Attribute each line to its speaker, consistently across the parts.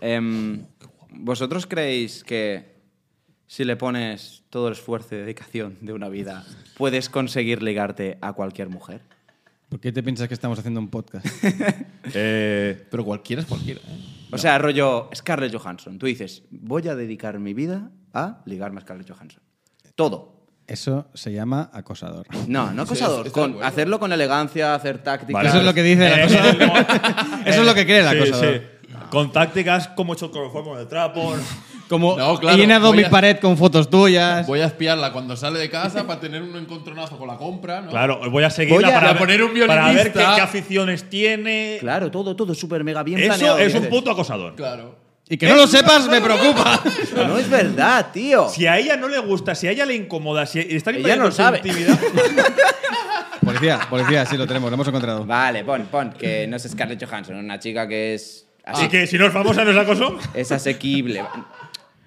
Speaker 1: Em, ¿Vosotros creéis que si le pones todo el esfuerzo y dedicación de una vida, puedes conseguir ligarte a cualquier mujer?
Speaker 2: ¿Por qué te piensas que estamos haciendo un podcast?
Speaker 3: Eh, pero cualquiera es cualquiera. ¿eh?
Speaker 1: O sea, rollo Scarlett Johansson. Tú dices, voy a dedicar mi vida a ligarme a Scarlett Johansson. Todo.
Speaker 2: Eso se llama acosador.
Speaker 1: No, no acosador.
Speaker 3: estoy de
Speaker 1: con-
Speaker 3: acuerdo.
Speaker 1: hacerlo con elegancia, hacer tácticas.
Speaker 2: Eso es lo que dice
Speaker 4: Eh,
Speaker 2: el acosador. Eso es lo que cree el acosador.
Speaker 4: Con tácticas como he hecho el cloroformo de trapo.
Speaker 2: Como
Speaker 3: No, claro,
Speaker 2: he llenado
Speaker 3: voy
Speaker 2: mi
Speaker 3: a-
Speaker 2: pared con fotos tuyas.
Speaker 3: Voy a espiarla cuando sale de casa para tener un encontronazo con la compra, ¿no?
Speaker 4: Claro, voy a seguirla
Speaker 1: Voy a-
Speaker 4: para,
Speaker 1: a
Speaker 4: ver-
Speaker 3: poner un
Speaker 4: para ver qué,
Speaker 3: violinista.
Speaker 4: qué aficiones tiene.
Speaker 1: Claro, todo, todo súper mega bien
Speaker 4: Eso
Speaker 1: planeado.
Speaker 4: es un
Speaker 1: dices.
Speaker 4: puto acosador. Eh,
Speaker 3: Claro.
Speaker 2: Y que no lo sepas me preocupa.
Speaker 1: No es verdad, tío.
Speaker 4: Si a ella no le gusta, si a ella le incomoda, si está
Speaker 1: Ella no
Speaker 4: invadiendo su
Speaker 1: sabe.
Speaker 4: intimidad.
Speaker 2: policía, policía, sí lo tenemos, lo hemos encontrado.
Speaker 1: Vale, pon, pon, que no es Scarlett Johansson, una chica que es así,
Speaker 4: Así que si no es famosa, no es acoso.
Speaker 1: es asequible.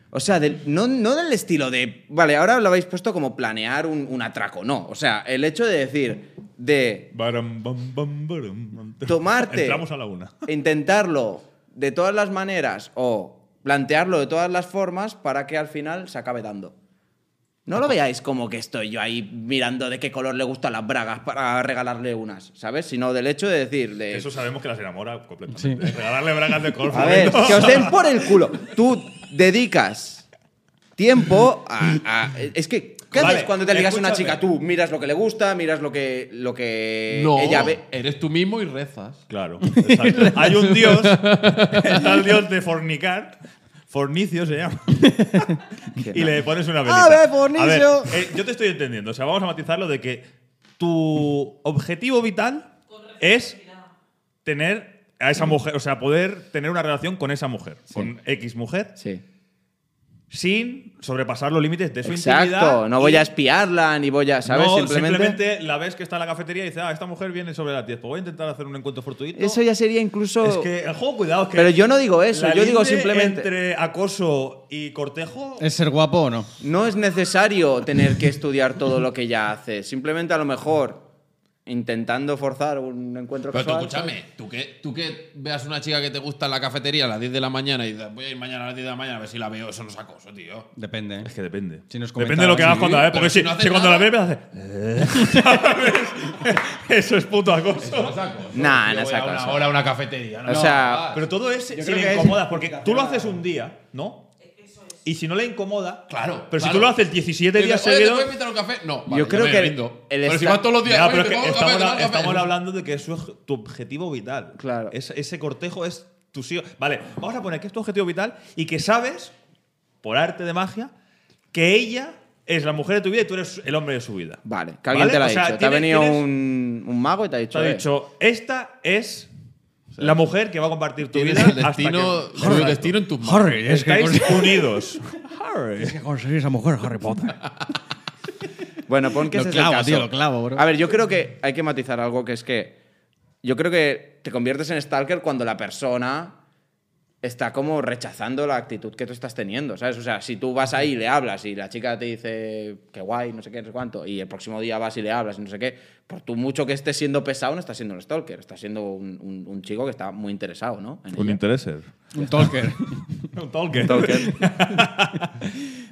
Speaker 1: O sea, del- no, no del estilo de. Vale, ahora lo habéis puesto como planear un, un atraco, no. O sea, el hecho de decir, de
Speaker 4: Baram, bam, bam, baram.
Speaker 1: Tomarte.
Speaker 4: Entramos a la una.
Speaker 1: intentarlo de todas las maneras o plantearlo de todas las formas para que al final se acabe dando. No lo veáis como que estoy yo ahí mirando de qué color le gustan las bragas para regalarle unas, ¿sabes? Sino del hecho de decir. De,
Speaker 4: Eso sabemos que las enamora completamente.
Speaker 2: Sí.
Speaker 4: Regalarle bragas de color.
Speaker 1: Eh. A ver, que os den por el culo. Tú dedicas tiempo a. a- es que. ¿Qué
Speaker 4: Vale,
Speaker 1: haces cuando te ligas a una
Speaker 4: escúchame.
Speaker 1: chica? Tú miras lo que le gusta, miras lo que, lo que
Speaker 3: No,
Speaker 1: Eh, ella ve.
Speaker 3: eres tú mismo y rezas.
Speaker 4: Claro. exacto. Hay un dios, está el dios de fornicar. Fornicio se llama. y le pones una velita.
Speaker 1: A ver, Ah, fornicio.
Speaker 4: A ver, eh, yo te estoy entendiendo. O sea, vamos a matizarlo de que tu objetivo vital es tener a esa mujer, o sea, poder tener una relación con esa mujer, con X mujer,
Speaker 1: Sí.
Speaker 4: sin sobrepasar los límites de su
Speaker 1: Exacto.
Speaker 4: intimidad.
Speaker 1: No voy a
Speaker 4: y-
Speaker 1: espiarla ni voy a. ¿Sabes?
Speaker 4: no,
Speaker 1: simplemente,
Speaker 4: la ves que está en la cafetería y dice, ah, esta mujer viene sobre las 10. Pues voy a intentar hacer un encuentro fortuito.
Speaker 1: Eso ya sería incluso.
Speaker 4: Es que el juego, cuidado. es que
Speaker 1: Pero yo no digo eso,
Speaker 4: la
Speaker 1: yo digo
Speaker 4: linde
Speaker 1: simplemente-
Speaker 4: Entre acoso y cortejo.
Speaker 2: ¿Es ser guapo o no?
Speaker 1: No es necesario tener que estudiar todo lo que ella hace. Simplemente a lo mejor intentando forzar un encuentro
Speaker 3: Pero tú,
Speaker 1: casual.
Speaker 3: escúchame, tú que, tú que veas una chica que te gusta en la cafetería a las 10 de la mañana y dices, voy a ir mañana a las 10 de la mañana a ver si la veo, eso no es acoso, tío.
Speaker 2: Depende. ¿eh?
Speaker 4: Es que depende.
Speaker 2: Si nos
Speaker 4: depende de lo que
Speaker 2: comentabas,
Speaker 4: hagas
Speaker 2: sí,
Speaker 4: cuando la ves.
Speaker 3: pero
Speaker 4: Porque
Speaker 3: si
Speaker 4: si,
Speaker 3: no haces
Speaker 4: si cuando la
Speaker 3: nada-
Speaker 4: ves, me hace. "Eh", Eso es puto acoso.
Speaker 3: No es acoso.
Speaker 1: Nah,
Speaker 3: Yo
Speaker 1: no es
Speaker 3: voy a
Speaker 1: acoso.
Speaker 3: una hora a una cafetería.
Speaker 1: O sea,
Speaker 4: Pero todo es si
Speaker 2: creo
Speaker 4: le
Speaker 2: que es
Speaker 4: incomodas. Porque tú lo haces un día, ¿no? Y si no le incomoda.
Speaker 3: Claro,
Speaker 4: Pero si
Speaker 3: claro.
Speaker 4: tú lo haces 17 días
Speaker 3: Oye, ¿te
Speaker 4: seguidos.
Speaker 3: puedes invitar un café? No, vale,
Speaker 1: Yo
Speaker 3: ya
Speaker 1: creo
Speaker 3: me
Speaker 1: que
Speaker 3: rindo.
Speaker 1: el
Speaker 3: Pero si
Speaker 1: esta-
Speaker 3: vas todos los días,
Speaker 4: Ya,
Speaker 3: oye,
Speaker 4: pero
Speaker 3: te
Speaker 4: es que
Speaker 3: pongo un café,
Speaker 4: estamos,
Speaker 3: te pongo un café.
Speaker 4: estamos hablando de que eso es tu objetivo vital.
Speaker 1: Claro.
Speaker 4: Es- ese cortejo es tu sí. Vale, vamos a poner que es tu objetivo vital y que sabes, por arte de magia, que ella es la mujer de tu vida y tú eres el hombre de su vida.
Speaker 1: Vale, que alguien
Speaker 4: ¿Vale?
Speaker 1: te lo ha
Speaker 4: O sea,
Speaker 1: dicho. te ha
Speaker 4: tienes-
Speaker 1: venido
Speaker 4: tienes-
Speaker 1: un, un mago y te ha
Speaker 4: Te
Speaker 1: dicho.
Speaker 4: ha
Speaker 1: "Eh,
Speaker 4: dicho, esta es la mujer que va a compartir tu
Speaker 3: Tienes
Speaker 4: vida.
Speaker 3: el
Speaker 4: hasta
Speaker 3: destino,
Speaker 4: que-
Speaker 3: el destino en tus manos.
Speaker 4: Estáis unidos. Harry.
Speaker 2: que conseguir esa mujer, Harry Potter.
Speaker 1: Bueno, pon que
Speaker 2: Lo
Speaker 1: ese es
Speaker 2: clavo,
Speaker 1: el caso.
Speaker 2: tío, lo clavo, bro.
Speaker 1: A ver, yo creo que hay que matizar algo que es que yo creo que te conviertes en stalker cuando la persona está como rechazando la actitud que tú estás teniendo, ¿sabes? O sea, si tú vas ahí y le hablas y la chica te dice que guay, no sé qué, no sé cuánto, y el próximo día vas y le hablas y no sé qué, por tú mucho que estés siendo pesado, no estás siendo un stalker, estás siendo un, un- un chico que está muy interesado, ¿no? En ella.
Speaker 4: intereser.
Speaker 2: Un talker.
Speaker 4: Un talker.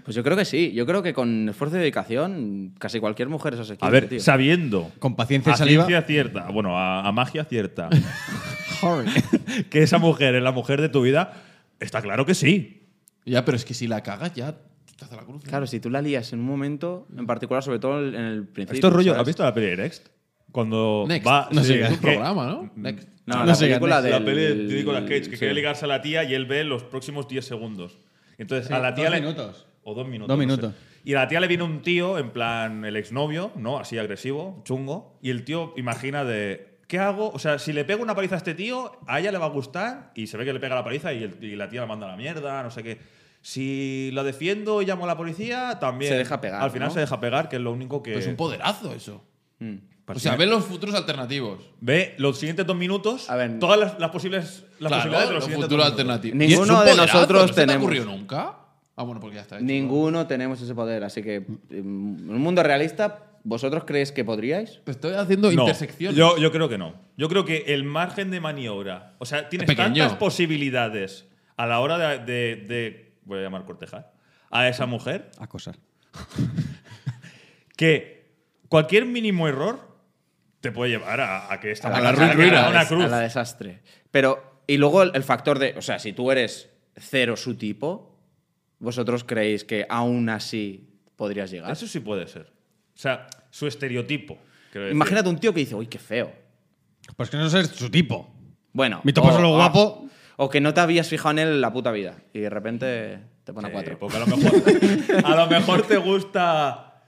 Speaker 1: Pues yo creo que sí, yo creo que con esfuerzo y dedicación casi cualquier mujer es asequible,
Speaker 4: A ver,
Speaker 1: tío.
Speaker 4: sabiendo.
Speaker 2: Con paciencia y
Speaker 4: a
Speaker 2: saliva.
Speaker 4: ciencia cierta. Bueno, a, a magia cierta.
Speaker 2: Harry.
Speaker 4: que esa mujer es la mujer de tu vida. Está claro que sí.
Speaker 3: Ya, pero es que si la cagas, ya te hace la cruz. ¿no?
Speaker 1: Claro, si tú la lías en un momento, en particular, sobre todo en el principio.
Speaker 4: Esto es rollo.
Speaker 1: ¿sabes?
Speaker 4: ¿Has visto la peli de Next? Cuando
Speaker 3: Next.
Speaker 4: va.
Speaker 2: No
Speaker 4: sí,
Speaker 2: sé,
Speaker 3: es un
Speaker 4: que- mm,
Speaker 3: programa, ¿no? Next.
Speaker 1: No,
Speaker 2: No
Speaker 1: la
Speaker 2: sé,
Speaker 1: película de.
Speaker 4: La peli de Nicolas Cage, que quiere ligarse a la tía y él ve los próximos 10 segundos. Entonces, a la tía
Speaker 2: dos
Speaker 4: le-
Speaker 2: minutos.
Speaker 4: O dos minutos.
Speaker 2: Dos
Speaker 4: no sé.
Speaker 2: minutos.
Speaker 4: Y a la tía le viene un tío, en plan, el exnovio, ¿no? Así agresivo, chungo. Y el tío imagina de. ¿Qué hago? O sea, si le pego una paliza a este tío, a ella le va a gustar y se ve que le pega la paliza y, el- y la tía la manda a la mierda, no sé qué. Si la defiendo y llamo a la policía, también.
Speaker 1: Se deja pegar,
Speaker 4: Al final
Speaker 1: ¿no? Pues
Speaker 4: se deja pegar, que es lo único que.
Speaker 3: Pero Pues es un poderazo eso. O
Speaker 4: Parece-
Speaker 3: sea, ves los futuros alternativos.
Speaker 4: Ve los siguientes dos minutos,
Speaker 1: A ver.
Speaker 4: todas las, las posibles las
Speaker 3: Claro,
Speaker 4: posibilidades de los
Speaker 3: los
Speaker 4: siguientes
Speaker 3: futuros
Speaker 4: dos minutos.
Speaker 3: alternativos.
Speaker 1: Ninguno
Speaker 3: Y es un
Speaker 1: de
Speaker 3: poderazo,
Speaker 1: nosotros
Speaker 3: ¿no se te ha
Speaker 1: tenemos-
Speaker 3: ocurrido nunca? Ah, bueno, porque ya está. hecho.
Speaker 1: Ninguno tenemos ese poder, así que. mm, En un mundo realista, ¿vosotros creéis que podríais?
Speaker 3: Te estoy haciendo
Speaker 4: No,
Speaker 3: intersecciones.
Speaker 4: Yo, yo creo que no. Yo creo que el margen de maniobra, o sea, tienes
Speaker 3: Es pequeño.
Speaker 4: tantas posibilidades a la hora de, de- de- voy a llamar cortejar, a esa mujer,
Speaker 2: Acosar.
Speaker 4: que cualquier mínimo error te puede llevar a, a que esta
Speaker 1: A la-
Speaker 4: mujer
Speaker 1: a la
Speaker 4: salga
Speaker 3: ruina.
Speaker 4: a una
Speaker 1: A
Speaker 4: cruz.
Speaker 1: la desastre. Pero, y luego el, el factor de, o sea, si tú eres cero su tipo, ¿vosotros creéis que aún así podrías llegar?
Speaker 4: Eso sí puede ser. O sea, su estereotipo. quiero decir.
Speaker 1: Imagínate un tío que dice, uy, qué feo.
Speaker 2: Pues que no es su tipo.
Speaker 1: Bueno.
Speaker 2: Mi topo
Speaker 1: o-
Speaker 2: es lo
Speaker 1: o-
Speaker 2: guapo.
Speaker 1: O que no te habías fijado en él en la puta vida. Y de repente te pone a
Speaker 4: Sí,
Speaker 1: cuatro.
Speaker 4: Porque a lo mejor, a lo mejor te gusta.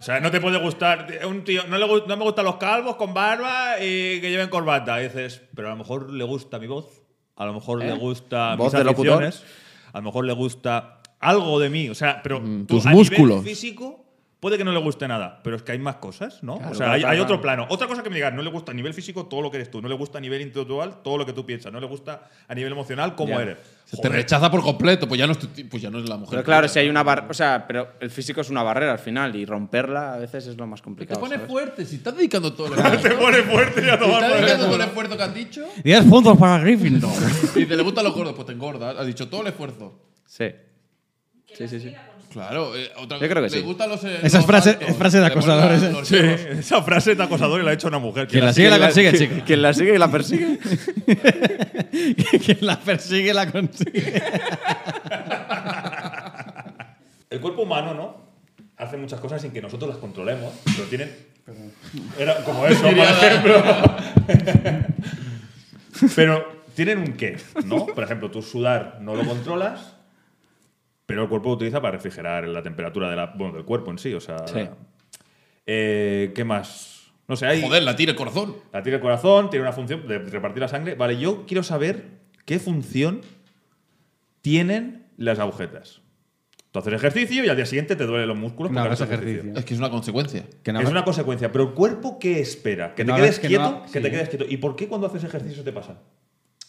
Speaker 4: O sea, no te puede gustar. Un tío, no, le, gu- no me gustan los calvos con barba y que lleven corbata. Y dices, pero a lo mejor le gusta mi voz. A lo mejor le gusta
Speaker 1: ¿Eh? Voz
Speaker 4: mis
Speaker 1: de locutor.
Speaker 4: aficiones, A lo mejor le gusta algo de mí. O sea, pero tú,
Speaker 3: tus
Speaker 4: a nivel
Speaker 3: músculos.
Speaker 4: físico. Puede que no le guste nada, pero es que hay más cosas, ¿no?
Speaker 1: Claro,
Speaker 4: o sea,
Speaker 1: claro,
Speaker 4: hay, hay
Speaker 1: claro.
Speaker 4: otro plano. Otra cosa que me digas, no le gusta a nivel físico todo lo que eres tú, no le gusta a nivel intelectual todo lo que tú piensas, no le gusta a nivel emocional cómo
Speaker 1: Ya.
Speaker 4: eres.
Speaker 3: Se te
Speaker 4: Joder,
Speaker 3: rechaza por completo, pues ya no es, tu ti- pues ya no es la mujer.
Speaker 1: Pero claro, si hay una barrera. O sea, pero el físico es una barrera al final y romperla a veces es lo más
Speaker 3: Te
Speaker 1: complicado.
Speaker 3: pones
Speaker 1: ¿sabes?
Speaker 3: fuerte, si estás dedicando todo el esfuerzo.
Speaker 4: te pone fuerte y a
Speaker 3: Si
Speaker 4: tomar
Speaker 3: estás
Speaker 4: por
Speaker 3: dedicando
Speaker 4: culo.
Speaker 3: todo el esfuerzo que has dicho
Speaker 2: 10 puntos para Gryffindor.
Speaker 3: y te le gustan los gordos, pues te engordas. Has dicho todo el esfuerzo.
Speaker 1: Sí. Sí, sí, sí.
Speaker 3: Claro, eh, otra
Speaker 1: Yo creo que
Speaker 3: le
Speaker 1: sí.
Speaker 3: gustan los. eh,
Speaker 2: Esa es
Speaker 3: los
Speaker 2: frase-
Speaker 3: altos.
Speaker 2: es frase de
Speaker 3: Le ponen
Speaker 2: acosador,
Speaker 3: los-
Speaker 2: esa.
Speaker 3: los
Speaker 4: Sí,
Speaker 3: cerros.
Speaker 4: esa frase de acosador y la ha hecho una mujer.
Speaker 2: Quien la
Speaker 4: Quien
Speaker 2: sigue, la consigue,
Speaker 1: Quien-
Speaker 2: chico.
Speaker 1: Quien la sigue y la persigue.
Speaker 2: Quien la persigue, la consigue.
Speaker 4: El cuerpo humano, ¿no? Hace muchas cosas sin que nosotros las controlemos, pero tienen. Era como eso, por
Speaker 3: Diría la-
Speaker 4: ejemplo. pero tienen un qué, ¿no? Por ejemplo, tú sudar no lo controlas, pero el cuerpo lo utiliza para refrigerar la temperatura de la- bueno, del cuerpo en sí, o sea.
Speaker 1: Sí.
Speaker 4: Eh, ¿Qué más? No sé, hay.
Speaker 3: Joder, la tira el corazón.
Speaker 4: La tiene el corazón, tiene una función de repartir la sangre. Vale, yo quiero saber qué función tienen las agujetas. Tú haces ejercicio y al día siguiente te duelen los músculos.
Speaker 2: No
Speaker 4: porque
Speaker 2: hagas
Speaker 4: has hecho
Speaker 2: ejercicio.
Speaker 3: Es que es una consecuencia.
Speaker 2: Que no
Speaker 4: es
Speaker 2: hagas-
Speaker 4: una consecuencia, pero el cuerpo qué espera? Que
Speaker 2: Que no
Speaker 4: te
Speaker 2: hagas-
Speaker 4: quedes
Speaker 2: que
Speaker 4: quieto,
Speaker 2: no ha-
Speaker 4: que
Speaker 2: sí.
Speaker 4: te quedes quieto. ¿Y por qué cuando haces ejercicio te pasa?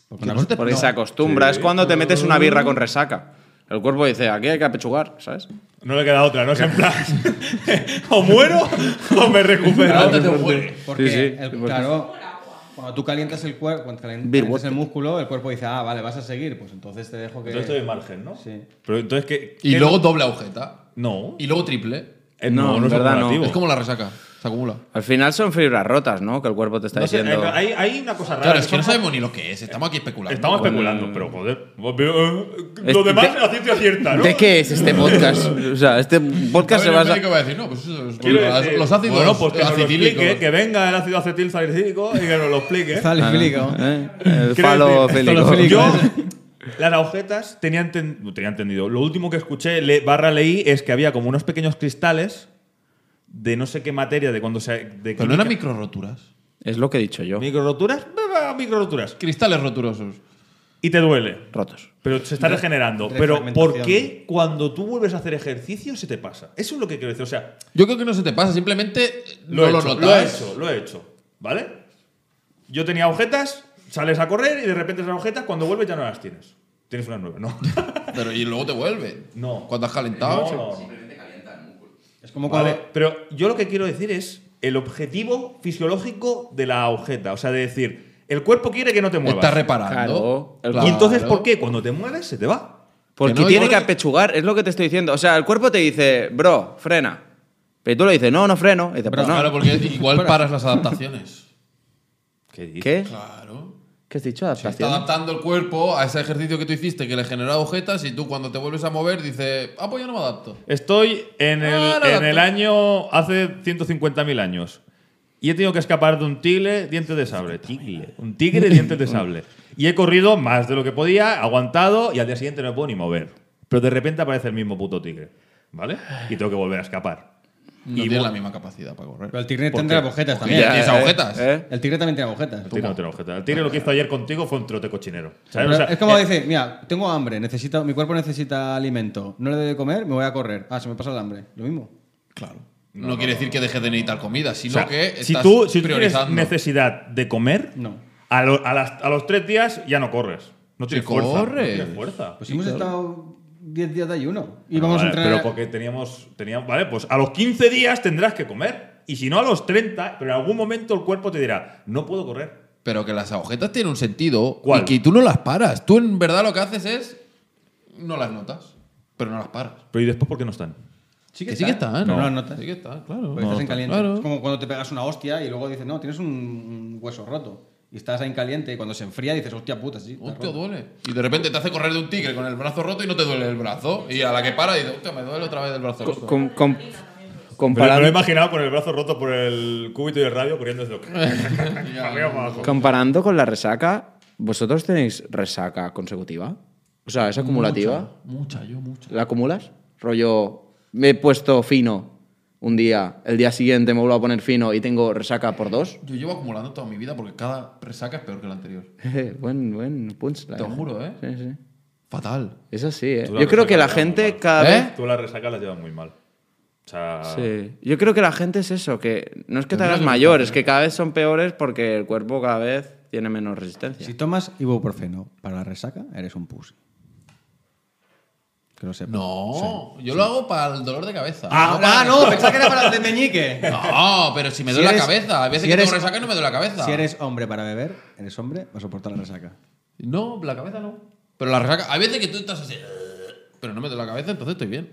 Speaker 2: Una cosa-
Speaker 1: Porque se acostumbra. Es cuando te metes una birra con resaca. El cuerpo dice, aquí hay que apechugar, ¿sabes?
Speaker 4: No le queda otra, no es en plan o muero o me recupero.
Speaker 3: Levántate o muere.
Speaker 2: Porque,
Speaker 1: Sí, sí.
Speaker 2: el-
Speaker 1: Porque-
Speaker 2: claro, cuando tú calientas el cuerpo, cuando
Speaker 1: Big
Speaker 2: calientas
Speaker 1: water.
Speaker 2: el músculo, el cuerpo dice, ah, vale, vas a seguir, pues entonces te dejo que...
Speaker 4: Entonces estoy en margen, ¿no?
Speaker 2: Sí.
Speaker 4: Pero entonces que
Speaker 3: Y luego doble agujeta.
Speaker 4: no,
Speaker 3: Y luego triple.
Speaker 4: Eh, no,
Speaker 1: No,
Speaker 4: no,
Speaker 1: en
Speaker 4: es
Speaker 1: verdad no.
Speaker 4: acumulativo.
Speaker 1: Oh.
Speaker 3: Es como la resaca. Se acumula.
Speaker 1: Al final son fibras rotas, ¿no? Que el cuerpo te está
Speaker 4: No sé,
Speaker 1: diciendo.
Speaker 4: eh, hay, hay una cosa rara.
Speaker 3: Claro, es que no
Speaker 4: son-
Speaker 3: sabemos ni lo que es. Estamos aquí especulando.
Speaker 4: Estamos especulando, pero joder. eh, Lo demás
Speaker 1: de-
Speaker 4: es la ciencia cierta, ¿no?
Speaker 1: ¿De qué es este podcast? O sea, este podcast se
Speaker 3: a ver, el
Speaker 1: basa.
Speaker 3: médico va a decir, no, pues eso es
Speaker 4: Quiero
Speaker 3: los-
Speaker 4: decir,
Speaker 3: los ácidos eh,
Speaker 4: Bueno, pues que nos lo
Speaker 3: acetílicos.
Speaker 4: explique, que venga el ácido acetil salicílico y que nos lo explique.
Speaker 2: Sale
Speaker 1: Ah,
Speaker 2: filico.
Speaker 1: ¿eh? El
Speaker 4: Quiero
Speaker 1: falo
Speaker 4: decir,
Speaker 1: felico.
Speaker 2: falofélico.
Speaker 4: Yo,
Speaker 2: Ese.
Speaker 4: las agujetas, tenía, enten- no tenía entendido. Lo último que escuché, le- barra leí, es que había como unos pequeños cristales de no sé qué materia, de cuando se. De
Speaker 3: Pero no eran micro roturas.
Speaker 1: Es lo que he dicho yo.
Speaker 4: ¿Micro roturas? Micro roturas.
Speaker 3: Cristales roturosos.
Speaker 4: Y te duele.
Speaker 1: Rotos.
Speaker 4: Pero se está regenerando. Pero ¿por qué cuando tú vuelves a hacer ejercicio se te pasa? Eso es lo que quiero decir. O sea,
Speaker 3: Yo creo que no se te pasa, simplemente
Speaker 4: lo,
Speaker 3: no
Speaker 4: he
Speaker 3: lo
Speaker 4: hecho,
Speaker 3: notas.
Speaker 4: lo he hecho, lo he hecho. ¿Vale? Yo tenía agujetas, sales a correr y de repente esas agujetas, cuando vuelves ya no las tienes. Tienes una nueva, ¿no?
Speaker 3: Pero y luego te vuelve.
Speaker 4: No.
Speaker 3: Cuando has calentado.
Speaker 4: no, no, no.
Speaker 2: Es como cuando...
Speaker 4: Vale, pero yo lo que quiero decir es el objetivo fisiológico de la agujeta. O sea, de decir, el cuerpo quiere que no te muevas.
Speaker 3: Estás
Speaker 1: Claro.
Speaker 3: reparando. Claro.
Speaker 4: y entonces, ¿por qué? Cuando te mueves se te va.
Speaker 1: Porque
Speaker 3: Que no,
Speaker 1: tiene
Speaker 3: yo
Speaker 1: que
Speaker 3: creo que-
Speaker 1: apechugar, es lo que te estoy diciendo. O sea, el cuerpo te dice, bro, frena. Pero tú le dices, no, no freno. Y dices,
Speaker 3: Pero
Speaker 1: "Pues no".
Speaker 3: Claro, porque igual paras las adaptaciones.
Speaker 4: ¿Qué dices?
Speaker 1: ¿Qué?
Speaker 3: Claro.
Speaker 1: ¿Qué has dicho?
Speaker 3: Se está
Speaker 1: Adaptación.
Speaker 3: adaptando el cuerpo a ese ejercicio que tú hiciste que le generó agujetas y tú cuando te vuelves a mover dices, ah, pues yo no me adapto.
Speaker 4: Estoy en el,
Speaker 3: Ah, la
Speaker 4: en el
Speaker 3: adapta-
Speaker 4: año hace 150.000 años. Y he tenido que escapar de un tigre dientes de sable. Un tigre dientes de sable. Y he corrido más de lo que podía, aguantado y al día siguiente no me puedo ni mover. Pero de repente aparece el mismo puto tigre. ¿vale? Y tengo que volver a escapar.
Speaker 3: No tienes la misma capacidad para correr.
Speaker 2: Pero el tigre
Speaker 4: ¿Por
Speaker 2: tendrá
Speaker 4: qué?
Speaker 2: agujetas
Speaker 3: Porque
Speaker 2: también.
Speaker 3: ya tienes
Speaker 1: eh,
Speaker 3: agujetas.
Speaker 1: eh.
Speaker 2: El tigre también tiene agujetas.
Speaker 4: El tigre, no tiene agujeta. El tigre lo que hizo ayer contigo fue un trote cochinero. ¿sabes?
Speaker 2: Pero
Speaker 4: O sea,
Speaker 2: es como
Speaker 4: eh,
Speaker 2: decir, mira, tengo hambre, necesito, mi cuerpo necesita alimento, no le doy de comer, me voy a correr. Ah, se me pasa el hambre. Lo mismo.
Speaker 3: Claro. No, quiere decir que dejes de necesitar comida,
Speaker 4: o
Speaker 3: sino
Speaker 4: sea,
Speaker 3: que estás
Speaker 4: si tú, si tú tienes
Speaker 3: priorizando.
Speaker 4: necesidad de comer,
Speaker 2: No.
Speaker 4: a, lo- a las- a los tres días ya no corres. No tienes fuerza. no
Speaker 3: corres.
Speaker 4: tienes fuerza.
Speaker 2: Pues hemos estado 10 días de ayuno y vamos
Speaker 4: Ah, Vale,
Speaker 2: a entrenar.
Speaker 4: Pero porque teníamos, teníamos. Vale, pues a los 15 días tendrás que comer. Y si no, a los 30, pero en algún momento el cuerpo te dirá, no puedo correr.
Speaker 3: Pero que las agujetas tienen un sentido
Speaker 4: ¿Cuál?
Speaker 3: y que tú no las paras. Tú en verdad lo que haces es. No las notas, pero no las paras.
Speaker 4: Pero ¿y después por qué no están?
Speaker 2: Sí
Speaker 3: Que sí que
Speaker 2: está,
Speaker 3: está, ¿eh?
Speaker 2: pero
Speaker 4: No.
Speaker 2: no las notas.
Speaker 3: Sí que está, claro.
Speaker 2: Porque estás en caliente.
Speaker 3: Claro.
Speaker 2: Es como cuando te pegas una hostia y luego dices, no, tienes un, un hueso roto. Y estás ahí en caliente y cuando se enfría dices, hostia puta, sí. está
Speaker 3: Hostia,
Speaker 2: roto".
Speaker 3: duele. Y de repente te hace correr de un tigre con el brazo roto y no te duele el brazo. Y a la que para, dices, hostia, me duele otra vez el brazo
Speaker 1: Co-
Speaker 3: roto.
Speaker 1: com- com-
Speaker 4: Pero me lo he
Speaker 1: comparando,
Speaker 4: imaginado con el brazo roto por el cúbito y el radio corriendo desde para arriba para abajo.
Speaker 1: comparando con la resaca, ¿vosotros tenéis resaca consecutiva? O sea, ¿es acumulativa?
Speaker 3: Mucha, yo mucha.
Speaker 1: ¿La acumulas? Rollo, me he puesto fino un día, el día siguiente me vuelvo a poner fino y tengo resaca por dos.
Speaker 3: Yo llevo acumulando toda mi vida porque cada resaca es peor que la anterior.
Speaker 1: buen, buen punchline.
Speaker 3: Te lo juro, ¿eh?
Speaker 1: Sí, sí.
Speaker 3: Fatal.
Speaker 1: Es así, ¿eh?
Speaker 4: Tú la
Speaker 1: Yo creo que
Speaker 4: resaca
Speaker 1: la
Speaker 4: la
Speaker 1: gente
Speaker 4: acumulas.
Speaker 1: cada
Speaker 3: ¿Eh?
Speaker 1: vez...
Speaker 4: Tú las resacas las llevas muy mal. O sea,
Speaker 1: Sí. Yo creo que la gente es eso, que no es Pues que te
Speaker 3: Tendría
Speaker 1: hagas
Speaker 3: que
Speaker 1: mayor, es que cada vez son peores porque el cuerpo cada vez tiene menos resistencia.
Speaker 2: Si tomas ibuprofeno para la resaca, eres un pussy. Que lo sepas.
Speaker 3: No, yo lo hago para el dolor de cabeza.
Speaker 2: Ah,
Speaker 3: No
Speaker 2: ah,
Speaker 3: para-
Speaker 2: no, pensaba que era para el de meñique.
Speaker 3: No, pero si me duele
Speaker 2: Si eres-
Speaker 3: la cabeza. A veces
Speaker 2: si
Speaker 3: que
Speaker 2: eres-
Speaker 3: tengo resaca y no me duele la cabeza.
Speaker 2: Si eres hombre para beber, eres hombre, vas a soportar la resaca.
Speaker 3: No, la cabeza no. Pero la resaca. Hay veces que tú estás así. Pero no me duele la cabeza, entonces estoy bien.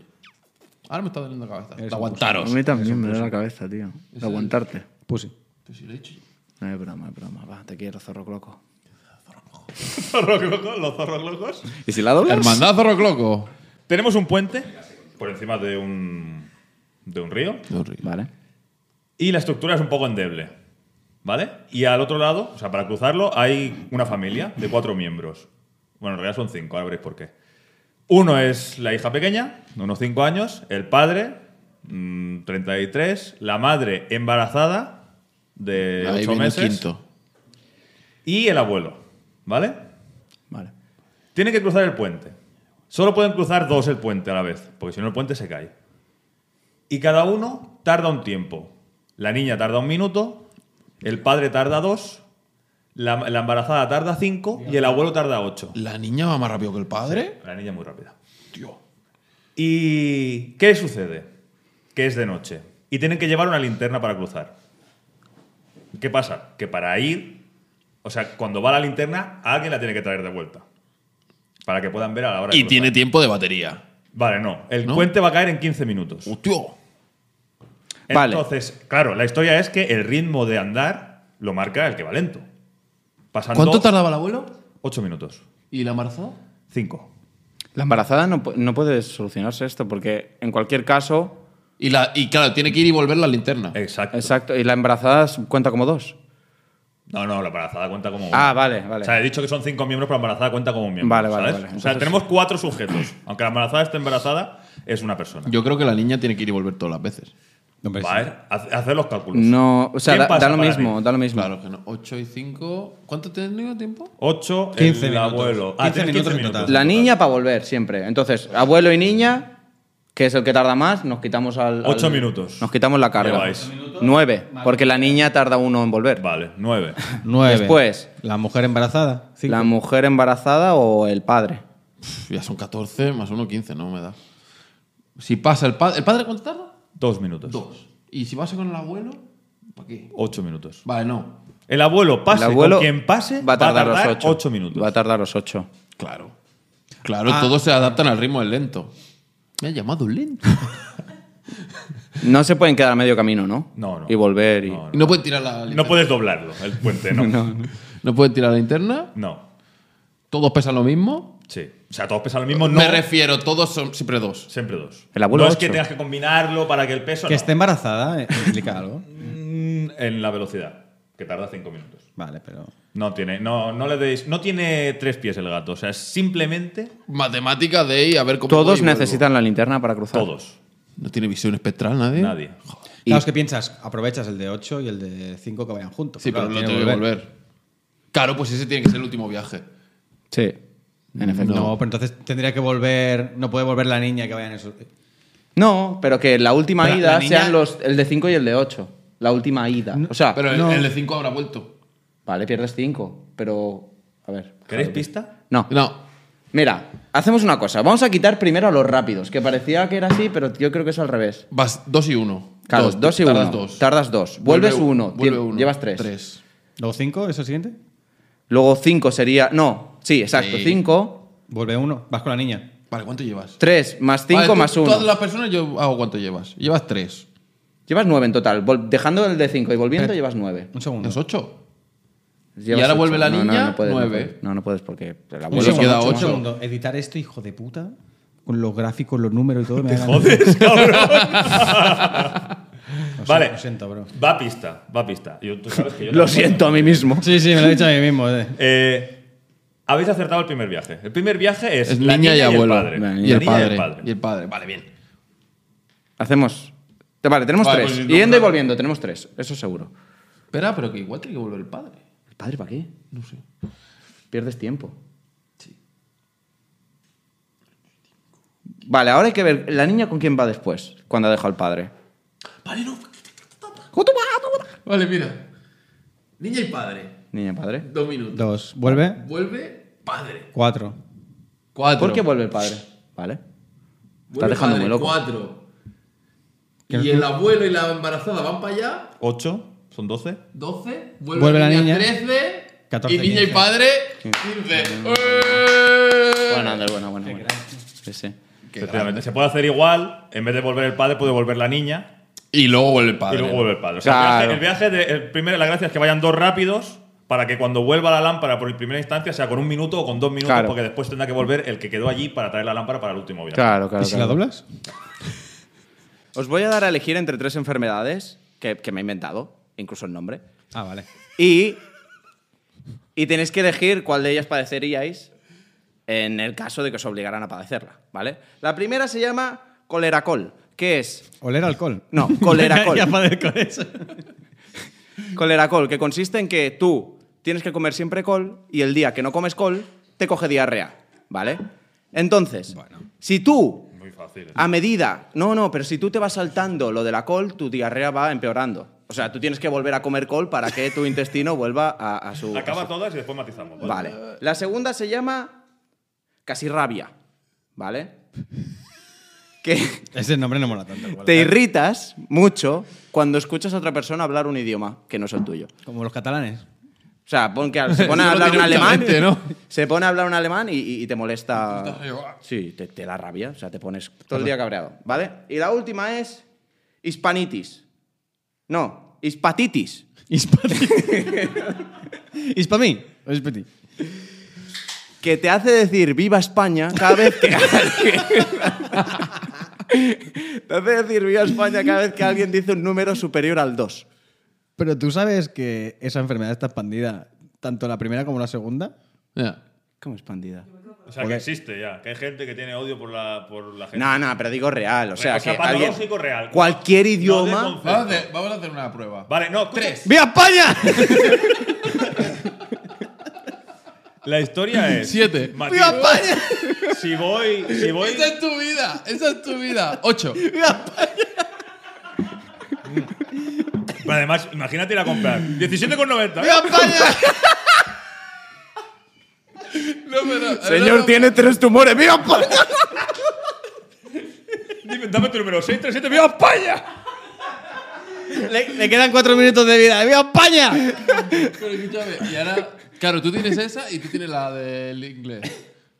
Speaker 3: Ahora me está doliendo la cabeza.
Speaker 2: Eres un
Speaker 3: aguantaros.
Speaker 1: A mí también me da la cabeza, tío. De aguantarte.
Speaker 2: Pussy.
Speaker 3: Pero si lo he dicho yo.
Speaker 1: No es broma, es broma. Va, te quiero, zorro cloco.
Speaker 4: zorros locos, los zorros locos.
Speaker 1: ¿Y si la doblas?
Speaker 3: Hermandad Zorro Cloco.
Speaker 4: Tenemos un puente por encima de un, de un río
Speaker 1: Vale.
Speaker 4: y la estructura es un poco endeble. ¿Vale? Y al otro lado, o sea, para cruzarlo, hay una familia de cuatro miembros. Bueno, en realidad son cinco, ahora veréis por qué. Uno es la hija pequeña, de unos cinco años, el padre, mm, 33, la madre embarazada, de
Speaker 3: Ahí
Speaker 4: ocho
Speaker 3: viene el
Speaker 4: meses,
Speaker 3: quinto.
Speaker 4: y el abuelo. ¿Vale?
Speaker 1: Vale.
Speaker 4: Tienen que cruzar el puente. Solo pueden cruzar dos el puente a la vez, porque si no el puente se cae. Y cada uno tarda un tiempo. La niña tarda un minuto, el padre tarda dos, la, la embarazada tarda cinco y el abuelo tarda ocho.
Speaker 3: ¿La niña va más rápido que el padre?
Speaker 4: La niña muy rápida.
Speaker 3: Tío.
Speaker 4: ¿Y qué sucede? Que es de noche y tienen que llevar una linterna para cruzar. ¿Qué pasa? Que para ir, o sea, cuando va la linterna, alguien la tiene que traer de vuelta. Para que puedan ver a la hora de
Speaker 3: Y
Speaker 4: cruzar.
Speaker 3: tiene tiempo de batería.
Speaker 4: Vale, no. El
Speaker 3: ¿No?
Speaker 4: puente va a caer en 15 minutos.
Speaker 3: ¡Hostia!
Speaker 1: Vale.
Speaker 4: Entonces, claro, la historia es que el ritmo de andar lo marca el que va lento. Pasando
Speaker 3: ¿Cuánto tardaba el abuelo?
Speaker 4: 8 minutos.
Speaker 3: ¿Y la embarazada?
Speaker 4: 5.
Speaker 1: La embarazada no, pu- no puede solucionarse esto porque en cualquier caso...
Speaker 3: Y, la, y claro, tiene que ir y volver la linterna.
Speaker 4: Exacto.
Speaker 1: Exacto. ¿Y la embarazada s- cuenta como dos?
Speaker 4: No, no, la embarazada cuenta como uno.
Speaker 1: Ah, vale, vale.
Speaker 4: O sea, he dicho que son 5 miembros, pero la embarazada cuenta como un miembro.
Speaker 1: Vale, vale,
Speaker 4: ¿sabes?
Speaker 1: vale.
Speaker 4: O sea,
Speaker 1: Entonces-
Speaker 4: tenemos cuatro sujetos. Aunque la embarazada esté embarazada, es una persona.
Speaker 3: Yo creo que la niña tiene que ir y volver todas las veces.
Speaker 2: Hombre, sí.
Speaker 4: Vale, haz- hacer los cálculos.
Speaker 1: pues no, o sea,
Speaker 4: Pues, ¿Quién
Speaker 1: da,
Speaker 4: pasa
Speaker 1: da lo
Speaker 4: para
Speaker 1: mismo,
Speaker 4: mí?
Speaker 1: da lo mismo.
Speaker 3: Claro que no. 8 y 5. ¿Cuánto tenido tiempo?
Speaker 4: 8,
Speaker 2: 15
Speaker 4: el
Speaker 2: minutos.
Speaker 4: abuelo. Ah,
Speaker 2: 15
Speaker 4: tienes
Speaker 2: minutos
Speaker 4: 15
Speaker 2: en
Speaker 4: minutos.
Speaker 2: total.
Speaker 1: La niña para volver siempre. Entonces, abuelo y niña, que es el que tarda más, nos quitamos al. al-
Speaker 4: Ocho minutos.
Speaker 1: Nos quitamos la carga.
Speaker 4: Lleváis. Ocho
Speaker 1: Nueve, porque la niña tarda uno en volver.
Speaker 4: Vale, 9.
Speaker 2: Nueve.
Speaker 1: Después.
Speaker 2: La mujer embarazada. Cinco.
Speaker 1: La mujer embarazada o el padre.
Speaker 3: Pf, ya son 14 más 1, 15, no me da. Si pasa el padre. ¿El padre cuánto tarda?
Speaker 4: 2 minutos.
Speaker 3: 2. ¿Y si pasa con el abuelo? ¿Para qué?
Speaker 4: 8 minutos.
Speaker 3: Vale, no.
Speaker 4: El abuelo pase
Speaker 1: el abuelo
Speaker 4: con quien pase
Speaker 1: va a tardar, los
Speaker 4: ocho.
Speaker 1: ocho.
Speaker 4: minutos.
Speaker 1: Va a tardar los ocho.
Speaker 3: Claro. Claro, todos se adaptan al ritmo del lento. Me ha llamado lento.
Speaker 1: No se pueden quedar a medio camino, ¿no?
Speaker 4: No, no.
Speaker 1: Y volver y.
Speaker 4: No, no.
Speaker 3: Y no pueden tirar la linterna.
Speaker 4: No puedes doblarlo, el puente, no. no.
Speaker 3: No pueden tirar la linterna. Todos pesan lo mismo.
Speaker 4: Sí. O sea, todos pesan lo mismo, no.
Speaker 3: Me refiero, todos son siempre dos.
Speaker 4: Siempre dos.
Speaker 1: El abuelo
Speaker 4: no es
Speaker 1: ocho.
Speaker 4: que tengas que combinarlo para que el peso.
Speaker 2: Que
Speaker 4: no.
Speaker 2: esté embarazada, eh, implica algo.
Speaker 4: Mm, En la velocidad, que tarda cinco minutos.
Speaker 2: Vale, pero.
Speaker 4: No tiene, no, no le deis. No tiene tres pies el gato. O sea, es simplemente
Speaker 3: Matemática de ahí, a ver cómo. voy
Speaker 1: Todos
Speaker 3: y vuelvo.
Speaker 1: necesitan la linterna para cruzar.
Speaker 4: todos.
Speaker 3: No tiene visión espectral nadie.
Speaker 4: Nadie.
Speaker 1: Y-
Speaker 2: Claro, es que piensas, aprovechas el de 8 y el de 5 que vayan juntos.
Speaker 3: Sí, pero
Speaker 2: claro,
Speaker 3: no
Speaker 2: tiene
Speaker 3: tiene que volver. Claro, pues ese tiene que ser el último viaje.
Speaker 1: Sí. En efecto.
Speaker 2: No,
Speaker 1: No.
Speaker 2: pero entonces tendría que volver. No puede volver la niña que vayan esos.
Speaker 1: pero que la última
Speaker 3: Pero la
Speaker 1: ida
Speaker 3: niña-
Speaker 1: sean los, el de cinco y el de ocho. La última ida. O sea,
Speaker 3: Pero el-
Speaker 2: No.
Speaker 3: el, de 5 habrá vuelto.
Speaker 1: Vale, pierdes 5, pero... A ver.
Speaker 4: ¿Queréis
Speaker 1: joder.
Speaker 4: pista?
Speaker 1: No.
Speaker 3: No.
Speaker 1: Mira, hacemos una cosa. Vamos a quitar primero a los rápidos, que parecía que era así, pero yo creo que es al revés.
Speaker 3: Vas 2 y 1.
Speaker 1: Claro, 2 y 1.
Speaker 3: Tardas 2.
Speaker 1: Tardas 2. Vuelves
Speaker 3: Vuelve u-
Speaker 1: 1.
Speaker 3: vuelve uno.
Speaker 1: Llevas 3.
Speaker 3: Tres.
Speaker 2: ¿Los cinco es el siguiente?
Speaker 1: Luego 5 sería. No, sí, exacto.
Speaker 3: Sí.
Speaker 1: 5.
Speaker 2: Vuelve uno, vas con la niña.
Speaker 3: Vale, ¿cuánto llevas?
Speaker 1: 3 más
Speaker 3: Vale,
Speaker 1: 5
Speaker 3: tú-
Speaker 1: más
Speaker 3: Todas
Speaker 1: 1.
Speaker 3: las personas yo hago cuánto llevas. Llevas tres.
Speaker 1: Llevas 9 en total. Vol- Dejando el de 5 y volviendo, llevas 9.
Speaker 2: Un segundo.
Speaker 3: Es ocho.
Speaker 1: Llevas
Speaker 3: Eh, ahora
Speaker 1: ocho.
Speaker 3: vuelve la
Speaker 1: No,
Speaker 3: niña,
Speaker 1: no, no puedes, no
Speaker 3: nueve.
Speaker 1: puedes. No, no puedes porque el
Speaker 2: Un
Speaker 1: abuelo
Speaker 3: Bueno,
Speaker 1: son ocho
Speaker 2: segundo,
Speaker 3: queda
Speaker 2: un
Speaker 1: más.
Speaker 3: ocho.
Speaker 2: segundo. Editar esto, hijo de puta, con los gráficos, los números y todo. Me da ganas.
Speaker 4: Joder, cabrón.
Speaker 2: Lo siento,
Speaker 4: Vale.
Speaker 2: Lo siento, bro.
Speaker 4: Va a pista, va a pista. Yo- tú sabes que yo
Speaker 1: Lo
Speaker 4: tampoco-
Speaker 1: siento a mí mismo.
Speaker 2: Sí, sí, me lo he dicho a mí mismo. eh.
Speaker 4: Eh, habéis acertado el primer viaje. El primer viaje es,
Speaker 3: Es
Speaker 4: la
Speaker 3: niña y abuelo.
Speaker 4: el padre.
Speaker 1: La
Speaker 3: Y
Speaker 1: niña
Speaker 3: el
Speaker 4: La niña
Speaker 3: padre. Y el padre. Vale, bien.
Speaker 1: Hacemos. te- Vale, tenemos
Speaker 3: Vale,
Speaker 1: 3.
Speaker 3: pues,
Speaker 1: Yendo y
Speaker 3: no-
Speaker 1: volviendo, tenemos 3. Eso seguro.
Speaker 3: Espera, pero que igual tiene que volver el padre.
Speaker 1: ¿El padre para qué?
Speaker 3: No sé.
Speaker 1: Pierdes tiempo. Vale, ahora hay que ver la niña con quién va después, cuando ha dejado al padre.
Speaker 3: Vale, no. Vale, mira. Niña y padre.
Speaker 1: Niña padre.
Speaker 3: Dos minutos.
Speaker 2: Dos. Vuelve.
Speaker 3: Vuelve padre.
Speaker 2: Cuatro.
Speaker 3: Cuatro.
Speaker 1: ¿Por qué vuelve el padre? Vale.
Speaker 3: Vuelve
Speaker 1: dejando
Speaker 3: padre,
Speaker 1: muy loco.
Speaker 3: Cuatro.
Speaker 2: ¿Qué
Speaker 3: Y
Speaker 2: es-
Speaker 3: el abuelo y la embarazada van para allá.
Speaker 4: 8, son 12.
Speaker 3: 12. Vuelve,
Speaker 2: Vuelve
Speaker 3: la
Speaker 2: la
Speaker 3: niña.
Speaker 2: niña.
Speaker 3: 13.
Speaker 2: 14,
Speaker 3: y niña y
Speaker 2: 15.
Speaker 3: padre. 15. ¡Eh!
Speaker 1: Bueno, Ander, bueno, bueno. bueno. Sí, sí.
Speaker 3: Qué
Speaker 4: Efectivamente. Se puede hacer igual. En vez de volver el padre, puede volver la niña.
Speaker 3: Y luego vuelve el padre.
Speaker 4: y luego
Speaker 3: ¿no?
Speaker 4: vuelve el padre. O sea,
Speaker 1: Claro.
Speaker 4: el viaje, el viaje de, el primero, la gracia es que vayan dos rápidos para que cuando vuelva la lámpara por primera instancia sea con un minuto o con dos minutos,
Speaker 1: Claro.
Speaker 4: porque después tendrá que volver el que quedó allí para traer la lámpara para el último viaje.
Speaker 1: Claro, claro.
Speaker 2: ¿Y si la doblas?
Speaker 1: Os voy a dar a elegir entre tres enfermedades que, que me he inventado, incluso el nombre.
Speaker 2: Ah, vale.
Speaker 1: Y, y tenéis que elegir cuál de ellas padeceríais en el caso de que os obligaran a padecerla, ¿vale? La primera se llama coleracol, que es...
Speaker 2: Oler alcohol.
Speaker 1: No, coleracol.
Speaker 2: Ya padezco con eso.
Speaker 1: Coleracol, que consiste en que tú tienes que comer siempre col y el día que no comes col te coge diarrea, ¿vale? Entonces, si tú
Speaker 4: Muy fácil. ¿eh?
Speaker 1: a medida, no, no, pero si tú te vas saltando lo de la col, tu diarrea va empeorando. O sea, tú tienes que volver a comer col para que tu intestino vuelva a, a su... a
Speaker 4: Acaba
Speaker 1: su-
Speaker 4: todas y después matizamos.
Speaker 1: Vale. La segunda se llama casi rabia, ¿vale? Que
Speaker 2: Ese nombre no mola tanto. igual.
Speaker 1: te irritas mucho cuando escuchas a otra persona hablar un idioma que no es el tuyo.
Speaker 2: Como los catalanes.
Speaker 1: O sea, pon que se pone a
Speaker 3: Eso lo
Speaker 1: hablar un
Speaker 3: tiene mucha
Speaker 1: alemán,
Speaker 3: gente, ¿no?
Speaker 1: se pone a hablar un alemán y, y- y te molesta.
Speaker 3: Te molesta.
Speaker 1: Sí, te, te da rabia, o sea, te pones todo el día cabreado, ¿vale? Y la última es hispanitis. No, hispatitis.
Speaker 2: Hispati. Hispami. O hispati.
Speaker 1: que te hace decir viva España cada vez que alguien- te hace decir viva España cada vez que alguien dice un número superior al 2.
Speaker 2: Pero tú sabes que esa enfermedad está expandida tanto la primera como la segunda.
Speaker 3: Ya.
Speaker 1: ¿Cómo expandida?
Speaker 4: O sea, que existe ya. Que hay gente que tiene odio por la, por la gente.
Speaker 1: No, no, pero digo real, o sea,
Speaker 4: O sea,
Speaker 1: que alguien,
Speaker 4: patológico real.
Speaker 1: cualquier
Speaker 4: No de
Speaker 1: idioma
Speaker 4: concepto.
Speaker 3: Vamos a hacer, vamos a hacer una prueba.
Speaker 4: Vale, no, tres.
Speaker 2: ¡Viva España!
Speaker 4: La historia es.
Speaker 3: Siete.
Speaker 4: Matiz.
Speaker 3: ¡Viva España!
Speaker 4: Si voy. Si voy.
Speaker 3: ¡Esa es tu vida! ¡Esa es tu vida! Ocho.
Speaker 4: Pero además, imagínate ir a comprar. 17,90.
Speaker 3: ¡Viva España! No, pero, no, no,
Speaker 1: tiene tres tumores, viva España.
Speaker 4: Dime, Dame tu número 637. ¡Viva España!
Speaker 2: le, le quedan cuatro minutos de vida. ¡Viva España!
Speaker 3: Pero escúchame, y ahora. Claro, tú tienes esa y tú tienes la del inglés.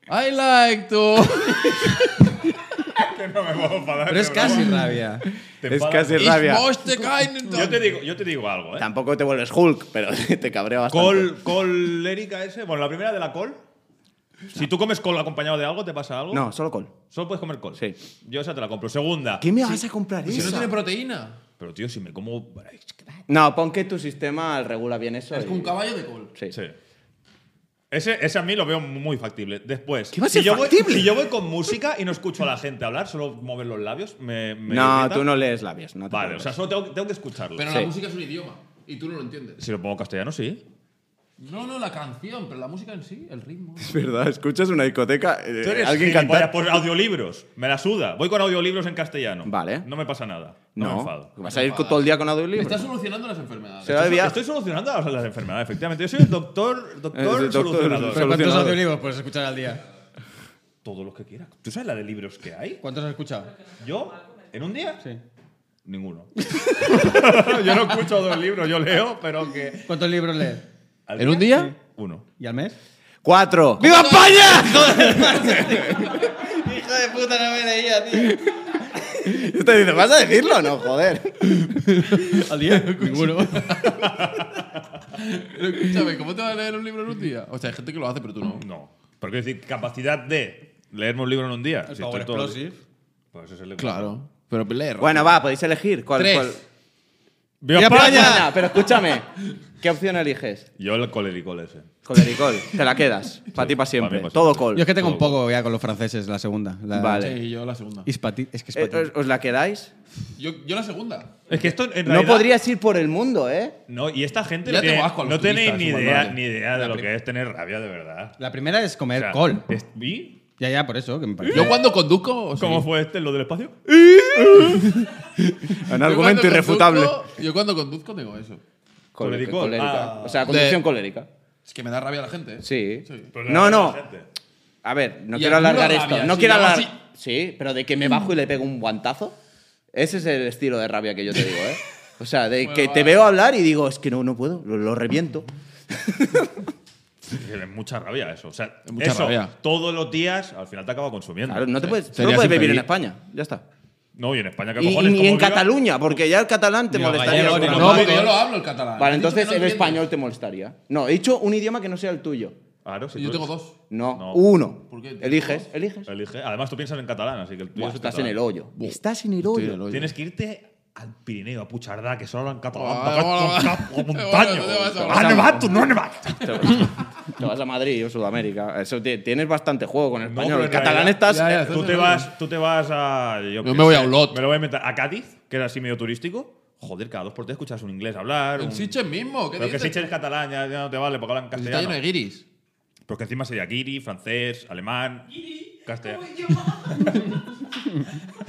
Speaker 3: I like to.
Speaker 4: Que no me puedo enfadar.
Speaker 2: Pero es
Speaker 4: que
Speaker 2: casi
Speaker 4: bravo.
Speaker 2: rabia.
Speaker 4: Te
Speaker 1: Es
Speaker 4: enfadas.
Speaker 1: casi rabia.
Speaker 3: Ich möchte keinen-
Speaker 4: Yo te digo, yo te digo algo, ¿eh?
Speaker 1: Tampoco te vuelves Hulk, pero te cabreo bastante.
Speaker 4: Col, colérica ese. Bueno, la primera de la col. Si tú comes col acompañado de algo, ¿te pasa algo?
Speaker 1: No, solo col.
Speaker 4: Solo puedes comer col.
Speaker 1: Sí.
Speaker 4: Yo esa te la compro. Segunda.
Speaker 1: ¿Qué me vas a comprar
Speaker 3: Si no
Speaker 1: esa?
Speaker 3: tiene proteína.
Speaker 4: Pero tío, si me como.
Speaker 1: No, pon que tu sistema regula bien eso.
Speaker 3: Es
Speaker 1: y-
Speaker 3: como un caballo de col.
Speaker 1: Sí.
Speaker 4: Sí. Ese, ese a mí lo veo muy factible. Después,
Speaker 1: ¿Qué va a ser
Speaker 4: si, yo voy,
Speaker 1: factible?
Speaker 4: si yo voy con música y no escucho a la gente hablar, solo mover los labios, me. me
Speaker 1: No,
Speaker 4: irrita.
Speaker 1: tú no lees labios. No te
Speaker 4: Vale, o
Speaker 1: preocupes.
Speaker 4: sea, solo tengo, tengo que escucharlo.
Speaker 3: Pero
Speaker 1: Sí.
Speaker 3: la música es un idioma. Y tú no lo entiendes.
Speaker 4: si lo pongo en castellano, sí.
Speaker 3: No, no, la canción, pero la música en sí, el ritmo.
Speaker 1: Es verdad, escuchas una discoteca, eh,
Speaker 4: Tú eres
Speaker 1: alguien
Speaker 4: gilipollas
Speaker 1: cantar.
Speaker 4: por audiolibros. Me la suda. Voy con audiolibros en castellano.
Speaker 1: Vale.
Speaker 4: No me pasa nada. No, me
Speaker 1: No,
Speaker 4: enfado.
Speaker 1: vas a ir todo el día con audiolibro.
Speaker 3: Está solucionando las enfermedades.
Speaker 1: Se va de viaje.
Speaker 4: Estoy solucionando las, las enfermedades, efectivamente. Yo soy el doctor, doctor,
Speaker 1: Eres Eh, el doctor
Speaker 4: solucionador.
Speaker 1: solu-
Speaker 2: ¿Cuántos
Speaker 1: Solucionado.
Speaker 2: audiolibros puedes escuchar al día?
Speaker 4: Todos los que quieras. ¿Tú sabes la de libros que hay?
Speaker 2: ¿Cuántos has escuchado?
Speaker 4: ¿Yo? ¿En un día?
Speaker 2: Sí.
Speaker 4: Ninguno. yo no escucho dos libros, yo leo, pero que.
Speaker 2: ¿Cuántos libros lees?
Speaker 4: ¿Al
Speaker 3: ¿En un día?
Speaker 4: Uno.
Speaker 2: ¿Y al mes?
Speaker 1: ¡Cuatro! ¡Viva España!
Speaker 2: Hijo de puta, no me leía, tío.
Speaker 1: Usted dice, ¿vas a decirlo? No, joder.
Speaker 2: ¿Al día? Ninguno.
Speaker 3: Pero escúchame, ¿cómo te vas a leer un libro en un día? O sea, hay gente que lo hace, pero tú no.
Speaker 4: No. Pero quiero decir, capacidad de leerme un libro en un día.
Speaker 2: El
Speaker 4: Si
Speaker 2: Power
Speaker 4: estoy todo-
Speaker 2: Explosive.
Speaker 4: Pues ese es el
Speaker 3: Claro. Pero leer.
Speaker 1: Bueno, va, podéis elegir. ¿Cuál,
Speaker 3: Tres.
Speaker 1: cuál?
Speaker 4: ¡Viva
Speaker 1: Viva
Speaker 4: España!
Speaker 1: España! Pero escúchame, ¿qué opción eliges?
Speaker 4: Yo el colericol ese.
Speaker 1: Colericol, te la quedas. Para ti, para
Speaker 4: pa'
Speaker 1: siempre.
Speaker 4: mí, pa'
Speaker 1: Todo
Speaker 4: siempre.
Speaker 1: col.
Speaker 2: Yo es que tengo un poco ya con los franceses, la segunda. La-
Speaker 1: Vale.
Speaker 3: Sí, yo la segunda.
Speaker 2: Hispati- es que es
Speaker 1: Eh,
Speaker 2: patín.
Speaker 1: ¿Os os la quedáis?
Speaker 3: Yo, yo la segunda.
Speaker 4: Es que esto en
Speaker 1: No
Speaker 4: realidad-
Speaker 1: podrías ir por el mundo, ¿eh?
Speaker 4: No, y esta gente
Speaker 3: Ya
Speaker 4: no,
Speaker 3: tengo
Speaker 4: tiene-
Speaker 3: asco a los
Speaker 4: no tenéis ni
Speaker 3: turistas,
Speaker 4: idea,
Speaker 3: vale.
Speaker 4: ni idea de
Speaker 3: La
Speaker 4: lo
Speaker 3: prim-
Speaker 4: que es tener rabia de verdad.
Speaker 2: La primera es comer
Speaker 4: O sea,
Speaker 2: col.
Speaker 4: es- ¿Y?
Speaker 2: Ya, ya, por eso. Que me parece.
Speaker 3: Yo cuando conduzco. sí.
Speaker 4: ¿Cómo fue este, lo del espacio?
Speaker 1: Un
Speaker 3: Yo
Speaker 1: argumento
Speaker 3: cuando
Speaker 1: irrefutable.
Speaker 3: conduzco- Yo cuando conduzco digo eso.
Speaker 1: Colérica.
Speaker 4: Colericol.
Speaker 1: colérica.
Speaker 4: Ah.
Speaker 1: O sea, condición
Speaker 3: De-
Speaker 1: colérica.
Speaker 3: Es que me da rabia la gente. ¿eh?
Speaker 1: Sí.
Speaker 3: Sí.
Speaker 4: Pues la
Speaker 1: No,
Speaker 4: rabia
Speaker 1: no.
Speaker 4: de la gente.
Speaker 1: A ver, no
Speaker 3: Y
Speaker 1: quiero
Speaker 3: alguna
Speaker 1: alargar
Speaker 3: rabia,
Speaker 1: esto. No
Speaker 3: si
Speaker 1: quiero
Speaker 3: no,
Speaker 1: alargar.
Speaker 3: así-
Speaker 1: Sí, pero de que me bajo y le pego un guantazo. Ese es el estilo de rabia que yo te digo, ¿eh? O sea, de que te
Speaker 3: vale.
Speaker 1: veo hablar y digo, es que no, no puedo, lo, lo reviento.
Speaker 4: Es mucha rabia eso. O sea,
Speaker 3: Es mucha
Speaker 4: eso,
Speaker 3: rabia.
Speaker 4: todos los días al final te acaba consumiendo.
Speaker 1: Claro, no te puedes, tú no
Speaker 3: Sería
Speaker 1: puedes
Speaker 3: sin
Speaker 1: vivir en
Speaker 3: pedir.
Speaker 1: España, ya está.
Speaker 4: No, y en España, ¿qué
Speaker 1: Y,
Speaker 4: cojones?
Speaker 1: y
Speaker 4: ¿Cómo
Speaker 1: ni en
Speaker 4: viva?
Speaker 1: Cataluña, porque ya el catalán te
Speaker 2: Ni los
Speaker 1: molestaría.
Speaker 2: gallegos,
Speaker 1: seguramente.
Speaker 2: ni
Speaker 3: No,
Speaker 2: los
Speaker 3: porque yo
Speaker 2: vascos.
Speaker 3: lo hablo el catalán.
Speaker 1: Vale,
Speaker 3: Has dicho
Speaker 1: entonces
Speaker 3: que no
Speaker 1: el
Speaker 3: entiendes.
Speaker 1: español te molestaría. No, he dicho un idioma que no sea el tuyo.
Speaker 4: Claro, si
Speaker 3: Yo
Speaker 4: tú-
Speaker 3: tengo dos.
Speaker 1: No,
Speaker 4: No.
Speaker 1: uno.
Speaker 3: ¿Por qué?
Speaker 1: Eliges, eliges.
Speaker 4: Elige. Además, tú piensas en catalán, así que el tuyo
Speaker 1: Buah,
Speaker 4: es
Speaker 1: estás en
Speaker 4: catalán.
Speaker 1: el hoyo.
Speaker 3: Buah.
Speaker 1: Estás en el
Speaker 3: Estoy en
Speaker 1: hoyo.
Speaker 3: el hoyo.
Speaker 4: Tienes que irte al Pirineo, a Puchardá, que solo hablan catalán.
Speaker 3: Ah,
Speaker 4: toca-
Speaker 3: bueno,
Speaker 4: toca-
Speaker 3: bueno.
Speaker 4: montaño.
Speaker 3: Bueno, te vas a-
Speaker 4: ¡Ah, nevat, tú, no nevat!
Speaker 1: Te vas- te vas a Madrid o Sudamérica. Eso ti- tienes bastante juego con el
Speaker 4: No,
Speaker 1: español.
Speaker 4: pero
Speaker 1: el
Speaker 4: en
Speaker 1: catalán
Speaker 4: realidad-
Speaker 1: estás.
Speaker 3: Ya, ya.
Speaker 4: Tú te, vas, tú te vas a. Yo, qué
Speaker 3: me voy
Speaker 4: sé,
Speaker 3: a Olot.
Speaker 4: Me lo voy a inventar. A Cádiz, que era así medio turístico. Joder, cada dos por tres escuchas un inglés hablar.
Speaker 3: En
Speaker 4: un-
Speaker 3: Sitges mismo. ¿Qué
Speaker 4: Pero que
Speaker 3: dices?
Speaker 4: Sitges es catalán, ya, ya no te vale, porque hablan
Speaker 3: Pues Está
Speaker 4: castellano.
Speaker 3: lleno de guiris.
Speaker 4: Pero que encima sería guiri, francés, alemán, castellano.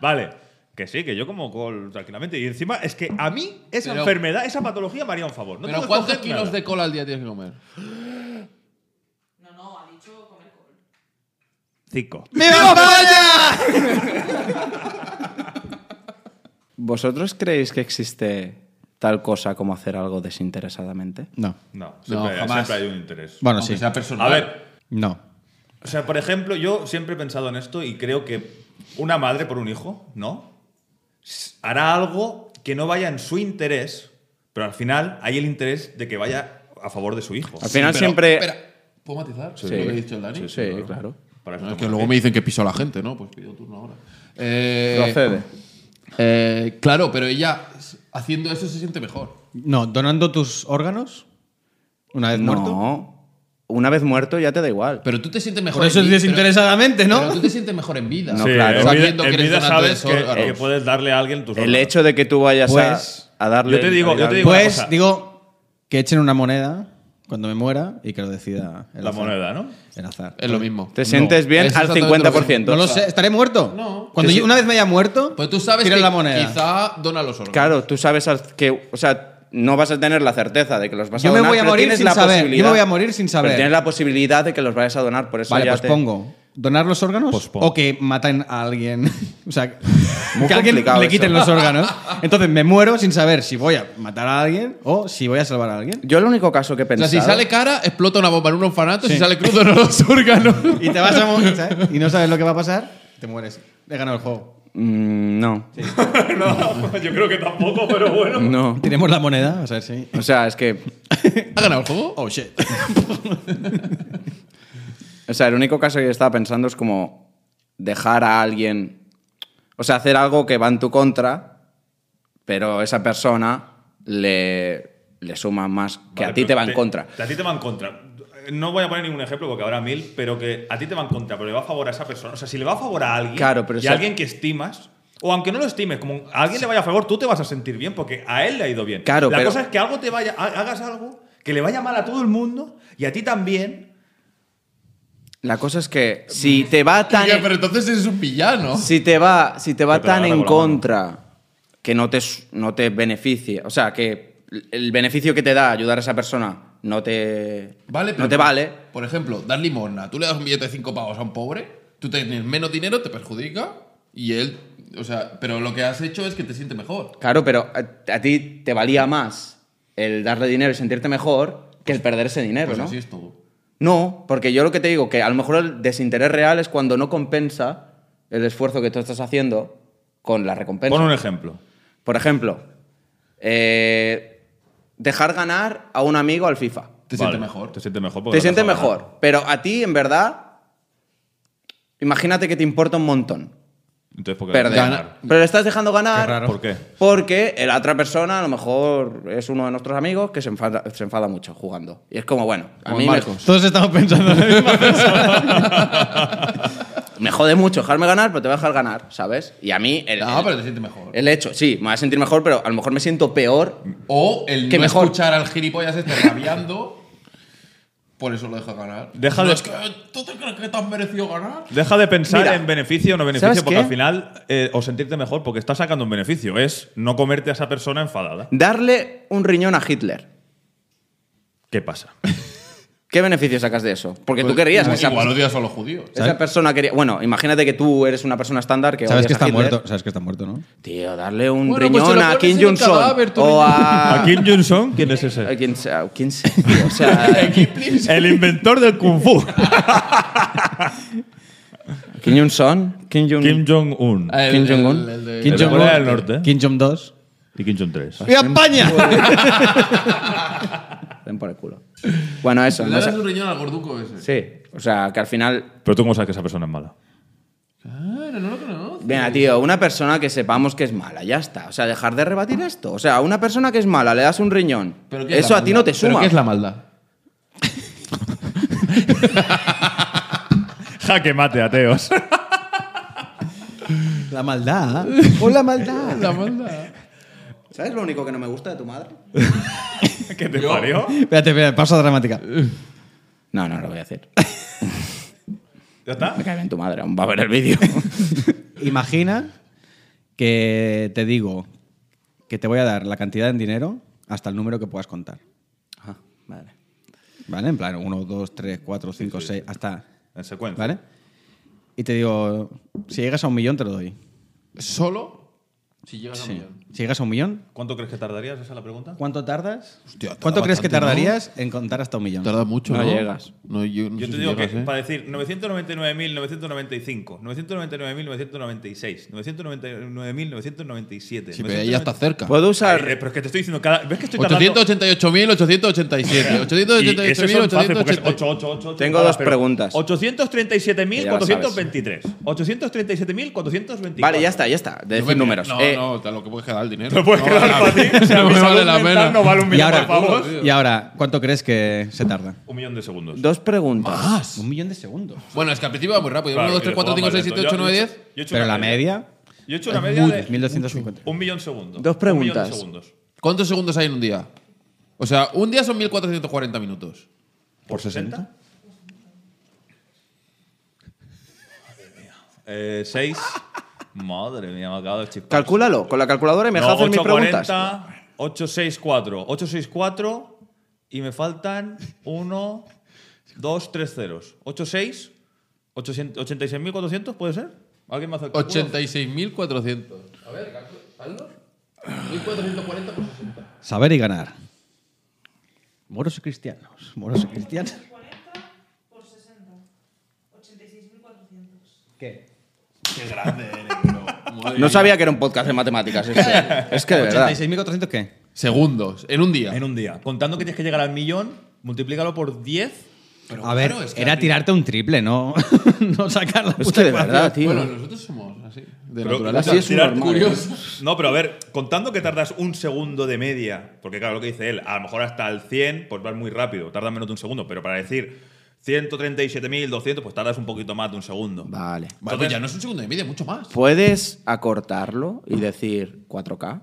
Speaker 4: vale, que sí, que yo como col tranquilamente. Y encima es que a mí esa
Speaker 3: Pero-
Speaker 4: enfermedad, esa patología me haría un favor. No
Speaker 3: Pero
Speaker 4: tengo que
Speaker 3: ¿cuántos
Speaker 4: coger
Speaker 3: kilos
Speaker 4: nada.
Speaker 3: de cola al día tienes que comer?
Speaker 5: No, no, ha dicho comer col.
Speaker 4: Cinco.
Speaker 3: ¡Viva
Speaker 1: ¿Vosotros creéis que existe tal cosa como hacer algo desinteresadamente?
Speaker 2: No.
Speaker 4: No, siempre,
Speaker 3: jamás.
Speaker 4: siempre hay un interés.
Speaker 2: Bueno,
Speaker 3: Aunque
Speaker 2: sí.
Speaker 3: sea personal.
Speaker 4: A ver,
Speaker 2: No.
Speaker 4: O sea, por ejemplo, yo siempre he pensado en esto y creo que una madre por un hijo, ¿no? S- Hará algo que no vaya en su interés, pero al final hay el interés de que vaya a favor de su hijo.
Speaker 1: Al final
Speaker 4: Sí, pero-
Speaker 1: siempre.
Speaker 3: Espera, ¿puedo matizar lo que ha dicho el Dani?
Speaker 4: Sí,
Speaker 1: Sí,
Speaker 4: claro.
Speaker 1: claro.
Speaker 4: Para eso
Speaker 3: No, es que
Speaker 4: estamos
Speaker 3: luego
Speaker 4: aquí.
Speaker 3: me dicen que piso a la gente, ¿no? Pues pido turno ahora. Eh,
Speaker 1: Procede.
Speaker 3: eh, claro, pero ella s- haciendo eso se siente mejor.
Speaker 2: No, donando tus órganos una vez muerto.
Speaker 1: No. Una vez muerto ya te da igual.
Speaker 3: Pero tú te sientes mejor
Speaker 2: Por eso
Speaker 3: en vida.
Speaker 2: desinteresadamente,
Speaker 3: pero,
Speaker 2: ¿no?
Speaker 3: pero tú te sientes mejor en vida.
Speaker 1: No,
Speaker 4: Sí,
Speaker 1: claro.
Speaker 4: en
Speaker 3: Sabiendo
Speaker 4: vida-
Speaker 3: que
Speaker 4: en
Speaker 3: eres
Speaker 4: vida
Speaker 3: donante de
Speaker 4: sabes que,
Speaker 3: órganos.
Speaker 4: que puedes darle a alguien tus
Speaker 1: El
Speaker 4: órganos.
Speaker 1: hecho de que tú vayas a-
Speaker 2: Pues,
Speaker 1: a, darle.
Speaker 4: yo te digo- yo te digo- una
Speaker 2: Pues
Speaker 4: cosa.
Speaker 2: digo que echen una moneda cuando me muera y que lo decida el
Speaker 4: La
Speaker 2: azar.
Speaker 4: moneda, ¿no?
Speaker 2: El azar.
Speaker 3: Es lo mismo.
Speaker 1: Te sientes bien
Speaker 3: es
Speaker 1: al
Speaker 3: exactamente lo
Speaker 1: 50%.
Speaker 2: No lo sé, estaré muerto.
Speaker 3: No.
Speaker 2: Cuando
Speaker 1: Que
Speaker 2: yo-
Speaker 1: sí.
Speaker 2: una vez me haya muerto,
Speaker 3: Pues tú sabes
Speaker 2: tiran
Speaker 3: que
Speaker 2: la moneda.
Speaker 3: quizá dona los órganos.
Speaker 1: Claro, tú sabes al- que. O sea, no vas a tener la certeza de que los vas a
Speaker 2: Yo me
Speaker 1: donar.
Speaker 2: voy a
Speaker 1: pero
Speaker 2: morir
Speaker 1: tienes
Speaker 2: sin
Speaker 1: la
Speaker 2: saber, yo me
Speaker 1: posibilidad-
Speaker 2: voy a morir sin saber.
Speaker 1: Pero tienes la posibilidad de que los vayas a donar, por eso
Speaker 2: Vale,
Speaker 1: ya
Speaker 2: pues
Speaker 1: te-
Speaker 2: pongo. ¿Donar los órganos?
Speaker 4: Pues pongo.
Speaker 2: O que maten a alguien. o sea,
Speaker 1: Muy
Speaker 2: que a alguien
Speaker 1: complicado
Speaker 2: le
Speaker 1: eso.
Speaker 2: quiten los órganos. Entonces me muero sin saber si voy a matar a alguien o si voy a salvar a alguien.
Speaker 1: Yo el único caso que he
Speaker 3: O sea,
Speaker 1: pensado.
Speaker 3: si sale cara, explota una bomba en un orfanato.
Speaker 2: Sí.
Speaker 3: Si sale cruz, dona los órganos.
Speaker 2: Y te vas a morir, ¿sabes? Y no sabes lo que va a pasar, te mueres. He ganado el juego.
Speaker 1: Mm, no,
Speaker 4: no, pues yo creo que tampoco, pero bueno. Mm.
Speaker 1: no.
Speaker 2: Tenemos la moneda, o sea, sí.
Speaker 1: O sea, es que.
Speaker 3: ¿Ha ganado el juego?
Speaker 2: Oh, shit.
Speaker 1: O sea, el único caso que yo estaba pensando es como dejar a alguien. O sea, hacer algo que va en tu contra, pero esa persona le, le suma más que
Speaker 4: Vale,
Speaker 1: a ti
Speaker 4: pero
Speaker 1: te va en contra.
Speaker 4: A ti te va en contra. No voy a poner ningún ejemplo porque habrá mil, pero que a ti te va en contra, pero le va a favor a esa persona. O sea, si le va a favor a alguien
Speaker 1: Claro, pero
Speaker 4: y
Speaker 1: si-
Speaker 4: a alguien que estimas, o aunque no lo estimes, como a alguien le vaya a favor, tú te vas a sentir bien porque a él le ha ido bien.
Speaker 1: Claro,
Speaker 4: La
Speaker 1: pero-
Speaker 4: cosa es que algo te vaya, ha- hagas algo que le vaya mal a todo el mundo y a ti también.
Speaker 1: La cosa es que si te va tan.
Speaker 3: Oye, pero entonces eres un villano.
Speaker 1: Si te va, si te va
Speaker 4: Que te la
Speaker 1: tan
Speaker 4: gana
Speaker 1: en
Speaker 4: con la mano.
Speaker 1: contra que no te, s- no te beneficie, o sea, que el beneficio que te da ayudar a esa persona no te,
Speaker 3: Vale,
Speaker 1: no te vale,
Speaker 3: Por ejemplo, dar limosna. Tú le das un billete de 5 pavos a un pobre, tú tienes menos dinero, te perjudica y él O sea, pero lo que has hecho es que te siente mejor.
Speaker 1: Claro, pero a, a ti te valía más el darle dinero y sentirte mejor que el perder ese dinero,
Speaker 3: Pues
Speaker 1: ¿no?
Speaker 3: así es todo.
Speaker 1: No, porque yo lo que te digo, que a lo mejor el desinterés real es cuando no compensa el esfuerzo que tú estás haciendo con la recompensa.
Speaker 4: Pon un ejemplo.
Speaker 1: Por ejemplo, eh, dejar ganar a un amigo al FIFA.
Speaker 3: Te
Speaker 4: Vale,
Speaker 3: siente mejor.
Speaker 4: Te sientes mejor.
Speaker 1: Te
Speaker 4: porque lo has
Speaker 1: sientes
Speaker 4: dejado
Speaker 1: mejor,
Speaker 4: ganar.
Speaker 1: pero a ti, en verdad, imagínate que te importa un montón
Speaker 4: Entonces, ¿por qué
Speaker 1: perder.
Speaker 4: ganar?
Speaker 1: Pero le estás dejando ganar
Speaker 2: Qué raro.
Speaker 4: ¿Por qué?
Speaker 1: porque la otra persona, a lo mejor, es uno de nuestros amigos que se enfada, se enfada mucho jugando. Y es como, bueno, a
Speaker 3: Como
Speaker 1: mí me,
Speaker 3: Marcos.
Speaker 2: Todos estamos pensando en la misma persona.
Speaker 1: me jode mucho dejarme ganar, pero te voy a dejar ganar, ¿sabes? Y a mí el,
Speaker 3: No,
Speaker 1: el-
Speaker 3: pero te siente mejor.
Speaker 1: el hecho, sí, me voy a sentir mejor, pero a lo mejor me siento peor.
Speaker 3: O el
Speaker 1: Que
Speaker 3: no
Speaker 1: mejor.
Speaker 3: escuchar al gilipollas este rabiando. Por eso lo deja ganar.
Speaker 4: Deja
Speaker 3: no,
Speaker 4: de-
Speaker 3: es que tú te crees que te has merecido ganar.
Speaker 4: Deja de pensar
Speaker 1: Mira,
Speaker 4: en beneficio o no
Speaker 1: ¿sabes
Speaker 4: beneficio, porque
Speaker 1: qué?
Speaker 4: al final, eh, o sentirte mejor, porque estás sacando un beneficio, es no comerte a esa persona enfadada.
Speaker 1: Darle un riñón a Hitler.
Speaker 4: ¿Qué pasa?
Speaker 1: ¿Qué beneficio sacas de eso? Porque tú
Speaker 3: Pues,
Speaker 1: querrías que
Speaker 3: igual,
Speaker 1: esa,
Speaker 3: Igual odias a los judíos.
Speaker 1: esa persona quería. Bueno, imagínate que tú eres una persona estándar que.
Speaker 2: Sabes
Speaker 1: odias
Speaker 2: que
Speaker 1: a
Speaker 2: está
Speaker 1: Hitler.
Speaker 2: muerto. Sabes que está muerto, ¿no?
Speaker 1: Tío, darle un
Speaker 3: Bueno, pues
Speaker 1: riñón
Speaker 3: se lo
Speaker 1: a
Speaker 3: pones
Speaker 1: Kim
Speaker 3: en el
Speaker 1: Jong-un.
Speaker 3: cadáver, tu
Speaker 1: O
Speaker 3: riñón.
Speaker 1: a.
Speaker 4: ¿A Kim Jong-un? ¿Quién es
Speaker 1: a
Speaker 4: ese?
Speaker 1: quién sea- a quién sea, tío, o sea,
Speaker 4: El inventor del Kung Fu.
Speaker 1: Kim Jong-un. Kim
Speaker 4: Kim
Speaker 1: Jong-un.
Speaker 4: Jong-un.
Speaker 3: El-
Speaker 1: Kim
Speaker 3: el-
Speaker 1: Jong-un.
Speaker 3: el de-
Speaker 2: Kim
Speaker 4: El de
Speaker 2: Jong-un.
Speaker 4: Corea del Norte.
Speaker 2: Kim Jong 2.
Speaker 4: Y Kim Jong 3.
Speaker 2: ¡Viva España!
Speaker 1: Den por el culo. Bueno, eso.
Speaker 3: Le
Speaker 1: no sé-
Speaker 3: das un riñón al gorduco ese.
Speaker 1: sí. O sea, que al final
Speaker 4: Pero tú cómo sabes que esa persona es mala.
Speaker 3: Claro, no lo conozco.
Speaker 1: Venga, tío, una persona que sepamos que es mala, ya está. O sea, dejar de rebatir esto. O sea, una persona que es mala, le das un riñón.
Speaker 3: ¿Pero qué es
Speaker 1: Eso
Speaker 3: la
Speaker 1: a ti
Speaker 3: maldad?
Speaker 1: no te
Speaker 3: ¿Pero
Speaker 1: suma.
Speaker 3: qué es la maldad?
Speaker 4: Jaque mate, ateos.
Speaker 2: La maldad. ¡Oh, la maldad!
Speaker 3: La maldad.
Speaker 1: ¿Sabes lo único que no me gusta de tu madre?
Speaker 4: ¿Qué te parió?
Speaker 2: Espérate, espérate, pausa dramática.
Speaker 1: No, no lo voy a hacer.
Speaker 4: ¿Ya está?
Speaker 1: Me cae bien tu madre, aún va a ver el vídeo.
Speaker 2: Imagina que te digo que te voy a dar la cantidad en dinero hasta el número que puedas contar.
Speaker 1: Ah, vale.
Speaker 2: ¿Vale? En plan, 1, 2, 3, 4, 5, 6, hasta.
Speaker 4: En secuencia.
Speaker 2: ¿Vale? Y te digo, si llegas a un millón, te lo doy.
Speaker 3: Solo si llegas a un
Speaker 2: Sí.
Speaker 3: millón.
Speaker 2: Si llegas a un millón,
Speaker 4: ¿Cuánto crees que tardarías? ¿Esa es la pregunta?
Speaker 2: ¿cuánto tardas?
Speaker 3: tarda
Speaker 2: ¿Cuánto crees que
Speaker 3: bastante, ¿no?
Speaker 2: tardarías en contar hasta un millón?
Speaker 3: Tarda mucho,
Speaker 1: No
Speaker 3: ¿no?
Speaker 1: llegas.
Speaker 3: No, yo, no
Speaker 4: Yo
Speaker 3: sé
Speaker 4: te
Speaker 3: si
Speaker 4: digo que
Speaker 3: llegas, ¿eh?
Speaker 4: para decir 999.995, 999.996, 999.997.
Speaker 3: Sí, pero ahí ya está cerca.
Speaker 1: Puedo
Speaker 4: Ay,
Speaker 1: usar.
Speaker 4: eh, pero es que te estoy diciendo cada. ¿Ves que estoy tardando?
Speaker 3: 888.887.
Speaker 4: Y esos son fáciles porque es
Speaker 3: 888.887.
Speaker 4: 8888.
Speaker 1: Tengo dos preguntas.
Speaker 4: 837.423. 837.424.
Speaker 1: Vale, ya está, ya está. De decir números.
Speaker 3: No,
Speaker 1: Eh,
Speaker 3: no, te lo que puedes quedar el dinero.
Speaker 4: No puedes
Speaker 3: No
Speaker 4: quedar
Speaker 3: vale
Speaker 4: para
Speaker 3: la
Speaker 4: ti.
Speaker 3: pena.
Speaker 4: O sea,
Speaker 3: No
Speaker 4: mi
Speaker 3: me
Speaker 4: salud
Speaker 3: vale la
Speaker 4: mental
Speaker 3: pena.
Speaker 4: No vale un
Speaker 2: Y
Speaker 4: millón de
Speaker 2: ahora, uh,
Speaker 4: pavos.
Speaker 2: y ahora, ¿cuánto crees que se tarda?
Speaker 4: Un millón de segundos.
Speaker 1: Dos preguntas.
Speaker 3: Ah.
Speaker 2: Un millón de segundos.
Speaker 3: Bueno, es que al principio va muy rápido.
Speaker 4: Claro,
Speaker 3: 1, 2,
Speaker 4: y
Speaker 3: 3,
Speaker 4: luego
Speaker 3: 4, 5,
Speaker 4: van
Speaker 3: 6, 7, 8, 9,
Speaker 4: variando.
Speaker 3: 10.
Speaker 4: Yo- yo he hecho
Speaker 2: Pero
Speaker 4: una
Speaker 2: la media,
Speaker 4: Yo he hecho una media de
Speaker 2: 1250.
Speaker 4: un millón de segundos.
Speaker 1: Dos
Speaker 4: Un
Speaker 1: preguntas.
Speaker 4: millón de segundos.
Speaker 3: ¿Cuántos segundos hay en un día? O sea, un día son 1440 minutos.
Speaker 4: ¿Por 60? Eh, 6. Madre mía, me ha acabado de chispar.
Speaker 1: Calcúlalo con la calculadora y me
Speaker 4: No,
Speaker 1: dejas hacer mis preguntas.
Speaker 4: 864. 864 y me faltan 1, 2, 3 ceros. 86, 800, 86.400, ¿puede ser? ¿Alguien me hace el cálculo?
Speaker 3: 86.400. A ver, calcula- saldo. 1440 por 60.
Speaker 2: Saber y ganar. Moros y cristianos. Moros y cristianos.
Speaker 5: 40 por 60. 86.400.
Speaker 2: ¿Qué?
Speaker 1: No sabía que era un podcast de matemáticas. este. es que de verdad.
Speaker 2: 86.400 qué?
Speaker 3: Segundos, en un día.
Speaker 4: En un día. Contando que tienes que llegar al millón, multiplícalo por 10.
Speaker 2: a ver,
Speaker 3: claro, es que
Speaker 2: era
Speaker 3: al
Speaker 2: tirarte un triple, no, no sacar la
Speaker 1: Es
Speaker 2: puta
Speaker 1: que de
Speaker 2: ecuación.
Speaker 1: verdad, tío.
Speaker 3: Bueno, nosotros somos así. De
Speaker 4: Pero
Speaker 3: naturaleza.
Speaker 1: así es un
Speaker 4: Tirar-
Speaker 1: normal.
Speaker 4: No, pero a ver, contando que tardas un segundo de media, porque claro, lo que dice él, a lo mejor hasta el 100, pues vas muy rápido, tardas menos de un segundo, pero para decir 137.200, pues tardas un poquito más de un segundo.
Speaker 1: Vale.
Speaker 3: Vale, pues ya no es un segundo y medio, mucho más.
Speaker 1: ¿Puedes acortarlo y decir 4K?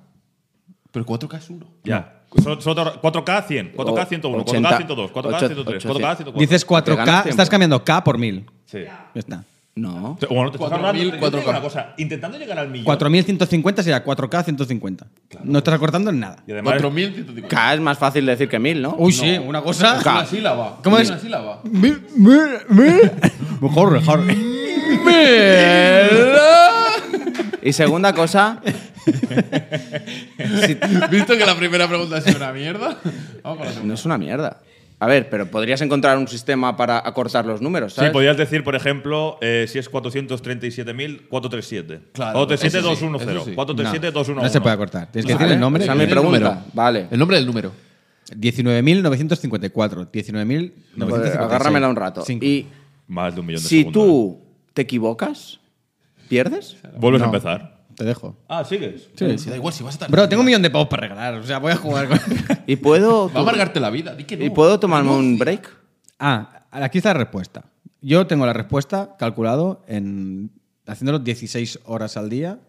Speaker 3: Pero 4K es uno.
Speaker 4: Ya. Solo- solo tarda- 4K 100, 4K 101,
Speaker 1: 80,
Speaker 4: 4K 102, 4K 103, 4K 104.
Speaker 2: Dices
Speaker 1: Te ganas
Speaker 2: 4K,
Speaker 1: tiempo.
Speaker 2: estás cambiando K por 1000.
Speaker 4: Sí.
Speaker 2: Ya está.
Speaker 1: No.
Speaker 4: Te- Bueno, te estás
Speaker 3: 4.000,
Speaker 4: ahorrando. Yo te digo
Speaker 3: 4K.
Speaker 4: una cosa, intentando llegar al millón.
Speaker 2: 4150 será 4K 150. No estás acortando en nada.
Speaker 4: Y además,
Speaker 3: 4.150.
Speaker 1: K es más fácil decir que 1000, ¿no?
Speaker 2: Uy, sí, una cosa.
Speaker 1: K.
Speaker 3: Una sílaba.
Speaker 2: ¿Cómo es?
Speaker 3: Una sílaba.
Speaker 2: Mil, mil, mil. Mejor, mejor.
Speaker 1: Y segunda cosa, si-
Speaker 3: Visto que la primera pregunta ha sido una mierda, vamos con la segunda.
Speaker 1: no es una mierda. A ver, pero podrías encontrar un sistema para acortar los números, ¿sabes?
Speaker 6: Sí, podrías decir, por ejemplo, eh, si es 437.000, 437.
Speaker 3: Claro, eso sí,
Speaker 6: 437-210.
Speaker 3: eso sí.
Speaker 2: no,
Speaker 6: 437-211.
Speaker 2: no se puede cortar. Tienes que
Speaker 1: Vale,
Speaker 2: decir el nombre.
Speaker 1: esa es mi
Speaker 3: El
Speaker 1: pregunta.
Speaker 3: número.
Speaker 1: Vale.
Speaker 3: El nombre del número.
Speaker 2: 19.954.
Speaker 1: Pues,
Speaker 2: 19.956.
Speaker 1: Agárramela un rato.
Speaker 2: Cinco.
Speaker 1: Y
Speaker 6: Más de un millón de
Speaker 1: si
Speaker 6: segundos.
Speaker 1: tú te equivocas, ¿pierdes?
Speaker 6: Vuelves a
Speaker 2: No.
Speaker 6: empezar.
Speaker 2: Te dejo.
Speaker 6: Ah, sigues.
Speaker 2: Sí.
Speaker 3: Si da igual, si vas a estar.
Speaker 2: Bro, tengo un millón de pavos para regalar. O sea, voy a jugar con.
Speaker 1: ¿Y puedo,
Speaker 3: Va a amargarte la vida. Di que no.
Speaker 1: ¿y puedo tomarme
Speaker 3: No,
Speaker 1: un
Speaker 3: sí.
Speaker 1: break?
Speaker 2: ah, aquí está la respuesta. Yo tengo la respuesta calculado en haciéndolo 16 horas al día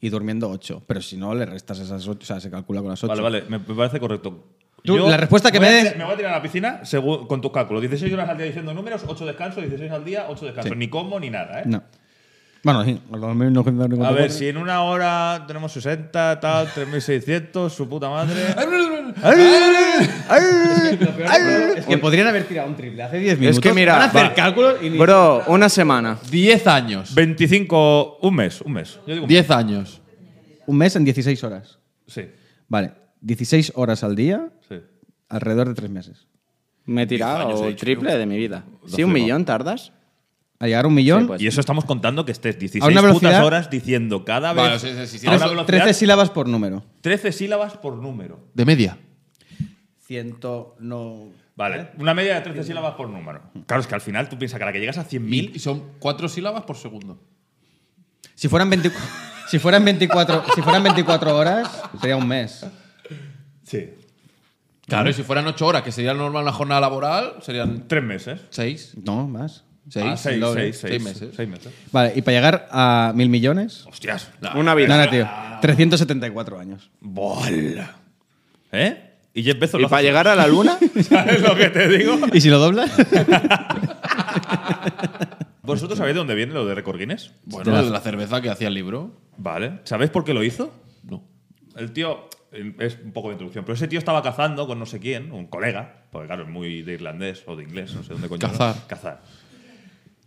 Speaker 2: y durmiendo 8. Pero si no, le restas esas 8. O sea, se calcula con las 8.
Speaker 6: Vale, vale, me me parece correcto.
Speaker 2: Tú, la respuesta que
Speaker 6: voy
Speaker 2: me
Speaker 6: a
Speaker 2: des-
Speaker 6: tirar- Me voy a tirar a la piscina según- con tus cálculos. 16 horas al día diciendo números, 8 descansos, 16 al día, 8 descansos.
Speaker 2: Sí.
Speaker 6: Ni como ni nada, ¿eh?
Speaker 2: No. Bueno, sí. A lo mejor no cuenta ningún
Speaker 6: A ver,
Speaker 2: tipo.
Speaker 6: si en una hora tenemos 60, tal, 3.600, su puta madre.
Speaker 2: Es que podrían haber tirado un triple hace 10 minutos.
Speaker 1: Es que mira,
Speaker 2: Van a hacer
Speaker 1: va.
Speaker 2: cálculos y ni-
Speaker 1: Bro, una semana.
Speaker 3: 10 años.
Speaker 6: 25, un mes, un mes. Yo digo un mes.
Speaker 3: 10 años.
Speaker 2: Un mes en 16 horas.
Speaker 6: Sí,
Speaker 2: Vale. 16 horas al día,
Speaker 6: sí.
Speaker 2: alrededor de 3 meses.
Speaker 1: Me he tirado el triple de mi vida. ¿Sí, un
Speaker 6: flipado.
Speaker 1: millón tardas?
Speaker 2: A llegar a un millón.
Speaker 1: Sí, pues.
Speaker 6: Y eso estamos contando que estés 16
Speaker 2: A una
Speaker 6: putas
Speaker 2: velocidad-
Speaker 6: horas diciendo cada vez.
Speaker 3: Vale, o sea, si- si
Speaker 6: a
Speaker 3: tienes
Speaker 6: una
Speaker 3: un-
Speaker 6: velocidad
Speaker 2: 13 sílabas por número.
Speaker 6: 13 sílabas por número.
Speaker 3: De media.
Speaker 2: 100 no.
Speaker 6: Vale, una media de 13 sílabas por número. Claro, es que al final tú piensas que a la que llegas a 100.000
Speaker 3: Y son 4 sílabas por segundo.
Speaker 2: Si fueran 20 si fueran 24, si fueran 24 horas, sería un mes.
Speaker 6: Sí.
Speaker 3: Claro, y si fueran 8 horas, que sería normal una jornada laboral, serían
Speaker 6: Tres meses.
Speaker 3: 6.
Speaker 2: No, más.
Speaker 3: 6,
Speaker 6: ah, seis, seis, seis,
Speaker 3: meses.
Speaker 6: Seis meses.
Speaker 2: Vale, y para llegar a mil millones.
Speaker 6: Hostias.
Speaker 1: Una
Speaker 2: No,
Speaker 1: vida.
Speaker 2: no, tío. 374 años.
Speaker 6: Bola. ¿Eh? Y Jeff Bezos
Speaker 1: ¿Y
Speaker 6: lo hace.
Speaker 1: para llegar a la luna?
Speaker 6: ¿Sabes lo que te digo?
Speaker 2: ¿Y si lo doblas?
Speaker 6: ¿Vosotros sabéis de dónde viene lo de Record Guinness?
Speaker 3: Bueno, de la cerveza que hacía el libro.
Speaker 6: Vale. ¿Sabéis por qué lo hizo? No. El tío, eh, es un poco de introducción, pero ese tío estaba cazando con no sé quién, un colega, porque claro, es muy de irlandés o de inglés, no sé dónde coño. ¿no?
Speaker 3: Cazar.
Speaker 6: Cazar.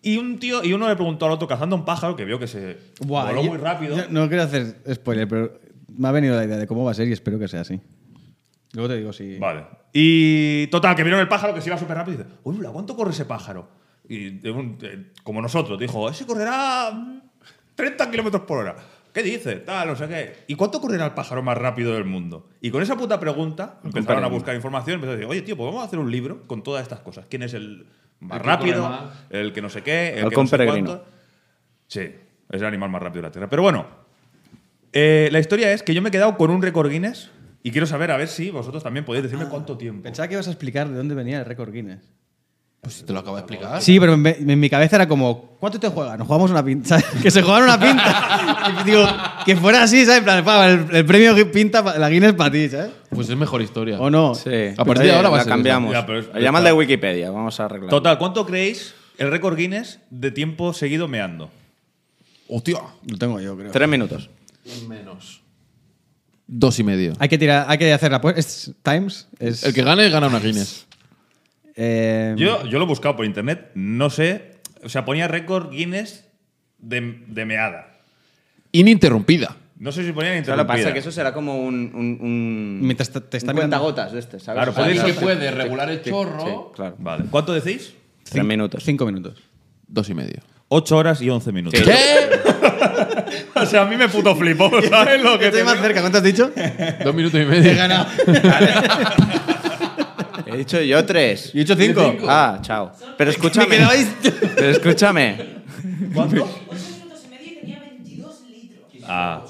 Speaker 6: Y un tío, y uno le preguntó al otro cazando un pájaro que vio que se voló muy rápido.
Speaker 2: no quiero hacer spoiler, pero me ha venido la idea de cómo va a ser y espero que sea así. Luego te digo si.
Speaker 6: Vale. Y total, que vieron el pájaro que se iba súper rápido y dice, uy, mira, ¿cuánto corre ese pájaro? Y de un- eh, como nosotros, dijo, ese correrá mm, 30 kilómetros por hora. ¿Qué dice? Tal, no sé qué. ¿Y cuánto correrá el pájaro más rápido del mundo? Y con esa puta pregunta empezaron a buscar información, empezaron a decir, oye, tío, pues vamos a hacer un libro con todas estas cosas. ¿Quién es el más
Speaker 3: El que
Speaker 6: rápido?
Speaker 3: corre más.
Speaker 6: El que no sé qué, el que
Speaker 1: Halcón
Speaker 6: no sé
Speaker 1: peregrino.
Speaker 6: cuánto. Sí, es el animal más rápido de la Tierra. Pero bueno, eh, la historia es que yo me he quedado con un récord Guinness y quiero saber, a ver si vosotros también podéis decirme
Speaker 2: Ah.
Speaker 6: cuánto tiempo.
Speaker 2: Pensaba que ibas a explicar de dónde venía el récord Guinness.
Speaker 3: Pues si te lo acabo de explicar.
Speaker 2: Sí, pero en, ve- en mi cabeza era como, ¿cuánto te juegas? Nos jugamos una pinta. que se jugaron una pinta. Y digo, que fuera así, ¿sabes? En plan, pa, el, el premio Gui- pinta, pa- la Guinness para ti, ¿sabes?
Speaker 3: Pues es mejor historia.
Speaker 2: ¿O no?
Speaker 1: Sí.
Speaker 3: A partir de
Speaker 1: Oye,
Speaker 3: ahora va a
Speaker 1: la
Speaker 3: ser
Speaker 1: cambiamos.
Speaker 6: esa. Ya, pero es-
Speaker 1: Llama al de Wikipedia, vamos a arreglar.
Speaker 6: Total, ¿cuánto creéis el récord Guinness de tiempo seguido meando?
Speaker 3: Hostia.
Speaker 2: Lo tengo yo, creo.
Speaker 1: Tres minutos.
Speaker 3: Menos. Dos y medio.
Speaker 2: Hay que, tirar, hay que hacer la apuesta. ¿Es Times? Es,
Speaker 3: El que gane, gana una Guinness.
Speaker 2: eh,
Speaker 6: Yo, yo lo he buscado por internet, no sé. O sea, ponía récord Guinness de, de meada.
Speaker 3: Ininterrumpida.
Speaker 6: No sé si ponían
Speaker 1: Pero lo que
Speaker 6: interrumpida.
Speaker 1: pasa es que eso será como un. un, un
Speaker 2: Mientras te- te está
Speaker 1: un
Speaker 2: mirando.
Speaker 1: cuentagotas de este, ¿sabes?
Speaker 6: Claro,
Speaker 1: O sea,
Speaker 6: podéis-
Speaker 1: sí,
Speaker 6: que
Speaker 3: puede regular el
Speaker 1: sí, sí, claro.
Speaker 6: Vale. ¿Cuánto decís?
Speaker 1: Tres minutos.
Speaker 2: Cinco minutos.
Speaker 3: Dos y medio.
Speaker 6: 8 horas y 11 minutos.
Speaker 3: ¿Qué?
Speaker 6: o sea, a mí me puto flipó, ¿sabes lo que
Speaker 2: Estoy
Speaker 6: te
Speaker 2: más cerca, ¿cuánto has dicho?
Speaker 3: Dos minutos y medio.
Speaker 1: He dicho yo tres.
Speaker 2: Yo he dicho cinco.
Speaker 1: Ah, chao. Pero
Speaker 2: Me
Speaker 1: escúchame.
Speaker 2: quedabais-
Speaker 1: Pero escúchame.
Speaker 6: ¿Cuánto?
Speaker 5: 8 minutos y medio y tenía 22 litros.
Speaker 6: Ah.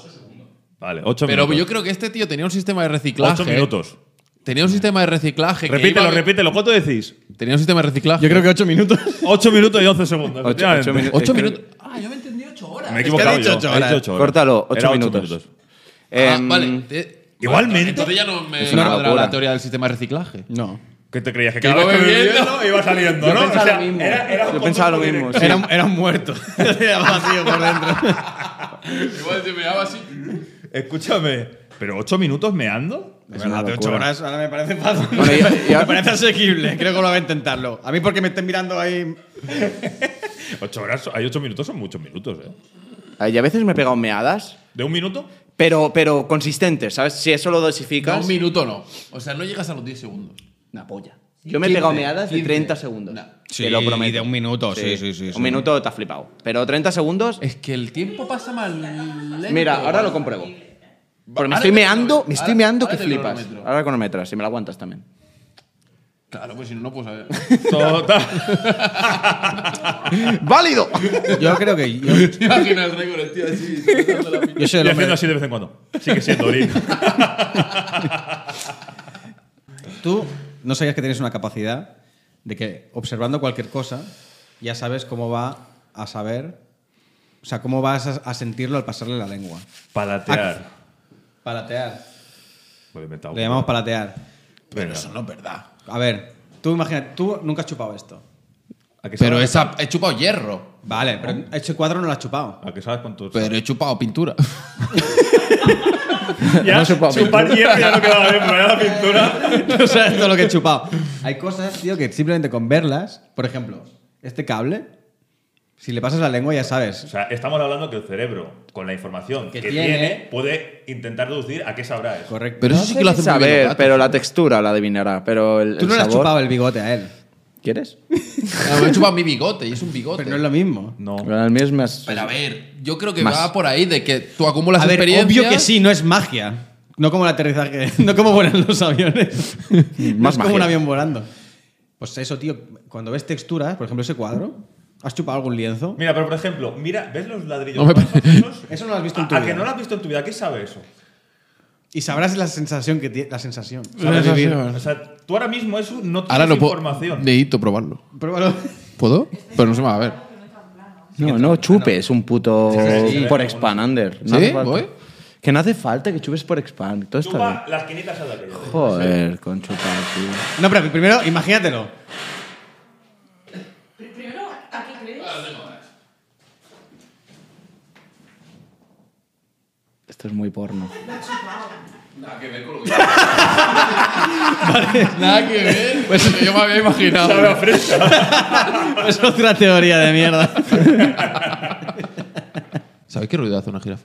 Speaker 6: Vale, 8 minutos.
Speaker 3: Pero yo creo que este tío tenía un sistema de reciclaje.
Speaker 6: 8 minutos.
Speaker 3: Tenía un sistema de reciclaje. que
Speaker 6: Repítelo,
Speaker 3: iba-
Speaker 6: repítelo. ¿Cuánto decís?
Speaker 3: Tenía un sistema de reciclaje.
Speaker 2: Yo creo que ocho minutos.
Speaker 6: 8 minutos y 11 segundos.
Speaker 1: Ocho- ocho
Speaker 6: efectivamente.
Speaker 1: minu-
Speaker 3: Ocho
Speaker 1: Es que-
Speaker 3: minutos. Ah, yo me entendí ocho horas.
Speaker 6: Me he equivocado.
Speaker 2: dicho
Speaker 6: yo.
Speaker 2: ocho
Speaker 6: He dicho
Speaker 2: horas.
Speaker 6: ocho
Speaker 1: Córtalo,
Speaker 6: Era
Speaker 1: ocho
Speaker 6: ocho
Speaker 1: minutos.
Speaker 3: Ah,
Speaker 1: Em,
Speaker 3: vale. Te-
Speaker 6: Igualmente.
Speaker 3: Entonces ya no me
Speaker 1: Es una
Speaker 3: cuadra
Speaker 1: locura.
Speaker 3: la teoría del sistema de reciclaje.
Speaker 2: No.
Speaker 6: ¿Qué te creías? Que
Speaker 3: Que
Speaker 6: cada
Speaker 3: iba
Speaker 6: vez que
Speaker 3: bebiendo,
Speaker 6: bebiendo iba saliendo,
Speaker 1: Yo
Speaker 6: ¿no?
Speaker 1: pensaba
Speaker 6: O sea,
Speaker 1: lo mismo.
Speaker 6: era- era un
Speaker 1: Yo pensaba lo
Speaker 6: control
Speaker 1: mismo.
Speaker 6: directo.
Speaker 1: sí.
Speaker 2: Era, un- era un muerto. Era vacío por dentro.
Speaker 3: Igual se me daba así.
Speaker 6: Escúchame, ¿pero ocho minutos meando?
Speaker 2: Es
Speaker 1: una
Speaker 2: una de 8
Speaker 1: locura.
Speaker 2: horas, ahora me parece fácil.
Speaker 1: Bueno, y- y-
Speaker 2: me parece asequible, creo que lo voy a intentarlo. A mí porque me estén mirando ahí...
Speaker 6: Ocho horas, hay ocho minutos, son muchos minutos, ¿eh?
Speaker 1: Ay, Y a veces me he pegado meadas
Speaker 6: ¿De un minuto?
Speaker 1: Pero, pero consistentes, ¿sabes? Si eso lo
Speaker 3: No,
Speaker 1: dosificas.
Speaker 3: un minuto no. O sea, no llegas a los 10 segundos.
Speaker 1: una polla. Yo me he pegado
Speaker 3: 15,
Speaker 1: meadas de
Speaker 3: 15.
Speaker 1: 30 segundos.
Speaker 3: Nah.
Speaker 2: Sí,
Speaker 1: Te lo prometo.
Speaker 2: y de un minuto, sí, sí, sí,
Speaker 1: Un
Speaker 2: sí.
Speaker 1: minuto te has flipado. Pero 30 segundos.
Speaker 3: Es que el tiempo pasa mal lento.
Speaker 1: Mira, ahora lo compruebo. Porque me estoy meando, me estoy meando que flipas.
Speaker 3: Ahora-
Speaker 1: Ahora cronometras, si me la aguantas también.
Speaker 3: Claro, pues si no, no puedo saber.
Speaker 6: Total.
Speaker 1: ¡Válido!
Speaker 2: Yo creo que yo,
Speaker 3: Te imaginas el récord, el tío, así. soltando la pita.
Speaker 2: yo soy
Speaker 6: Y
Speaker 2: el
Speaker 6: haciendo
Speaker 2: hombre.
Speaker 6: así de vez en cuando. Sigue siendo Orin.
Speaker 2: Tú no sabías que tienes una capacidad de que observando cualquier cosa ya sabes cómo va a saber, o sea, cómo vas a, a sentirlo al pasarle la lengua.
Speaker 4: Ah,
Speaker 6: Palatear.
Speaker 2: Palatear.
Speaker 6: Me lo he inventado.
Speaker 2: Le llamamos palatear.
Speaker 6: Venga.
Speaker 3: no es verdad.
Speaker 2: A ver, tú imagina, tú nunca has chupado esto.
Speaker 6: ¿A que
Speaker 3: Pero
Speaker 6: sabes-
Speaker 3: esa, he chupado hierro.
Speaker 2: Vale, pero este cuadro no lo has chupado.
Speaker 6: ¿A que sabes con tus.
Speaker 3: Pero he chupado pintura.
Speaker 6: Ya,
Speaker 1: No se puede
Speaker 6: chupar hierro ya no quedaba bien, pero era la pintura.
Speaker 2: o sea, esto es lo que he chupado. Hay cosas, tío, que simplemente con verlas, por ejemplo, este cable, si le pasas la lengua ya sabes.
Speaker 6: O sea, estamos hablando que el cerebro, con la información
Speaker 2: Que
Speaker 6: que,
Speaker 2: tiene,
Speaker 6: tiene, puede intentar deducir a qué sabrá eso.
Speaker 2: Correcto.
Speaker 3: Pero eso
Speaker 1: No
Speaker 3: sí
Speaker 1: sé
Speaker 3: que lo
Speaker 1: si
Speaker 3: hacen muy bien los
Speaker 1: saber,
Speaker 3: gatos.
Speaker 1: pero la textura la adivinará. Pero el,
Speaker 2: Tú
Speaker 1: el
Speaker 2: no le has
Speaker 1: sabor-
Speaker 2: chupado el bigote a él.
Speaker 1: ¿Quieres?
Speaker 3: Claro, Ah, he chupado mi bigote y es un bigote.
Speaker 2: Pero no es lo mismo.
Speaker 6: No.
Speaker 1: Bueno, el mío es más.
Speaker 3: Pero a ver, yo creo que
Speaker 1: Más.
Speaker 3: va por ahí de que tú acumulas
Speaker 2: a ver,
Speaker 3: experiencia.
Speaker 2: obvio que sí, no es magia. No como el aterrizaje, no como vuelan los aviones. no
Speaker 1: Mm, Más
Speaker 2: es como
Speaker 1: magia.
Speaker 2: un avión volando. Pues eso, tío, cuando ves texturas, por ejemplo, ese cuadro, ¿has chupado algún lienzo?
Speaker 6: Mira, pero por ejemplo, mira, ¿ves los ladrillos?
Speaker 3: No me
Speaker 6: rojos
Speaker 3: parece-
Speaker 6: esos?
Speaker 2: Eso no lo has visto en
Speaker 6: ¿A-
Speaker 2: tu
Speaker 6: ¿A
Speaker 2: vida?
Speaker 6: que no lo has visto en tu vida? ¿Qué sabe eso?
Speaker 2: Y sabrás la sensación que tiene. La sensación.
Speaker 3: Ahora
Speaker 2: ¿sabes?
Speaker 3: sí, sí,
Speaker 6: O
Speaker 3: ahora.
Speaker 6: sea, tú ahora mismo eso no tienes
Speaker 3: Ahora no puedo.
Speaker 6: información.
Speaker 3: Necesito probarlo.
Speaker 2: Pruébalo.
Speaker 3: ¿Puedo? Pero no se me va a ver.
Speaker 1: No, no chupes un puto
Speaker 6: Sí, sí.
Speaker 1: por expand, Ander. No
Speaker 3: ¿Sí?
Speaker 1: hace falta.
Speaker 3: ¿Voy?
Speaker 1: Que no hace falta que chupes por expand. Todo está bien.
Speaker 6: Chupa las quinitas a la que yo.
Speaker 1: Joder, con chupar, tío.
Speaker 2: No, pero primero, imagínatelo.
Speaker 5: Pero primero, ¿a qué crees?
Speaker 1: Esto es muy porno.
Speaker 3: Nada que ver con lo que. Nada que ver. Pues yo me había
Speaker 6: Sabe a
Speaker 3: imaginado.
Speaker 6: fresa.
Speaker 2: Es otra teoría de mierda.
Speaker 3: ¿Sabéis qué ruido hace una jirafa?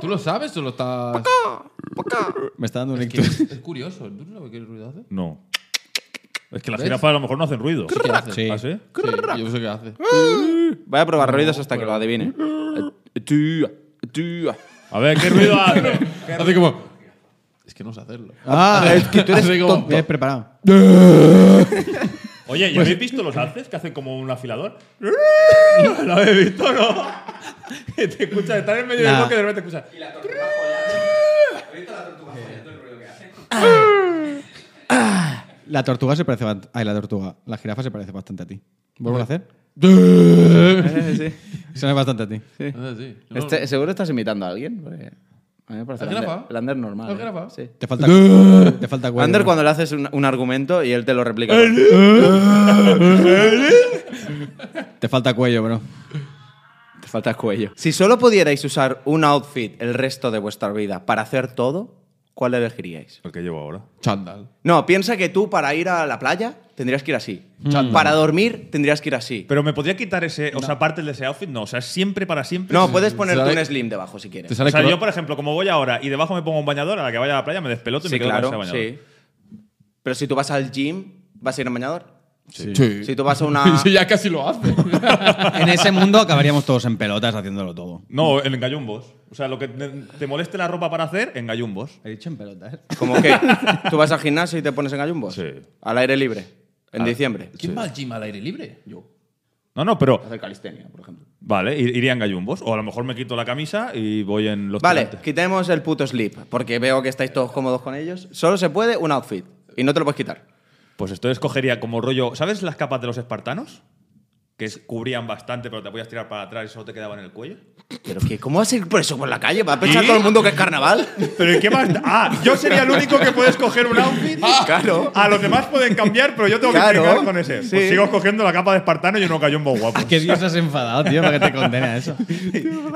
Speaker 3: ¿Tú lo sabes o lo estás.?
Speaker 2: Me está dando un
Speaker 3: Que
Speaker 2: ictus.
Speaker 3: es, es curioso. ¿Tú no sabes qué ruido hace?
Speaker 6: No. Es que las
Speaker 3: ¿Ves?
Speaker 6: jirafas a lo mejor no hacen ruido.
Speaker 3: ¿Qué hace?
Speaker 2: Sí.
Speaker 6: ¿Ah, sí?
Speaker 3: Sí, yo no sé qué hace.
Speaker 1: Voy a probar ruidos hasta que lo adivine. Eh, Tía, tía.
Speaker 6: A ver, ¿qué ruido hace?
Speaker 3: Hace como. Es que no sé hacerlo.
Speaker 2: Ah,
Speaker 1: Es que tú eres
Speaker 3: Así como-
Speaker 1: tonto.
Speaker 2: me he preparado.
Speaker 6: Oye, ¿y
Speaker 1: Pues
Speaker 6: habéis visto los alces que hacen como un afilador? ¿Lo habéis visto, no? Que te escuchas, estás en medio
Speaker 2: Nah.
Speaker 6: del bosque y de repente escuchas.
Speaker 2: La tortuga se parece. bast- Ay, la tortuga. La jirafa se parece bastante a ti. ¿Vuelvo a hacer? Se me bastante a ti.
Speaker 3: Hace así. No,
Speaker 1: Este- seguro estás imitando a alguien. porque A mí me parece
Speaker 3: ¿La
Speaker 1: el Ander,
Speaker 3: jirafa?
Speaker 1: el Ander normal.
Speaker 3: ¿La
Speaker 1: eh.
Speaker 3: jirafa?
Speaker 1: Sí.
Speaker 2: Te falta. te falta cuello.
Speaker 1: Ander cuando le haces un, un argumento y él te lo replica.
Speaker 2: Te falta cuello, bro.
Speaker 1: Te falta cuello. Si solo pudierais usar un outfit el resto de vuestra vida para hacer todo, ¿cuál elegiríais?
Speaker 6: ¿El que llevo ahora?
Speaker 3: Chándal.
Speaker 1: No, piensa que tú para ir a la playa tendrías que ir así.
Speaker 3: Mm.
Speaker 1: Para dormir tendrías que ir así.
Speaker 6: Pero me podría quitar ese, o sea, partes de ese outfit, no, o sea, siempre para siempre.
Speaker 1: No, puedes ponerte
Speaker 3: ¿Sabe-
Speaker 1: un slim debajo si
Speaker 3: Te
Speaker 1: quieres.
Speaker 3: sale
Speaker 6: o sea,
Speaker 3: cro-
Speaker 6: yo, por ejemplo, como voy ahora y debajo me pongo un bañador, a la que vaya a la playa me despeloto y
Speaker 1: Sí,
Speaker 6: me quedo con
Speaker 1: claro,
Speaker 6: ese
Speaker 1: sí.
Speaker 6: bañador.
Speaker 1: Pero si tú vas al gym, ¿vas a ir en bañador?
Speaker 3: Sí.
Speaker 1: Si tú vas a una...
Speaker 3: Sí, ya casi lo hace.
Speaker 2: En ese mundo acabaríamos todos en pelotas haciéndolo todo.
Speaker 6: No, en gallumbos. O sea, lo que te te moleste la ropa para hacer, en gallumbos.
Speaker 2: He dicho en pelotas.
Speaker 1: ¿Como que ¿Tú vas al gimnasio y te pones en gallumbos?
Speaker 6: Sí.
Speaker 1: Al aire libre, en diciembre.
Speaker 3: ¿Quién va al gym al aire libre? Yo.
Speaker 6: No, no, pero.
Speaker 1: Hacer calistenia, por ejemplo.
Speaker 6: Vale, ir- iría en gallumbos. O a lo mejor me quito la camisa y voy en los
Speaker 1: Vale,
Speaker 6: tirantes.
Speaker 1: quitemos el puto slip, porque veo que estáis todos cómodos con ellos. Solo se puede un outfit, y no te lo puedes quitar.
Speaker 6: Pues esto escogería como rollo. ¿Sabes las capas de los espartanos? Que es- cubrían bastante, pero te podías tirar para atrás y solo te quedaban en el cuello.
Speaker 1: ¿Pero qué? ¿Cómo vas a ir por eso por la calle? ¿Va a pensar todo el mundo que es carnaval?
Speaker 6: ¿Pero ¿y qué más? Ah, yo sería el único que puede escoger un outfit.
Speaker 1: Claro.
Speaker 6: A los demás pueden cambiar, pero yo tengo
Speaker 1: Claro.
Speaker 6: que pelear con ese. Pues
Speaker 1: Sí.
Speaker 6: sigo escogiendo la capa de espartano y uno gallumbos guapo.
Speaker 2: ¿Qué dios has enfadado, tío, para que te condene a eso?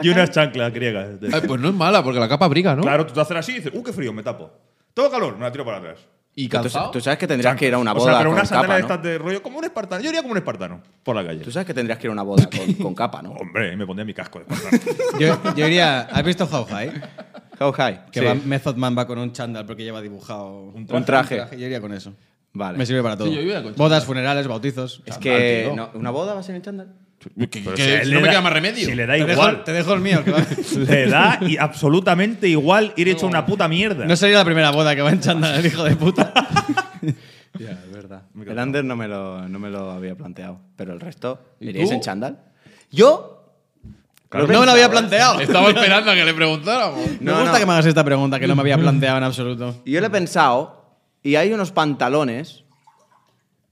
Speaker 6: y unas chanclas griegas.
Speaker 3: Ay, pues no es mala, porque la capa abriga, ¿no?
Speaker 6: Claro, tú te haces así y dices, ¡uh, qué frío! Me tapo. Todo calor, me la tiro para atrás.
Speaker 3: Y
Speaker 1: Tú,
Speaker 3: calzado.
Speaker 1: tú sabes que tendrías que ir a una boda
Speaker 4: O sea, pero
Speaker 1: con
Speaker 4: una
Speaker 1: capa,
Speaker 4: sandalias de
Speaker 1: ¿no?
Speaker 4: estas de rollo como un espartano. Yo iría como un espartano por la calle.
Speaker 1: Tú sabes que tendrías que ir a una boda con, con capa, ¿no?
Speaker 4: Hombre, me pondría mi casco de espartano.
Speaker 2: Yo, yo iría. ¿Has visto How High?
Speaker 1: How high?
Speaker 2: Que
Speaker 1: Sí.
Speaker 2: va- Method Man va con un chándal porque lleva dibujado un
Speaker 1: traje. Un traje.
Speaker 2: Yo iría con eso.
Speaker 1: Vale.
Speaker 2: Me sirve para todo.
Speaker 3: Sí, yo iría con
Speaker 2: Bodas, funerales, bautizos.
Speaker 1: Es
Speaker 3: Chándal,
Speaker 1: que
Speaker 3: tío.
Speaker 1: no, una boda va a ser en chándal.
Speaker 3: Que-
Speaker 4: Pero
Speaker 3: que
Speaker 4: si a él
Speaker 3: no
Speaker 4: le
Speaker 3: me
Speaker 4: da-
Speaker 3: queda más remedio.
Speaker 4: Si le da
Speaker 2: te, Dejo,
Speaker 4: igual.
Speaker 2: te dejo el mío. que va-
Speaker 4: Le da y absolutamente igual ir hecho una puta mierda.
Speaker 2: No sería la primera boda que va en chándal el hijo de puta.
Speaker 1: Ya, es verdad. El under no me, lo, no me lo había planteado, pero el resto,
Speaker 3: ¿Y
Speaker 1: ¿iríais
Speaker 3: tú?
Speaker 1: en chándal? Yo
Speaker 4: Claro,
Speaker 2: no me lo había
Speaker 4: pensaba,
Speaker 2: planteado.
Speaker 3: Estaba esperando a que le preguntáramos.
Speaker 1: ¿eh? No,
Speaker 2: me gusta
Speaker 1: no. Mm.
Speaker 2: que me hagas esta pregunta que no me había planteado en absoluto.
Speaker 1: yo lo he pensado y hay unos pantalones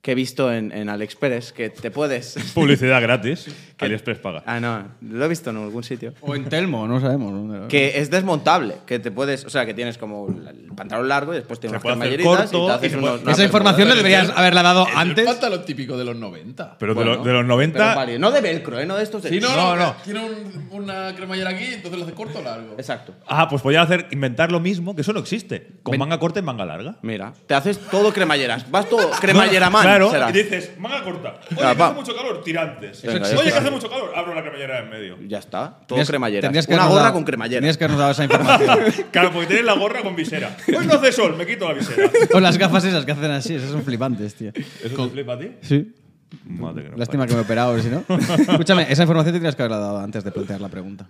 Speaker 1: que he visto en, en Alex Pérez que te puedes.
Speaker 4: Publicidad gratis. AliExpress paga.
Speaker 1: Ah, no, lo he visto en algún sitio.
Speaker 2: O en Telmo, no sabemos. ¿no?
Speaker 1: Que es desmontable, que te puedes, o sea, que tienes como el pantalón largo y después tienes
Speaker 4: Se
Speaker 1: unas
Speaker 4: puede hacer
Speaker 1: cremalleritas
Speaker 4: corto
Speaker 1: y te haces
Speaker 4: y se
Speaker 1: unos- una
Speaker 4: puede-
Speaker 2: Esa
Speaker 1: bermuda.
Speaker 2: información le deberías haberla dado
Speaker 3: El
Speaker 2: antes.
Speaker 3: pantalón típico de los 90.
Speaker 4: Pero de,
Speaker 1: Bueno,
Speaker 4: los, de los 90.
Speaker 1: pero válido. no de velcro, ¿eh? no de estos de.
Speaker 3: si no, no,
Speaker 2: No, no.
Speaker 3: tiene un- una cremallera aquí, entonces lo hace corto o largo.
Speaker 1: Exacto.
Speaker 4: Ah, pues podía hacer, inventar lo mismo, que eso no existe. Con manga corta y manga larga.
Speaker 1: Mira, te haces todo cremalleras. Vas todo cremallera man.
Speaker 4: Claro,
Speaker 1: será.
Speaker 4: y dices, manga corta. Oye,
Speaker 1: Claro,
Speaker 4: que
Speaker 1: va.
Speaker 4: hace mucho calor, tirantes.
Speaker 1: Venga, ya
Speaker 4: Oye, que
Speaker 1: está.
Speaker 4: hace mucho calor, abro la cremallera en medio.
Speaker 1: Ya está, todo
Speaker 2: Tendrías-
Speaker 1: cremallera.
Speaker 2: tendrías que
Speaker 1: Una
Speaker 2: habernos
Speaker 1: gorra
Speaker 2: dado-
Speaker 1: con cremallera.
Speaker 2: Tendrías que habernos dado esa información.
Speaker 4: Claro, porque tienes la gorra con visera. Hoy no hace sol, me quito la visera.
Speaker 2: o Pues las gafas esas que hacen así, esas son flipantes, tío.
Speaker 4: ¿Eso te flipa a ti?
Speaker 2: Sí.
Speaker 1: Mm,
Speaker 4: Madre que no
Speaker 2: Lástima que me he operado, si no. Escúchame, esa información tendrías que haberla dado antes de plantear la pregunta.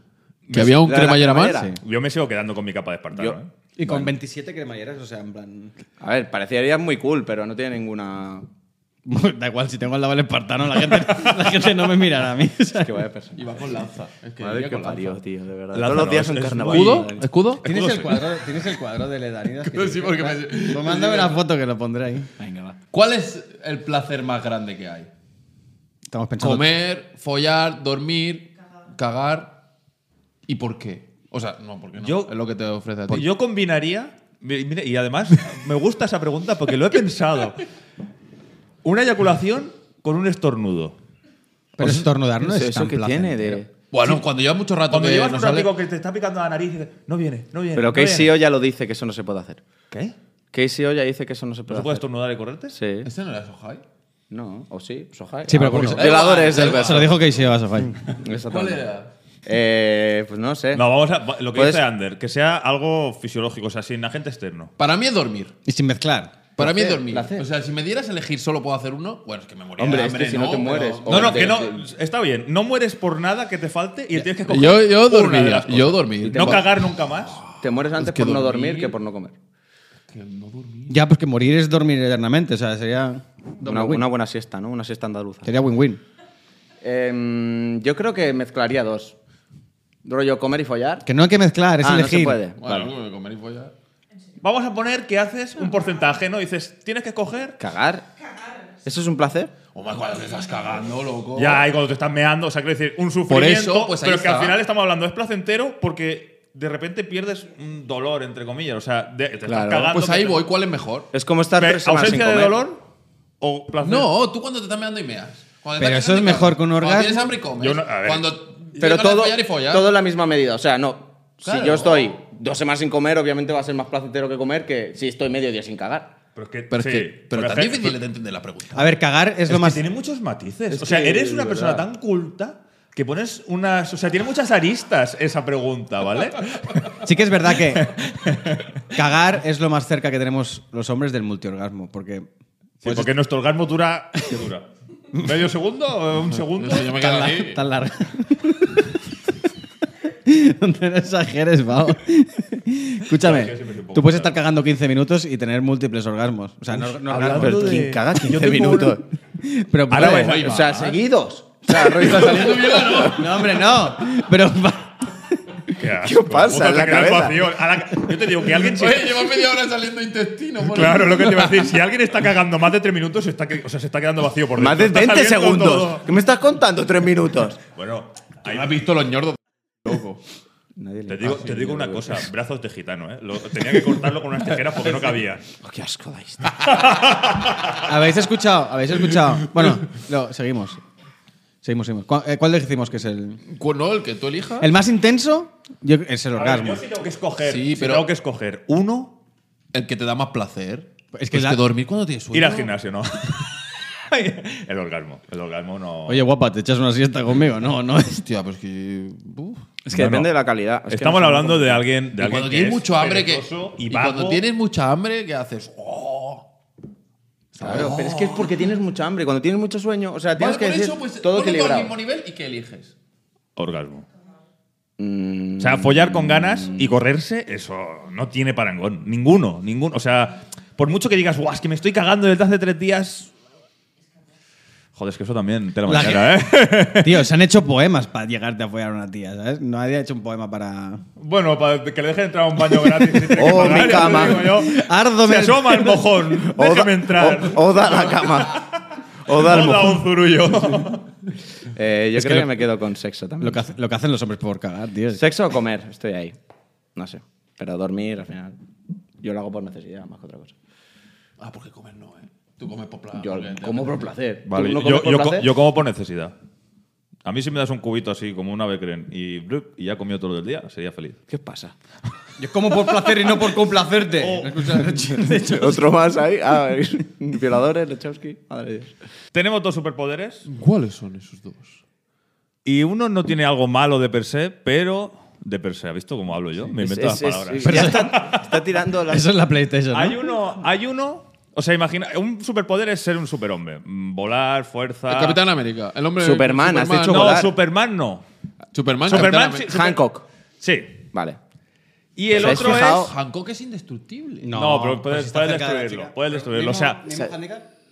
Speaker 3: Que había un
Speaker 1: ¿La de la
Speaker 3: cremallera más.
Speaker 1: cremallera?
Speaker 4: pare. Yo me sigo quedando con mi capa de espartano.
Speaker 1: Yo-
Speaker 4: ¿eh?
Speaker 2: Y con 27 cremalleras, o sea, en plan.
Speaker 1: A ver, parecería muy cool, pero no tiene ninguna.
Speaker 2: Da igual, si tengo al lado el espartano, la gente, la gente no me mirará a mí.
Speaker 1: Es que vaya persona.
Speaker 3: Y va con lanza. Es que
Speaker 1: Madre
Speaker 3: iría
Speaker 1: que
Speaker 3: con lanza.
Speaker 1: parió, tío, de verdad.
Speaker 4: Lázaro,
Speaker 1: Todos los días
Speaker 4: es-
Speaker 1: son
Speaker 4: es
Speaker 1: carnaval.
Speaker 4: muy-
Speaker 3: ¿Escudo? ¿Escudo?
Speaker 2: ¿Tienes el,
Speaker 4: Escudo, sí.
Speaker 2: cuadro, ¿Tienes el cuadro de Ledanidas? que
Speaker 3: Sí,
Speaker 2: te-
Speaker 3: porque me-
Speaker 2: Pues mándame una foto que lo pondré ahí.
Speaker 1: Venga, va.
Speaker 3: ¿Cuál es el placer más grande que hay?
Speaker 2: Estamos pensando.
Speaker 3: Comer, follar, dormir, cagar. ¿Y por qué? O sea, no, porque no.
Speaker 4: Yo-
Speaker 3: es lo que te ofrece a ti.
Speaker 4: Yo combinaría. mi- mira, y además, me gusta esa pregunta porque lo he pensado. Una eyaculación con un estornudo.
Speaker 2: Pero estornudar no es
Speaker 1: eso
Speaker 2: tan
Speaker 1: que tiene
Speaker 2: placentero.
Speaker 1: de.
Speaker 3: bueno, cuando llevas mucho rato
Speaker 4: Cuando
Speaker 3: que
Speaker 4: llevas
Speaker 3: no
Speaker 4: un
Speaker 3: sale-
Speaker 4: amigo que te está picando la nariz y dices, no viene, no viene.
Speaker 1: Pero
Speaker 4: no viene".
Speaker 1: Casey O ya lo dice que eso no se puede hacer.
Speaker 4: ¿Qué?
Speaker 1: Casey O ya dice que eso no se
Speaker 4: ¿No
Speaker 1: puede
Speaker 4: se puede
Speaker 1: hacer.
Speaker 4: estornudar y correrte?
Speaker 1: Sí.
Speaker 3: ¿Este no era Sohai?
Speaker 1: No, o sí, pues Ah, Sohai.
Speaker 2: Sí, pero porque
Speaker 1: Algunos.
Speaker 2: se-
Speaker 1: Violadores del
Speaker 2: Se lo
Speaker 1: verso.
Speaker 2: dijo que a
Speaker 1: Mm.
Speaker 2: Sofai.
Speaker 3: ¿Cuál
Speaker 1: Exactamente.
Speaker 3: era?
Speaker 1: Eh, pues no sé.
Speaker 4: No, vamos a. va- Lo que
Speaker 1: Puedes-
Speaker 4: dice Ander, que sea algo fisiológico, o sea, sin agente externo.
Speaker 3: Para mí es dormir.
Speaker 2: Y sin mezclar.
Speaker 3: Para mí es
Speaker 1: Placer,
Speaker 3: dormir.
Speaker 1: placer.
Speaker 3: O sea, si me dieras a elegir solo puedo hacer uno, bueno, es que me moría.
Speaker 1: Hombre,
Speaker 3: de
Speaker 1: es que
Speaker 3: hambre,
Speaker 1: si no te mueres,
Speaker 3: Pero-
Speaker 1: o-
Speaker 4: No, no,
Speaker 1: de-
Speaker 4: que no.
Speaker 1: de-
Speaker 4: Está bien. No mueres por nada que te falte y tienes que coger.
Speaker 3: Yo, yo
Speaker 4: una de
Speaker 3: dormiría.
Speaker 4: las cosas.
Speaker 3: Yo dormir.
Speaker 4: No cagar nunca más.
Speaker 1: Te mueres antes
Speaker 3: Es que
Speaker 1: por no dormir
Speaker 3: dormir-
Speaker 1: que por no comer.
Speaker 3: Que no dormir.
Speaker 2: Ya, pues que morir es dormir eternamente. O sea, sería.
Speaker 1: Una,
Speaker 2: win.
Speaker 1: una buena siesta, ¿no? Una siesta andaluza.
Speaker 2: Sería win-win.
Speaker 1: Em, yo creo que mezclaría dos. Rollo comer y follar.
Speaker 2: Que no hay que mezclar, es
Speaker 1: ah,
Speaker 2: elegir.
Speaker 1: no se puede.
Speaker 3: Bueno,
Speaker 1: Vale.
Speaker 3: comer y follar.
Speaker 4: Vamos a poner que haces un porcentaje, ¿no? Dices, tienes que coger.
Speaker 1: ¿Cagar? ¿Eso es un placer?
Speaker 3: O más cuando te estás cagando, loco.
Speaker 4: Ya, y cuando te estás meando, o sea, quiero decir, un sufrimiento.
Speaker 3: eso, pues ahí
Speaker 4: pero que
Speaker 3: está.
Speaker 4: al final estamos hablando, es placentero porque de repente pierdes un dolor, entre comillas. O sea, de- te
Speaker 1: Claro.
Speaker 4: estás cagando.
Speaker 3: Pues ahí
Speaker 4: te-
Speaker 3: voy, ¿cuál es mejor?
Speaker 1: Es como estar
Speaker 4: Pero,
Speaker 1: tres semanas sin
Speaker 4: ¿Ausencia de
Speaker 1: comer.
Speaker 4: dolor o placer?
Speaker 3: No, tú cuando te estás meando y meas. Cuando te
Speaker 2: Pero
Speaker 3: estás
Speaker 2: eso es
Speaker 3: cagando y
Speaker 2: mejor
Speaker 3: cagas.
Speaker 2: que un orgasmo.
Speaker 3: Cuando tienes hambre y comes.
Speaker 4: Yo no- a ver.
Speaker 3: Cuando
Speaker 1: Pero
Speaker 3: llegas a
Speaker 1: todo,
Speaker 3: follar y follar.
Speaker 1: todo en la misma medida. O sea, no.
Speaker 3: Claro.
Speaker 1: Si yo estoy dos semanas sin comer, obviamente va a ser más placentero que comer que si estoy medio día sin cagar.
Speaker 4: Pero es que.
Speaker 3: Pero, es
Speaker 4: sí,
Speaker 3: que, pero tan
Speaker 4: es que-
Speaker 3: difícil de entender la pregunta.
Speaker 2: A ver, cagar es,
Speaker 4: Es
Speaker 2: lo
Speaker 4: que
Speaker 2: más.
Speaker 4: tiene muchos matices.
Speaker 1: Es
Speaker 4: o sea,
Speaker 1: que,
Speaker 4: eres una
Speaker 1: de
Speaker 4: persona
Speaker 1: verdad.
Speaker 4: tan culta que pones unas. O sea, tiene muchas aristas esa pregunta, ¿vale?
Speaker 2: Sí que es verdad que cagar es lo más cerca que tenemos los hombres del multiorgasmo. Porque
Speaker 4: Sí, porque nuestro orgasmo dura. ¿Qué dura? ¿Medio segundo? o ¿Un segundo?
Speaker 3: Yo me
Speaker 2: tan,
Speaker 3: quedo
Speaker 2: la-
Speaker 3: ahí.
Speaker 2: tan larga. Donde no exageres, Bao. Escúchame,
Speaker 4: Claro, yo siempre soy un poco
Speaker 2: tú puedes
Speaker 4: pesado.
Speaker 2: estar cagando 15 minutos y tener múltiples orgasmos. O sea, no, no
Speaker 4: hablando
Speaker 2: orgasmos.
Speaker 4: de-
Speaker 1: ¿Quién caga
Speaker 4: Yo
Speaker 1: 15
Speaker 4: tengo
Speaker 1: minutos?
Speaker 2: Pero
Speaker 4: Ahora
Speaker 2: puede.
Speaker 4: voy Ah.
Speaker 1: O sea, seguidos. O sea, rollo-
Speaker 2: No, hombre, no. Pero
Speaker 4: ¿Qué,
Speaker 1: ¿Qué pasa en la cabeza?
Speaker 4: yo te digo que alguien. se-
Speaker 3: Oye, llevas media hora saliendo intestino. por
Speaker 4: Claro,
Speaker 3: el-
Speaker 4: lo que te iba a decir. Si alguien está cagando más de 3 minutos, se está, que- o sea, se está quedando vacío por dentro.
Speaker 1: Más de
Speaker 4: Está
Speaker 1: 20
Speaker 4: saliendo
Speaker 1: segundos.
Speaker 4: todo-
Speaker 1: ¿Qué me estás contando? Tres minutos.
Speaker 4: Bueno,
Speaker 3: Tú
Speaker 4: ahí-
Speaker 3: no has visto los ñordos. Loco.
Speaker 1: Nadie le
Speaker 4: te digo,
Speaker 1: pasa.
Speaker 4: te Ah, digo una cosa: brazos de gitano, ¿eh? Lo- tenía que cortarlo con unas tijeras porque no cabía.
Speaker 1: Oh, qué asco dais.
Speaker 4: Ah,
Speaker 2: habéis escuchado, habéis escuchado. Bueno, no, seguimos. Seguimos, seguimos. ¿Cuál, eh, cuál decimos que es el.
Speaker 3: Cu- No, el que tú elijas.
Speaker 2: El más intenso yo- es el
Speaker 4: A ver,
Speaker 2: orgasmo.
Speaker 4: yo sí tengo que escoger.
Speaker 3: Sí,
Speaker 4: si
Speaker 3: pero-
Speaker 4: tengo que escoger uno.
Speaker 3: El que te da más placer.
Speaker 2: Es que
Speaker 3: Es
Speaker 2: la-
Speaker 3: que dormir cuando tienes sueño.
Speaker 4: Ir al gimnasio, no. el orgasmo. El orgasmo no.
Speaker 2: Oye, guapa, te echas una siesta conmigo. No, no.
Speaker 3: Hostia, pero es que. uf.
Speaker 1: Es que
Speaker 4: No,
Speaker 1: depende de
Speaker 4: no.
Speaker 1: la calidad. Es que
Speaker 4: Estamos
Speaker 1: no sé
Speaker 4: hablando
Speaker 1: cómo-
Speaker 4: de alguien. De
Speaker 3: Y
Speaker 4: alguien
Speaker 3: cuando
Speaker 4: que
Speaker 3: tienes
Speaker 4: es
Speaker 3: mucho hambre, que.
Speaker 4: perezoso
Speaker 3: Y,
Speaker 4: Y,
Speaker 3: cuando
Speaker 4: vago.
Speaker 3: tienes mucha hambre, ¿qué haces? Oh.
Speaker 1: Claro, pero es que es porque tienes mucha hambre. Cuando tienes mucho sueño, o sea, tienes
Speaker 3: Vale,
Speaker 1: que
Speaker 3: por
Speaker 1: decir
Speaker 3: eso, pues,
Speaker 1: todo
Speaker 3: ponlo al
Speaker 1: equilibrado.
Speaker 3: mismo nivel y qué eliges.
Speaker 4: Orgasmo.
Speaker 1: Mm,
Speaker 4: O sea, follar con ganas y correrse, eso no tiene parangón. Ninguno, ninguno. O sea, por mucho que digas, guau, es que me estoy cagando desde hace tres días. Joder, es que eso también te la
Speaker 2: La
Speaker 4: mañana, ¿eh?
Speaker 2: Tío, se han hecho poemas para llegarte a follar a una tía, ¿sabes? Nadie ha hecho un poema para.
Speaker 4: Bueno, para que le dejen entrar a un baño gratis. si tiene que
Speaker 1: Oh, mi
Speaker 4: pagar, ya te
Speaker 1: cama. Ah,
Speaker 4: digo yo.
Speaker 2: Árdome.
Speaker 4: Se asoma el mojón.
Speaker 1: o
Speaker 4: Déjame
Speaker 1: da-
Speaker 4: entrar.
Speaker 1: O, o da a la cama. O da al
Speaker 4: Moda
Speaker 1: mojón.
Speaker 4: un zurullo.
Speaker 1: Eh, yo
Speaker 2: Es que
Speaker 1: creo que,
Speaker 2: lo-
Speaker 1: me quedo con sexo también.
Speaker 2: Lo que, hace- lo que hacen los hombres por cagar, tío.
Speaker 1: Sexo o comer, estoy ahí. No sé. Pero dormir, al final. Yo lo hago por necesidad, más que otra cosa.
Speaker 3: Ah, porque comer no, ¿eh? Tú comes por plan.
Speaker 1: Yo
Speaker 3: porque te
Speaker 1: como por
Speaker 3: apetece.
Speaker 1: placer. ¿Tú
Speaker 4: Vale,
Speaker 1: no comes
Speaker 4: yo,
Speaker 1: por
Speaker 4: yo co-
Speaker 1: placer?
Speaker 4: yo como por necesidad. A mí si me das un cubito así, como una becren, y, blup, y ya he comido todo el día, sería feliz.
Speaker 1: ¿Qué pasa?
Speaker 2: Yo como por placer y no por complacerte.
Speaker 3: Oh.
Speaker 1: Otro más ahí. Ah, violadores, Lechowski. Madre de Dios.
Speaker 4: Tenemos dos superpoderes.
Speaker 3: ¿Cuáles son esos dos?
Speaker 4: Y uno no tiene algo malo de per se, pero. De per se, ¿ha visto cómo hablo yo? Me invento las
Speaker 1: Es- es-
Speaker 4: palabras.
Speaker 1: es- ya está, está tirando las.
Speaker 2: Eso es la PlayStation. ¿no?
Speaker 4: hay uno. Hay uno. O sea, imagina. Un superpoder es ser un superhombre. Mm, Volar, fuerza.
Speaker 3: El Capitán América. El hombre.
Speaker 1: Ah. Superman, has dicho
Speaker 4: No,
Speaker 1: volar.
Speaker 4: Superman no.
Speaker 3: Superman.
Speaker 4: Superman
Speaker 3: Capitán
Speaker 4: sí.
Speaker 3: América.
Speaker 4: super-
Speaker 1: Hancock.
Speaker 4: Sí.
Speaker 1: Vale.
Speaker 4: Y el
Speaker 1: ¿Os habéis
Speaker 4: otro
Speaker 1: fijado?
Speaker 4: es.
Speaker 3: Hancock es indestructible.
Speaker 4: No, pero puedes,
Speaker 2: pues está
Speaker 4: puedes
Speaker 2: cerca de la
Speaker 4: destruirlo.
Speaker 2: chica.
Speaker 4: Puedes destruirlo. O sea,
Speaker 1: ¿Mismo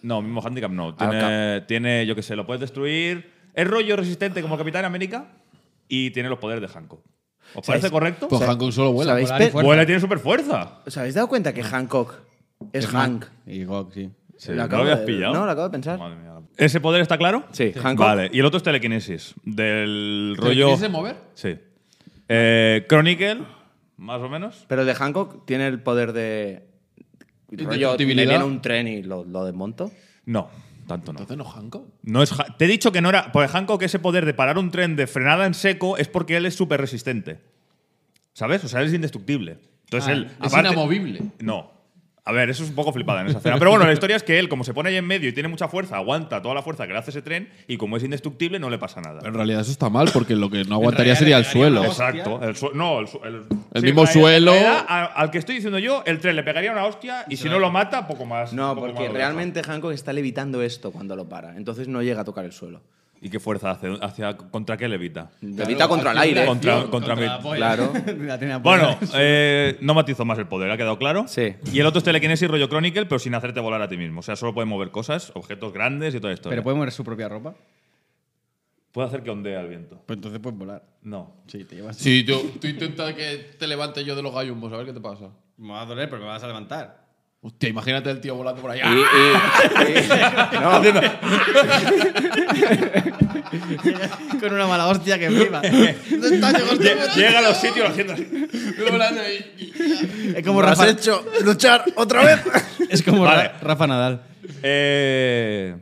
Speaker 4: no, mismo handicap no.
Speaker 1: Ah,
Speaker 4: Tiene, tiene, yo qué sé, lo puedes destruir. Es rollo resistente como el Capitán América y tiene los poderes de Hancock. ¿Os parece correcto?
Speaker 3: Pues
Speaker 1: Sa-
Speaker 3: Hancock solo vuela.
Speaker 1: ¿sabéis
Speaker 3: volar y
Speaker 1: pe-
Speaker 3: fuerza.
Speaker 4: Vuela y Pues tiene super fuerza.
Speaker 1: ¿Os habéis dado
Speaker 4: Ah.
Speaker 1: cuenta que Hancock es,
Speaker 2: Es
Speaker 1: Hank?
Speaker 2: Y Gog, sí.
Speaker 4: Sí,
Speaker 1: Lo
Speaker 4: ¿No
Speaker 1: acabo
Speaker 4: lo habías
Speaker 1: de-
Speaker 4: pillado?
Speaker 1: no, lo acabo de pensar.
Speaker 4: Madre mía. ¿Ese poder está claro?
Speaker 1: Sí, Hancock.
Speaker 4: Vale, y el otro es telequinesis. Del rollo.
Speaker 3: ¿Telequinesis de mover?
Speaker 4: Sí. Eh, Chronicle, más o menos.
Speaker 1: Pero de Hancock tiene el poder de. Rollo, me
Speaker 3: Indestructibilidad.
Speaker 1: viene un tren y lo, lo desmonto.
Speaker 4: No, tanto no.
Speaker 3: Entonces no Hancock.
Speaker 4: No es Ha- Te he dicho que no era. Porque Hancock, ese poder de parar un tren de frenada en seco es porque él es súper resistente. ¿Sabes? O sea, él es indestructible. Entonces
Speaker 3: Ah,
Speaker 4: él.
Speaker 3: es
Speaker 4: aparte-
Speaker 3: inamovible.
Speaker 4: No. A ver, eso es un poco flipada en esa escena. Pero bueno, la historia es que él, como se pone ahí en medio y tiene mucha fuerza, aguanta toda la fuerza que le hace ese tren y como es indestructible, no le pasa nada.
Speaker 3: En realidad eso está mal porque lo que no aguantaría
Speaker 2: realidad
Speaker 3: sería
Speaker 2: le
Speaker 3: el
Speaker 2: pegaría
Speaker 3: suelo.
Speaker 2: una hostia.
Speaker 4: Exacto. El su- no, el, su- el-
Speaker 3: El mismo
Speaker 4: en realidad-
Speaker 3: suelo.
Speaker 4: en realidad, a- al que estoy diciendo yo, el tren le pegaría una hostia y si no lo mata, poco más.
Speaker 1: No,
Speaker 4: poco más
Speaker 1: porque
Speaker 4: lo
Speaker 1: realmente Hancock está levitando esto cuando lo para. Entonces no llega a tocar el suelo.
Speaker 4: deja. ¿Y qué fuerza hace? ¿Hacia, ¿Contra qué levita?
Speaker 1: Levita contra el aire.
Speaker 4: Contra- contra mí.
Speaker 3: la polla.
Speaker 1: Claro.
Speaker 2: La tenía
Speaker 4: Bueno,
Speaker 2: puesta.
Speaker 4: eh, no matizo más el poder, ¿ha quedado claro?
Speaker 1: Sí.
Speaker 4: Y el otro es telequinesis rollo Chronicle, pero sin hacerte volar a ti mismo. O sea, solo puede mover cosas, objetos grandes y todo esto.
Speaker 2: Pero puede mover su propia ropa.
Speaker 4: Puede hacer que ondee al viento.
Speaker 2: Pues entonces puedes volar.
Speaker 4: No.
Speaker 2: Sí, te llevas.
Speaker 3: Si tú, tú intentas que te levante yo de los gallumbos, a ver qué te pasa.
Speaker 2: Me va a doler, pero me vas a levantar.
Speaker 3: Hostia, imagínate el tío volando por ahí.
Speaker 1: Y,
Speaker 3: ¡Ah!
Speaker 1: y- y- no,
Speaker 2: Con una mala hostia que flipa.
Speaker 3: ¿Dónde está? Llegó el tío
Speaker 4: Lle-
Speaker 3: volando.
Speaker 4: Llega a los sitios haciendo así.
Speaker 3: Yo volando ahí.
Speaker 2: es como Rafa,
Speaker 1: hecho luchar otra vez.
Speaker 2: es como
Speaker 4: Vale.
Speaker 2: Ra- Rafa Nadal.
Speaker 4: Eh,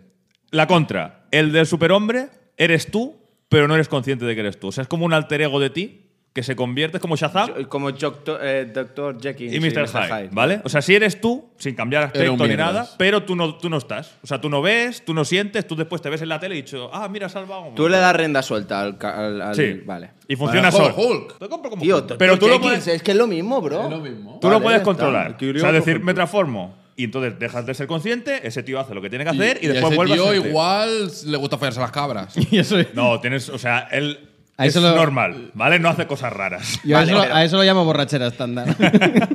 Speaker 4: la contra. El del superhombre eres tú, pero no eres consciente de que eres tú. O sea, es como un alter ego de ti que se convierte, es como Shazam
Speaker 1: Como Doctor, eh, Dr. Jekyll
Speaker 4: y Mr. Hyde, ¿vale? O sea, si eres tú, sin cambiar
Speaker 3: Era un
Speaker 4: aspecto ni
Speaker 3: mierdas.
Speaker 4: nada, pero tú no, tú no estás. O sea, tú no ves, tú no sientes, tú después te ves en la tele y dicho, ah, mira, salva un
Speaker 1: Tú le das renda suelta al. ca- al- al-
Speaker 4: Sí.
Speaker 1: Vale.
Speaker 4: Y funciona
Speaker 3: Vale,
Speaker 4: solo.
Speaker 3: Hulk.
Speaker 4: Te compro como
Speaker 1: Tío,
Speaker 4: Hulk. pero tú lo puedes,
Speaker 1: Es que es lo mismo, bro.
Speaker 3: Es lo mismo.
Speaker 4: tú lo
Speaker 1: Vale,
Speaker 4: puedes
Speaker 1: ya
Speaker 4: controlar.
Speaker 1: está.
Speaker 4: O sea, decir, me transformo. Y entonces dejas de ser consciente, ese tío hace lo que tiene que hacer y, después
Speaker 3: ese
Speaker 4: vuelve a
Speaker 3: tío
Speaker 4: ser tío.
Speaker 3: igual le gusta follarse a las cabras.
Speaker 2: Y eso,
Speaker 4: No, tienes, o sea, él
Speaker 2: Ahí
Speaker 4: es
Speaker 2: se lo-
Speaker 4: normal, ¿vale? No hace cosas raras.
Speaker 2: yo a
Speaker 1: Vale,
Speaker 2: eso lo-
Speaker 1: pero-
Speaker 2: a eso lo llamo borrachera estándar.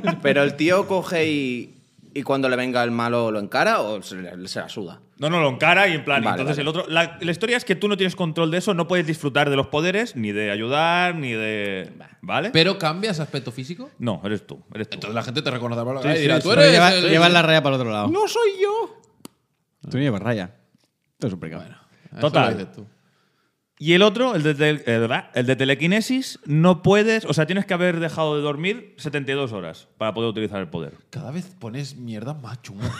Speaker 1: Pero el tío coge y. Y cuando le venga el malo, ¿lo encara o se, le- se la suda?
Speaker 4: No, no, lo encara y en plan. y
Speaker 1: Vale,
Speaker 4: entonces
Speaker 1: vale.
Speaker 4: el otro. La, la historia es que tú no tienes control de eso, no puedes disfrutar de los poderes, ni de ayudar, ni de. ¿Vale?
Speaker 3: ¿Pero cambia ese aspecto físico?
Speaker 4: no, eres tú. Eres tú.
Speaker 3: Entonces la gente te reconoce por la
Speaker 4: Sí,
Speaker 3: calle y
Speaker 4: sí,
Speaker 3: dirá,
Speaker 4: sí.
Speaker 3: tú
Speaker 2: Pero
Speaker 3: eres
Speaker 2: lleva-
Speaker 3: el-
Speaker 2: llevas la raya para el otro lado.
Speaker 1: ¡No soy yo!
Speaker 2: Tú no llevas raya. Esto es un pecado.
Speaker 3: Eso lo
Speaker 4: Total.
Speaker 3: dices tú.
Speaker 4: Y el otro, el de, tel- eh, ¿verdad? el de telequinesis, no puedes. O sea, tienes que haber dejado de dormir 72 horas para poder utilizar el poder.
Speaker 3: Cada vez pones mierda más chunga. ¿eh?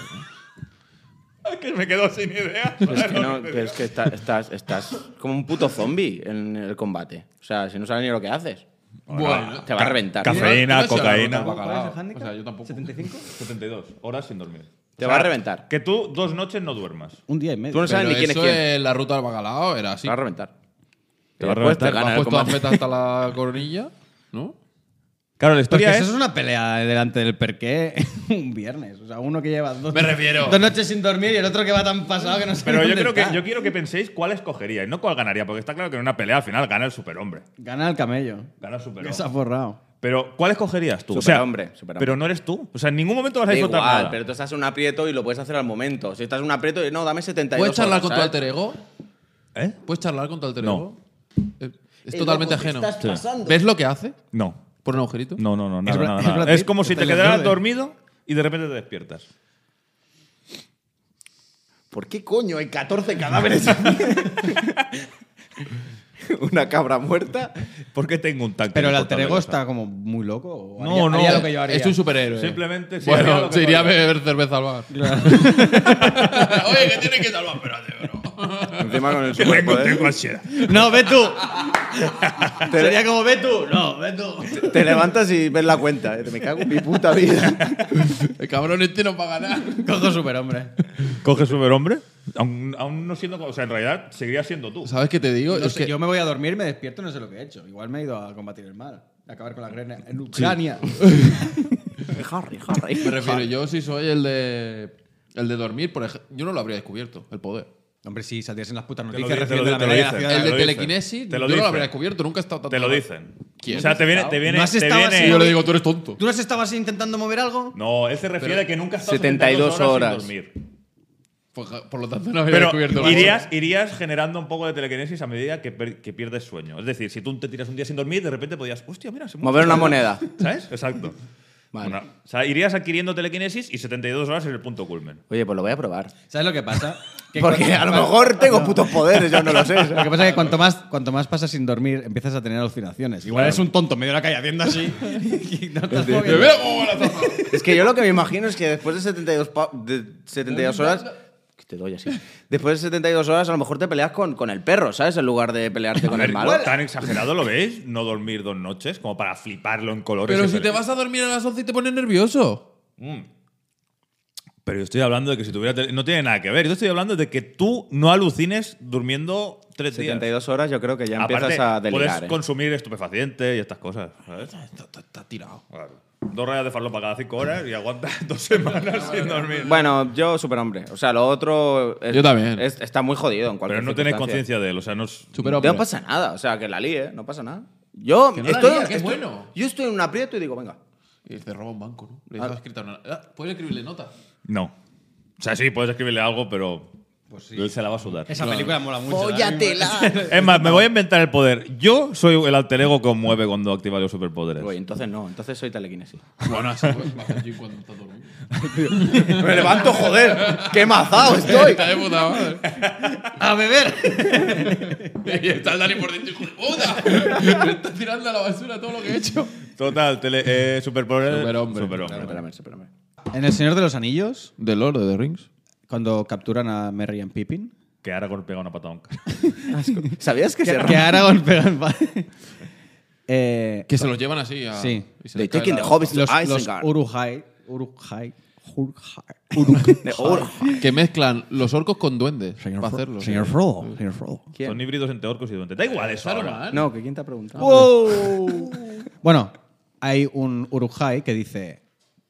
Speaker 4: Es que me quedo sin idea.
Speaker 1: Pero es que, no, pero es que está- estás, estás como un puto zombie en el combate. O sea, si no sabes ni lo que haces.
Speaker 3: Bueno.
Speaker 1: Te va a reventar.
Speaker 4: Café.
Speaker 3: Yo no- yo no
Speaker 4: Cafeína,
Speaker 3: sé
Speaker 4: cocaína.
Speaker 3: hablar con el bacalao.
Speaker 2: ¿Cuál es el handicap?
Speaker 3: O sea, yo tampoco.
Speaker 2: 75.
Speaker 4: 72 horas sin dormir.
Speaker 1: Te
Speaker 4: O
Speaker 1: va a
Speaker 4: sea,
Speaker 1: reventar.
Speaker 4: Que tú dos noches no duermas.
Speaker 2: Un día y medio.
Speaker 1: Tú no sabes
Speaker 3: Pero
Speaker 1: ni quién es
Speaker 3: eso
Speaker 1: quién.
Speaker 3: en la ruta del bacalao era así.
Speaker 1: Te va a reventar.
Speaker 4: Te va a
Speaker 1: Y después
Speaker 4: reventar.
Speaker 1: te
Speaker 3: Me
Speaker 1: gana
Speaker 3: has
Speaker 1: el
Speaker 3: puesto la
Speaker 1: combate.
Speaker 3: feta hasta la coronilla, ¿no?
Speaker 4: Claro,
Speaker 2: Porque
Speaker 4: la historia ¿eh?
Speaker 2: eso
Speaker 4: es.
Speaker 2: es una pelea delante del perqué un viernes. O sea, uno que lleva dos,
Speaker 3: Me refiero.
Speaker 2: dos noches sin dormir y el otro que va tan pasado que no sabe
Speaker 4: Pero yo
Speaker 2: dónde
Speaker 4: creo que
Speaker 2: está.
Speaker 4: yo quiero que penséis cuál escogeríais, no cuál ganaría, porque está claro que en una pelea al final gana el superhombre.
Speaker 2: Gana el camello.
Speaker 4: Gana el superhombre.
Speaker 2: Que se ha forrado.
Speaker 4: Pero ¿cuál escogerías tú?
Speaker 1: Superhombre,
Speaker 4: O sea,
Speaker 1: superhombre.
Speaker 4: Pero no eres tú. O sea, en ningún momento vas a
Speaker 1: Da
Speaker 4: disfrutar
Speaker 1: igual,
Speaker 4: nada.
Speaker 1: pero tú estás en un aprieto y lo puedes hacer al momento. Si estás en un aprieto, no, dame 72
Speaker 3: ¿Puedes charlar
Speaker 1: horas,
Speaker 3: con tu
Speaker 1: ¿sabes?
Speaker 3: alter ego?
Speaker 4: ¿Eh?
Speaker 3: ¿Puedes charlar con tu alter
Speaker 4: No.
Speaker 3: ego? Eh, Es totalmente ajeno.
Speaker 4: pasando.
Speaker 3: ¿Ves lo que hace?
Speaker 4: No.
Speaker 3: ¿Por un agujerito?
Speaker 4: No, no, no, nada,
Speaker 2: Bla-
Speaker 4: nada,
Speaker 2: es
Speaker 4: nada.
Speaker 2: Brad
Speaker 4: Es
Speaker 2: Pitt,
Speaker 4: como si te
Speaker 2: pelo
Speaker 4: quedaras
Speaker 2: verde.
Speaker 4: dormido y de repente te despiertas.
Speaker 1: ¿Por qué coño hay 14 cadáveres? Una cabra muerta.
Speaker 4: ¿Por qué tengo un tanque?
Speaker 2: Pero
Speaker 4: de
Speaker 2: el alter ego
Speaker 4: fortaleza?
Speaker 2: está como muy loco. o
Speaker 4: No,
Speaker 2: haría-
Speaker 4: no.
Speaker 2: haría lo que yo haría.
Speaker 3: Es un superhéroe.
Speaker 4: Simplemente sí, haría lo
Speaker 3: bueno,
Speaker 4: que
Speaker 3: se iría a
Speaker 4: podría.
Speaker 3: beber cerveza al bar. Oye, que tiene que salvar, espérate, bro.
Speaker 1: Encima con el
Speaker 4: Tengo,
Speaker 1: superpoder.
Speaker 4: tengo ansiedad.
Speaker 2: No, ve tú.
Speaker 1: Te-
Speaker 2: Sería como ve tú. No, ve tú.
Speaker 1: Te levantas y ves la cuenta. ¿eh? Te me cago en mi puta vida.
Speaker 3: El cabrón este no va a ganar.
Speaker 2: Cojo superhombre.
Speaker 4: ¿Coges superhombre? Aún, aún no siendo. O sea, en realidad seguiría siendo tú.
Speaker 3: ¿Sabes qué te digo?
Speaker 2: No
Speaker 3: es
Speaker 2: sé,
Speaker 3: que
Speaker 2: Yo me voy a dormir, me despierto y no sé lo que he hecho. Igual me he ido a combatir el mal. A acabar con la guerra en Ucrania.
Speaker 1: Harry, Harry.
Speaker 3: me refiero, yo si soy el de el de dormir, por ejemplo, yo no lo habría descubierto, el poder.
Speaker 2: Hombre, sí, saldrías en las putas
Speaker 4: Te lo
Speaker 2: noticias
Speaker 4: di- te lo
Speaker 2: recibiendo
Speaker 4: di-
Speaker 2: la medalla
Speaker 4: te lo
Speaker 2: de la ciudad.
Speaker 4: dicen. Te
Speaker 3: el
Speaker 4: lo
Speaker 3: de
Speaker 4: dicen.
Speaker 3: telequinesis,
Speaker 4: Te lo
Speaker 3: yo no
Speaker 4: dicen.
Speaker 3: lo habría descubierto, nunca he estado tanto
Speaker 4: Te lo
Speaker 3: rato.
Speaker 4: dicen.
Speaker 3: ¿Quién?
Speaker 4: O sea, te viene. Te viene,
Speaker 2: ¿No has
Speaker 4: te
Speaker 2: estado
Speaker 4: viene-
Speaker 2: así?
Speaker 3: Y yo le digo, tú eres tonto.
Speaker 2: ¿Tú no estabas intentando mover algo?
Speaker 4: No, él se refiere
Speaker 3: Pero-
Speaker 4: a que nunca has estado
Speaker 1: 72 horas.
Speaker 4: sin dormir.
Speaker 3: Por, por lo tanto, no habría descubierto
Speaker 4: Pero
Speaker 3: el
Speaker 4: irías, irías generando un poco de telequinesis a medida que, per- que pierdes sueño. Es decir, si tú te tiras un día sin dormir, de repente podías, hostia, mira, se mueve
Speaker 1: Mover una
Speaker 4: algo".
Speaker 1: moneda.
Speaker 4: ¿Sabes? Exacto.
Speaker 1: Vale.
Speaker 4: Una- o sea, irías adquiriendo telequinesis y 72 horas es el punto culmen.
Speaker 1: Oye, pues lo voy a probar.
Speaker 2: ¿Sabes lo que pasa? Que
Speaker 1: Porque
Speaker 2: cuando-
Speaker 1: a lo mejor tengo putos poderes, yo no lo sé.
Speaker 2: Lo que pasa es que cuanto más, cuanto más pasas sin dormir, empiezas a tener alucinaciones. Igual es un tonto en medio de la calle haciendo así. y no estás
Speaker 3: juego.
Speaker 2: moviendo.
Speaker 3: Me veo como la taza.
Speaker 1: Es que yo lo que me imagino es que después de 72, pa- de 72 horas. Que te doy así. Después de 72 horas, a lo mejor te peleas con, con el perro, ¿sabes? En lugar de pelearte
Speaker 4: A
Speaker 1: con
Speaker 4: ver,
Speaker 1: el malo.
Speaker 4: ¿Tan exagerado lo veis? No dormir dos noches, como para fliparlo en colores.
Speaker 3: Pero
Speaker 4: y
Speaker 3: si te
Speaker 4: pele-
Speaker 3: vas a dormir a las 11 y te pones nervioso.
Speaker 4: Pero yo estoy hablando de que si tuviera. tele- No tiene nada que ver. Yo estoy hablando de que tú no alucines durmiendo tres días.
Speaker 1: 72 horas, yo creo que ya empiezas
Speaker 4: Aparte,
Speaker 1: a
Speaker 4: Puedes
Speaker 1: delirar. ¿eh?
Speaker 4: consumir estupefacientes y estas cosas. ¿sabes?
Speaker 3: Está, está- está tirado.
Speaker 4: Claro. Dos rayas de farlopa cada cinco horas y aguantas dos semanas sin dormir.
Speaker 1: Bueno, yo superhombre. O sea, lo otro. es-
Speaker 3: Yo también.
Speaker 1: es- está muy jodido en cualquier
Speaker 4: Pero no tenéis
Speaker 1: circunstancia.
Speaker 4: conciencia de él. O sea, no es-
Speaker 3: Supera
Speaker 1: No pasa nada, o sea, que la líe, no pasa nada. Yo
Speaker 3: Que no la
Speaker 1: estoy.
Speaker 3: lía, qué
Speaker 1: estoy-
Speaker 3: bueno.
Speaker 1: Yo estoy en un aprieto y digo, venga.
Speaker 3: Y te roba un banco, ¿no? Le dejas escrita una. Ah, Puedes escribirle nota.
Speaker 4: No. O sea, sí, puedes escribirle algo, pero.
Speaker 2: Pues
Speaker 4: Él se la va a sudar.
Speaker 2: Esa película mola mucho. ¿eh?
Speaker 1: ¡Fóllatela!
Speaker 4: Es más, me voy a inventar el poder. Yo soy el alter ego que os mueve cuando activa los superpoderes.
Speaker 1: Oye, entonces no, entonces soy telequinesis.
Speaker 3: Bueno, así pues, va a hacer yo cuando está dormido.
Speaker 1: ¡Me levanto, joder! ¡Qué mazao estoy!
Speaker 3: Está de puta madre.
Speaker 2: ¡A beber!
Speaker 3: Y está el Dani por dentro, hijo de puta. Me está tirando a la basura todo lo que he hecho.
Speaker 4: Total, tele, eh, superpoderes.
Speaker 3: Superhombre.
Speaker 1: Espérame, espérame.
Speaker 2: En El Señor de los Anillos,
Speaker 3: The Lord of the Rings.
Speaker 2: cuando capturan a Merry y Pippin,
Speaker 4: Que Aragorn pega una patada a un ca-
Speaker 1: ¿Sabías que
Speaker 2: que,
Speaker 1: se
Speaker 2: que
Speaker 1: rompe?
Speaker 2: Aragorn pega el pa- eh,
Speaker 3: Que se los llevan así. A,
Speaker 2: Sí.
Speaker 3: y se
Speaker 1: They
Speaker 3: les cae
Speaker 1: taking
Speaker 3: la-
Speaker 1: the hobbits to
Speaker 2: los, los
Speaker 1: Isengard.
Speaker 2: Uruhai. Uruhai. Uruhai.
Speaker 1: De Ur-
Speaker 3: Que mezclan los orcos con duendes
Speaker 2: Señor,
Speaker 3: para
Speaker 2: Fro-
Speaker 3: hacerlo.
Speaker 2: señor Frodo. Señor Frodo.
Speaker 1: ¿Quién?
Speaker 4: Son híbridos entre orcos y duendes. Da igual eso.
Speaker 3: Claro,
Speaker 4: ahora.
Speaker 3: man.
Speaker 1: No, que quién te ha preguntado.
Speaker 2: Bueno, hay un Uruhai que dice: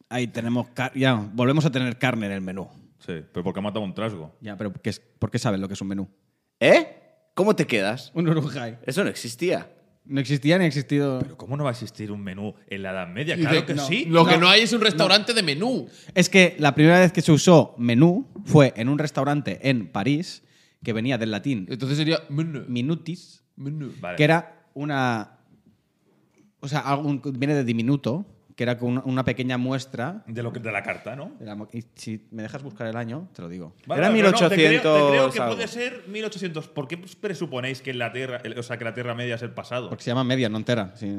Speaker 2: Ahí tenemos. car- Ya, volvemos a tener carne en el menú.
Speaker 4: Sí, pero porque ha matado un trasgo.
Speaker 2: Ya, pero ¿qué es- ¿por qué sabes lo que es un menú?
Speaker 1: ¿Eh? ¿Cómo te quedas?
Speaker 2: Un Uruhai.
Speaker 1: Eso no existía.
Speaker 2: No existía ni ha existido.
Speaker 4: Pero ¿cómo no va a existir un menú en la Edad Media?
Speaker 3: Y
Speaker 4: Claro
Speaker 3: de-
Speaker 4: que
Speaker 3: no.
Speaker 4: sí.
Speaker 3: Lo que no hay es un restaurante de menú.
Speaker 2: Es que la primera vez que se usó menú fue en un restaurante en París que venía del latín
Speaker 3: Entonces sería menú.
Speaker 2: minutis,
Speaker 3: menú.
Speaker 4: Vale.
Speaker 2: que era una. O sea, algo- un- viene de diminuto, que era como una, una pequeña muestra.
Speaker 4: De, lo que, de la carta, ¿no?
Speaker 2: de la mo- y si me dejas buscar el año, te lo digo.
Speaker 1: Era
Speaker 4: pero no, te creo- te creo,
Speaker 1: 1800
Speaker 4: que
Speaker 1: algo.
Speaker 4: puede ser 1800. ¿Por qué presuponéis que la Tierra, el- o sea, que la Tierra Media es el pasado?
Speaker 2: Porque se llama media, no entera. sí.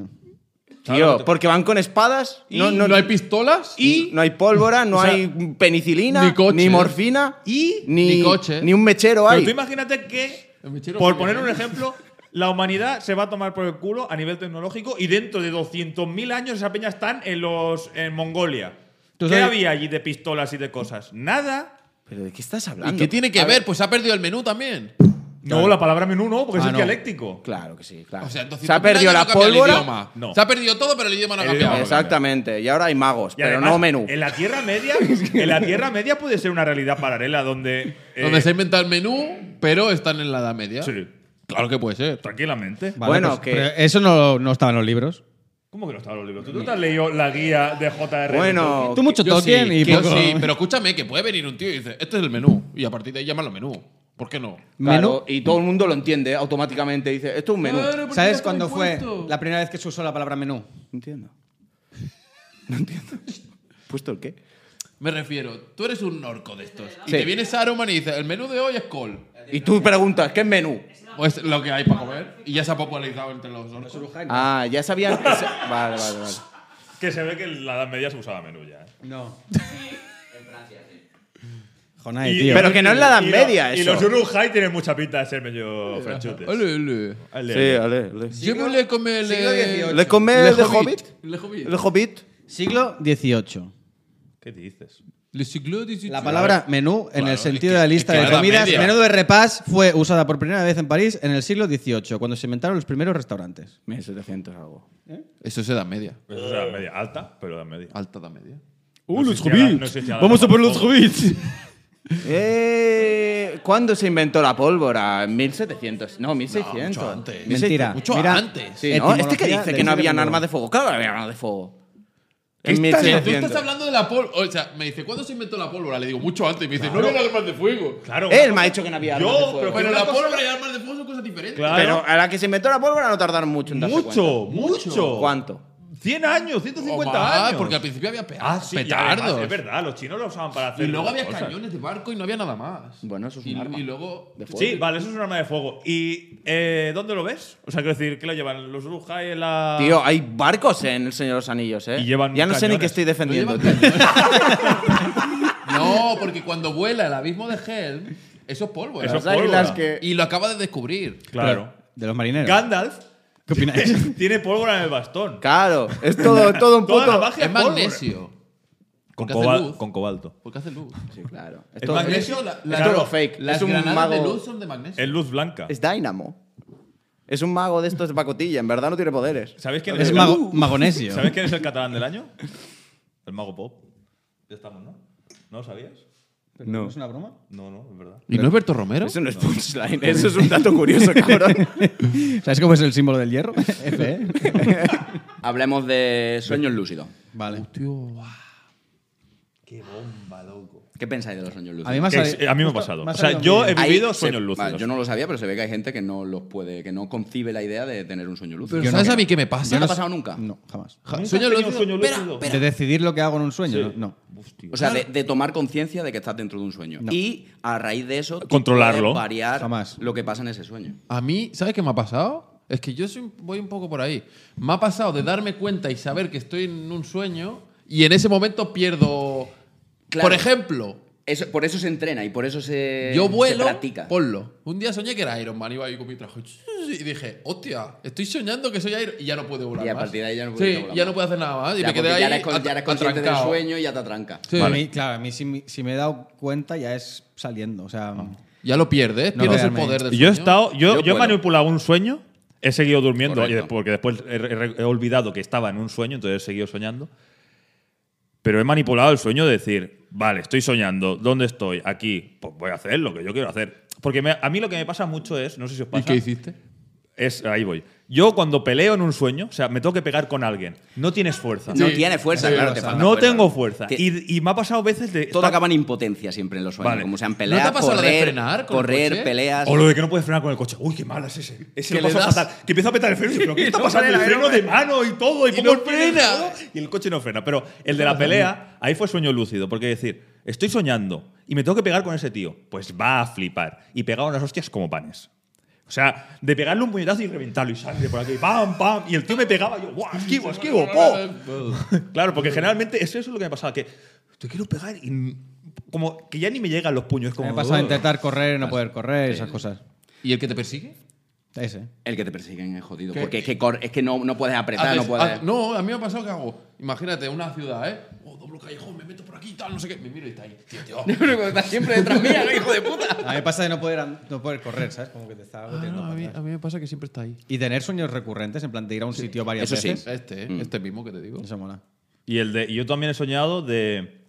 Speaker 1: Tío, porque van con espadas,
Speaker 3: No,
Speaker 1: no, no,
Speaker 3: hay pistolas y.
Speaker 1: no hay pólvora, no
Speaker 3: O sea,
Speaker 1: hay penicilina,
Speaker 3: ni
Speaker 1: ni,
Speaker 3: coches.
Speaker 1: morfina,
Speaker 3: Y-
Speaker 1: ni,
Speaker 3: ni coches.
Speaker 1: ni un mechero
Speaker 4: Pero
Speaker 1: hay.
Speaker 4: tú imagínate que,
Speaker 3: El mechero
Speaker 4: por
Speaker 3: que
Speaker 4: poner un
Speaker 3: viene.
Speaker 4: ejemplo, la humanidad se va a tomar por el culo a nivel tecnológico y dentro de 200.000 años esa peña están en los en Mongolia.
Speaker 2: Tú
Speaker 4: ¿Qué
Speaker 2: sabes-
Speaker 4: había allí de pistolas y de cosas? Nada.
Speaker 1: ¿Pero de qué estás hablando?
Speaker 3: ¿Y qué tiene que
Speaker 1: A
Speaker 3: ver? Pues ha perdido el menú también.
Speaker 4: No, la palabra menú no, porque
Speaker 2: Ah,
Speaker 4: es
Speaker 2: no.
Speaker 4: dialéctico.
Speaker 1: Claro que sí, claro.
Speaker 3: O sea, en 200.000
Speaker 1: se ha perdido
Speaker 3: años
Speaker 1: la
Speaker 3: no cambia el
Speaker 1: pólvora.
Speaker 3: idioma.
Speaker 4: No.
Speaker 3: Se ha perdido todo, pero el idioma no ha
Speaker 4: El
Speaker 3: cambiado.
Speaker 4: idioma.
Speaker 1: Exactamente, y ahora hay magos,
Speaker 4: Y
Speaker 1: pero
Speaker 4: además,
Speaker 1: no menú.
Speaker 4: En la Tierra Media, en la Tierra Media puede ser una realidad paralela donde. eh,
Speaker 3: Donde se ha inventado el menú, pero están en la Edad Media.
Speaker 4: Sí,
Speaker 3: Claro que puede ser.
Speaker 4: tranquilamente.
Speaker 2: Vale,
Speaker 1: Bueno,
Speaker 2: pues-
Speaker 1: que-
Speaker 2: pero eso no, no estaba en los libros.
Speaker 4: ¿Cómo que no estaba en los libros? ¿Tú, tú te has leído la guía de J.R. Tolkien?
Speaker 1: Bueno,
Speaker 2: Tú mucho
Speaker 3: Yo sí,
Speaker 2: Tolkien y
Speaker 3: yo
Speaker 2: poco-
Speaker 3: sí, pero escúchame, que puede venir un tío y dice, este es el menú. Y a partir de ahí llamarlo menú. ¿Por qué no?
Speaker 1: claro, y todo el mundo lo entiende automáticamente. Dice, esto es un menú.
Speaker 5: Claro. ¿Por qué
Speaker 2: ¿Sabes
Speaker 5: no
Speaker 2: cuándo
Speaker 5: te
Speaker 2: fue
Speaker 5: cuento?
Speaker 2: la primera vez que se usó la palabra menú?
Speaker 1: No entiendo. No entiendo. ¿Puesto el qué?
Speaker 3: Me refiero, tú eres un orco de estos. Y
Speaker 1: Sí.
Speaker 3: te viene Saruman y dice, el menú de hoy es col.
Speaker 1: Y tú preguntas, ¿qué es menú?
Speaker 3: Pues lo que hay para comer. Y ya se ha popularizado entre los orcos.
Speaker 1: Ah, ya sabían. ese- Vale, vale, vale.
Speaker 4: Que se ve que en la Edad Media se usaba menú ya. ¿eh?
Speaker 2: No. en Francia, sí. Jonai,
Speaker 4: Y-
Speaker 2: tío.
Speaker 1: pero- que no es la Edad
Speaker 4: y lo-
Speaker 1: Media,
Speaker 4: Y
Speaker 1: eso.
Speaker 4: los Uruk-hai tienen mucha pinta de ser medio franchutes.
Speaker 3: Ole, ole.
Speaker 4: Ale,
Speaker 1: Sí,
Speaker 4: ale.
Speaker 1: ale, ale.
Speaker 3: Yo voy a comer
Speaker 2: siglo XVIII.
Speaker 1: ¿Le come
Speaker 3: Le
Speaker 1: el de
Speaker 3: Hobbit.
Speaker 1: Hobbit?
Speaker 3: Le Hobbit.
Speaker 1: ¿El Hobbit?
Speaker 2: Siglo XVIII.
Speaker 4: ¿Qué dices?
Speaker 3: Le siglo XVIII.
Speaker 2: La palabra menú, en el sentido
Speaker 3: es
Speaker 2: de
Speaker 3: que-
Speaker 2: la lista
Speaker 3: es que
Speaker 2: de
Speaker 3: la
Speaker 2: comidas,
Speaker 3: media.
Speaker 2: menudo de repas, fue usada por primera vez en París en el siglo XVIII, cuando se inventaron los primeros restaurantes.
Speaker 1: 1700 algo.
Speaker 3: Eso es edad media.
Speaker 4: Eso es la pues, media alta, pero la media.
Speaker 3: Alta edad media.
Speaker 4: ¡Uh, los hobbits!
Speaker 2: Vamos a por los hobbits.
Speaker 1: Eh, ¿Cuándo se inventó la pólvora? En 1700. No, 1600.
Speaker 3: mucho antes.
Speaker 2: Mentira.
Speaker 3: Mucho
Speaker 2: Mira,
Speaker 3: antes.
Speaker 1: Sí, ¿no?
Speaker 2: Etimología
Speaker 1: Este que dice
Speaker 2: del
Speaker 1: que no habían
Speaker 2: siglo
Speaker 1: armas de fuego. Claro que había armas de fuego.
Speaker 4: ¿Qué
Speaker 1: En
Speaker 4: estás-
Speaker 3: O sea, tú estás
Speaker 1: 1600.
Speaker 3: hablando de la pólvora. O sea, me dice, ¿cuándo se inventó la pólvora? Le digo, mucho antes. Y me dice, no había armas de fuego.
Speaker 4: Claro.
Speaker 1: Él me ha dicho que no había armas
Speaker 4: Yo,
Speaker 1: de fuego.
Speaker 4: pero-
Speaker 3: Pero
Speaker 4: Una
Speaker 3: la
Speaker 4: cosa-
Speaker 3: pólvora y armas de fuego son cosas diferentes.
Speaker 1: Pero
Speaker 4: Claro.
Speaker 1: a la que se inventó la pólvora no tardaron mucho en darse cuenta.
Speaker 4: mucho, mucho.
Speaker 1: ¿Cuánto?
Speaker 4: 100 años,
Speaker 3: O
Speaker 4: 150
Speaker 3: más,
Speaker 4: años.
Speaker 3: porque al principio había pe-
Speaker 4: Ah, sí, y
Speaker 3: petardos.
Speaker 4: además, es verdad, los chinos lo usaban para
Speaker 3: Y
Speaker 4: hacer.
Speaker 3: luego había
Speaker 4: cosas.
Speaker 3: cañones de barco y no había nada más.
Speaker 1: Bueno, eso es un
Speaker 3: y,
Speaker 1: arma.
Speaker 3: Y luego.
Speaker 1: De fuego.
Speaker 4: Sí, vale, eso es un arma de fuego. ¿Y eh, dónde lo ves? O sea, quiero decir, ¿qué lo llevan? ¿Los Urujai en la.?
Speaker 1: Tío, hay barcos en El Señor de los Anillos, ¿eh?
Speaker 4: Y llevan
Speaker 1: ya no sé ni
Speaker 4: cañones.
Speaker 1: qué estoy
Speaker 3: No
Speaker 1: defendiendo.
Speaker 3: llevan
Speaker 1: tío.
Speaker 3: cañones. No, porque cuando vuela el abismo de Helm, eso es pólvora.
Speaker 4: Eso es
Speaker 1: Las águilas
Speaker 4: pólvora.
Speaker 1: que...
Speaker 3: Y lo acaba de descubrir.
Speaker 4: Claro.
Speaker 2: De los marineros.
Speaker 4: Gandalf
Speaker 2: ¿Qué opináis?
Speaker 4: tiene pólvora en el bastón.
Speaker 1: Claro, es todo, todo un
Speaker 4: Toda la
Speaker 1: puto...
Speaker 4: magia
Speaker 3: Es
Speaker 4: pólvora.
Speaker 3: magnesio.
Speaker 4: Con,
Speaker 3: Porque hace
Speaker 4: cobal-
Speaker 3: luz.
Speaker 4: con cobalto.
Speaker 3: Porque hace luz.
Speaker 1: Sí, claro. Es
Speaker 4: El
Speaker 1: todo-
Speaker 4: magnesio,
Speaker 1: es-
Speaker 3: la-
Speaker 1: es
Speaker 3: la-
Speaker 1: todo fake.
Speaker 3: Las
Speaker 1: es un
Speaker 3: granadas
Speaker 1: mago...
Speaker 3: de luz son de magnesio.
Speaker 4: Es luz blanca.
Speaker 1: Es Dynamo. Es un mago de estos de pacotilla, en verdad no tiene poderes.
Speaker 4: ¿Sabéis quién es,
Speaker 2: Es
Speaker 4: el-
Speaker 2: mago- magonesio.
Speaker 4: ¿Sabéis quién es el catalán del año? El mago pop. Ya estamos, ¿no? ¿No lo sabías?
Speaker 1: No.
Speaker 2: ¿Es una broma?
Speaker 4: No, no, es verdad.
Speaker 3: ¿Y no es Berto Romero?
Speaker 1: Eso no es punchline, eso es un dato curioso, cabrón.
Speaker 2: ¿Sabes cómo es el símbolo del hierro? F, ¿eh?
Speaker 1: Hablemos de sueños lúcidos.
Speaker 2: Vale.
Speaker 4: Qué bomba, loco.
Speaker 6: ¿Qué pensáis de los sueños
Speaker 2: A
Speaker 6: lúcidos?
Speaker 2: mí me ha
Speaker 4: Que
Speaker 2: sali-
Speaker 4: es- a mí me ha
Speaker 2: justo
Speaker 4: pasado.
Speaker 2: me ha
Speaker 4: O sea,
Speaker 2: salido
Speaker 4: yo
Speaker 2: un
Speaker 4: he
Speaker 2: vídeo.
Speaker 6: Ahí
Speaker 4: vivido
Speaker 6: se-
Speaker 4: sueños
Speaker 6: vale,
Speaker 4: lúcidos.
Speaker 6: yo no lo sabía, pero se ve que hay gente que no los puede, que no concibe la idea de tener un sueño lúcido.
Speaker 3: Pero
Speaker 2: Yo no
Speaker 3: ¿sabes a
Speaker 2: creo.
Speaker 3: mí qué me pasa?
Speaker 6: ¿No te ha pasado nunca?
Speaker 2: No, jamás.
Speaker 3: Ja-
Speaker 4: ¿Nunca has
Speaker 3: sueño
Speaker 4: tenido
Speaker 3: lúcido.
Speaker 4: sueño
Speaker 3: Espera,
Speaker 4: lúcido?
Speaker 3: espera.
Speaker 2: De decidir lo que hago en un sueño,
Speaker 4: Sí.
Speaker 2: no.
Speaker 4: Hostia.
Speaker 6: O sea, de, de tomar conciencia de que estás dentro de un sueño. Y a raíz de eso, tú
Speaker 4: Controlarlo.
Speaker 6: puedes variar
Speaker 2: Jamás.
Speaker 6: lo que pasa en ese sueño.
Speaker 3: A mí, ¿sabes qué me ha pasado? Es que yo soy un- voy un poco por ahí. Me ha pasado de darme cuenta y saber que estoy en un sueño y en ese momento pierdo.
Speaker 6: Claro.
Speaker 3: Por ejemplo,
Speaker 6: Eso, por eso se entrena y por eso se,
Speaker 3: yo
Speaker 6: se
Speaker 3: vuelo.
Speaker 6: practica.
Speaker 3: Ponlo. Un día soñé que era Iron Man, iba ahí con mi traje. Y dije, hostia, estoy soñando que soy Iron Y ya no puedo volar.
Speaker 6: Y a
Speaker 3: más.
Speaker 6: partir de ahí ya no puedes
Speaker 3: Sí,
Speaker 6: volar
Speaker 3: ya
Speaker 6: más.
Speaker 3: no puedo hacer nada más. Y
Speaker 6: Ya,
Speaker 3: me quedé
Speaker 6: porque
Speaker 3: ahí.
Speaker 6: ya eres, con- ya eres
Speaker 3: at-
Speaker 6: consciente
Speaker 3: atrancado.
Speaker 6: del sueño y ya te atranca.
Speaker 3: Sí.
Speaker 2: A mí, claro, a mí si, me- si me he dado cuenta ya es saliendo. O sea,
Speaker 3: Ya lo pierdes,
Speaker 2: No,
Speaker 3: pierdes el
Speaker 2: realmente.
Speaker 3: poder del
Speaker 4: Yo he
Speaker 3: sueño.
Speaker 4: estado, yo, pues,
Speaker 6: Yo
Speaker 4: yo he
Speaker 6: puedo.
Speaker 4: manipulado un sueño, he seguido durmiendo,
Speaker 6: Correcto.
Speaker 4: y de- porque después he, re- he olvidado que estaba en un sueño, entonces he seguido soñando. Pero he manipulado el sueño de decir, vale, estoy soñando, ¿dónde estoy? Aquí, pues voy a hacer lo que yo quiero hacer. Porque me- a mí lo que me pasa mucho es, no sé si os
Speaker 3: ¿Y
Speaker 4: pasa.
Speaker 3: qué hiciste?
Speaker 4: Es, ahí voy. Yo cuando peleo en un sueño, o sea, me tengo que pegar con alguien. No tienes fuerza.
Speaker 6: No
Speaker 3: Sí.
Speaker 6: tiene fuerza,
Speaker 3: Sí,
Speaker 6: claro,
Speaker 3: o
Speaker 6: te
Speaker 3: sea,
Speaker 6: falta
Speaker 4: No
Speaker 6: fuerza.
Speaker 4: tengo fuerza.
Speaker 6: Te-
Speaker 4: Y, y me ha pasado veces de.
Speaker 6: todo acaba en impotencia siempre en los sueños.
Speaker 4: Vale.
Speaker 6: Como sean
Speaker 4: ¿No
Speaker 6: peleas,
Speaker 3: te ha pasado lo de
Speaker 6: correr,
Speaker 3: frenar con el coche?
Speaker 6: correr, peleas.
Speaker 4: O lo de que no puedes frenar con el coche. Uy, qué mala es ese. Ese
Speaker 3: Que
Speaker 4: lo
Speaker 3: le
Speaker 4: pasa
Speaker 3: das-
Speaker 4: fatal. Que empieza a petar el freno. y dice, Pero ¿qué está
Speaker 3: No
Speaker 4: pasando? El
Speaker 3: frena,
Speaker 4: freno
Speaker 3: no
Speaker 4: de mano y todo. Y,
Speaker 3: Y
Speaker 4: pongo
Speaker 3: no
Speaker 4: el pie en el
Speaker 3: frena.
Speaker 4: todo, Y el coche no frena. Pero el de la pelea, ahí fue sueño lúcido. Porque decir, estoy soñando y me tengo que pegar con ese tío. Pues va a flipar. Y pegaba unas hostias como panes. O sea, de pegarle un puñetazo y reventarlo y sangre por aquí, pam, pam. Y el tío me pegaba, y yo, guau, esquivo, esquivo, po. Claro, porque generalmente eso, eso es lo que me pasaba, que te quiero pegar y n- como que ya ni me llegan los puños. Como,
Speaker 2: me ha pasado
Speaker 4: "Ugh".
Speaker 2: intentar correr y no poder correr, esas cosas.
Speaker 3: ¿Y el que te persigue?
Speaker 2: Ese.
Speaker 6: El que te persiguen es jodido.
Speaker 3: ¿Qué?
Speaker 6: Porque es que, cor- es que no, no puedes apretar,
Speaker 3: Haces-
Speaker 6: no puedes.
Speaker 3: ha- no, a mí me ha pasado que hago. Imagínate, una ciudad, ¿eh? Oh, doblo callejón, me meto por aquí y tal, no sé qué. Me miro y está ahí. Tío, tío.
Speaker 1: Estás siempre detrás mía, ¿no, hijo de puta?
Speaker 2: A mí me pasa de no poder, an- no poder correr, ¿sabes? Como que te está
Speaker 3: Ah,
Speaker 2: agotiendo
Speaker 3: no, a,
Speaker 2: para
Speaker 3: mí,
Speaker 2: atrás.
Speaker 3: a mí me pasa que siempre está ahí.
Speaker 2: Y tener sueños recurrentes, en plan de ir a un sitio varias
Speaker 7: Eso sí.
Speaker 2: veces.
Speaker 3: Este, ¿eh? este mismo que te digo.
Speaker 2: Eso mola.
Speaker 4: Y el de. y yo también he soñado de.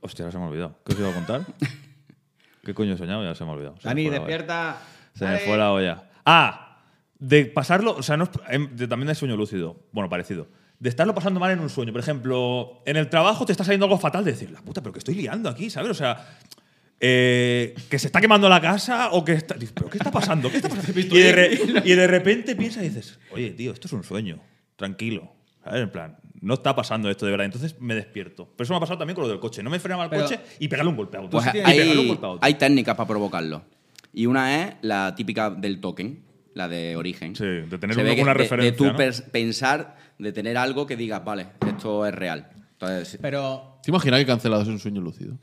Speaker 4: Hostia, ahora se me ha olvidado. ¿Qué os iba a contar? ¿Qué coño he soñado? Ya se me ha olvidado. Se me
Speaker 2: Dani,
Speaker 4: fue la olla.
Speaker 2: despierta.
Speaker 4: Se me
Speaker 2: Dani.
Speaker 4: fue la olla. Ah, de pasarlo. O sea, no es- em, de- también de sueño lúcido. Bueno, parecido. De estarlo pasando mal en un sueño. Por ejemplo, en el trabajo te está saliendo algo fatal de decir, la puta, pero que estoy liando aquí, ¿sabes? O sea. eh, que se está quemando la casa o que está. dices, ¿Pero qué está pasando? ¿Qué está pasando? Y, de re- y de repente piensas y dices, oye, tío, esto es un sueño. Tranquilo. ¿Sabes? En plan, no está pasando esto de verdad. Entonces me despierto. Pero eso me ha pasado también con lo del coche. No me frenaba el
Speaker 2: Pero-
Speaker 4: coche y pegarle un golpe a otro.
Speaker 1: Pues
Speaker 4: Y pegarle un
Speaker 1: hay,
Speaker 4: golpe a otro.
Speaker 1: hay técnicas para provocarlo. Y una es la típica del token, la de origen.
Speaker 4: Sí, de tener
Speaker 1: Se
Speaker 4: un-
Speaker 1: ve que
Speaker 4: una
Speaker 1: de- de
Speaker 4: referencia,
Speaker 1: tú
Speaker 4: ¿no?
Speaker 1: pers- pensar, de tener algo que digas, vale, esto es real. Entonces,
Speaker 2: Pero
Speaker 3: ¿Te imaginas que cancelado es un sueño lúcido?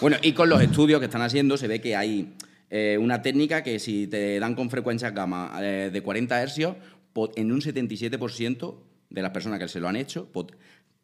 Speaker 1: Bueno, y con los estudios que están haciendo se ve que hay eh, una técnica que si te dan con frecuencias gamma eh, de 40 hercios, po- en un 77% de las personas que se lo han hecho, pot-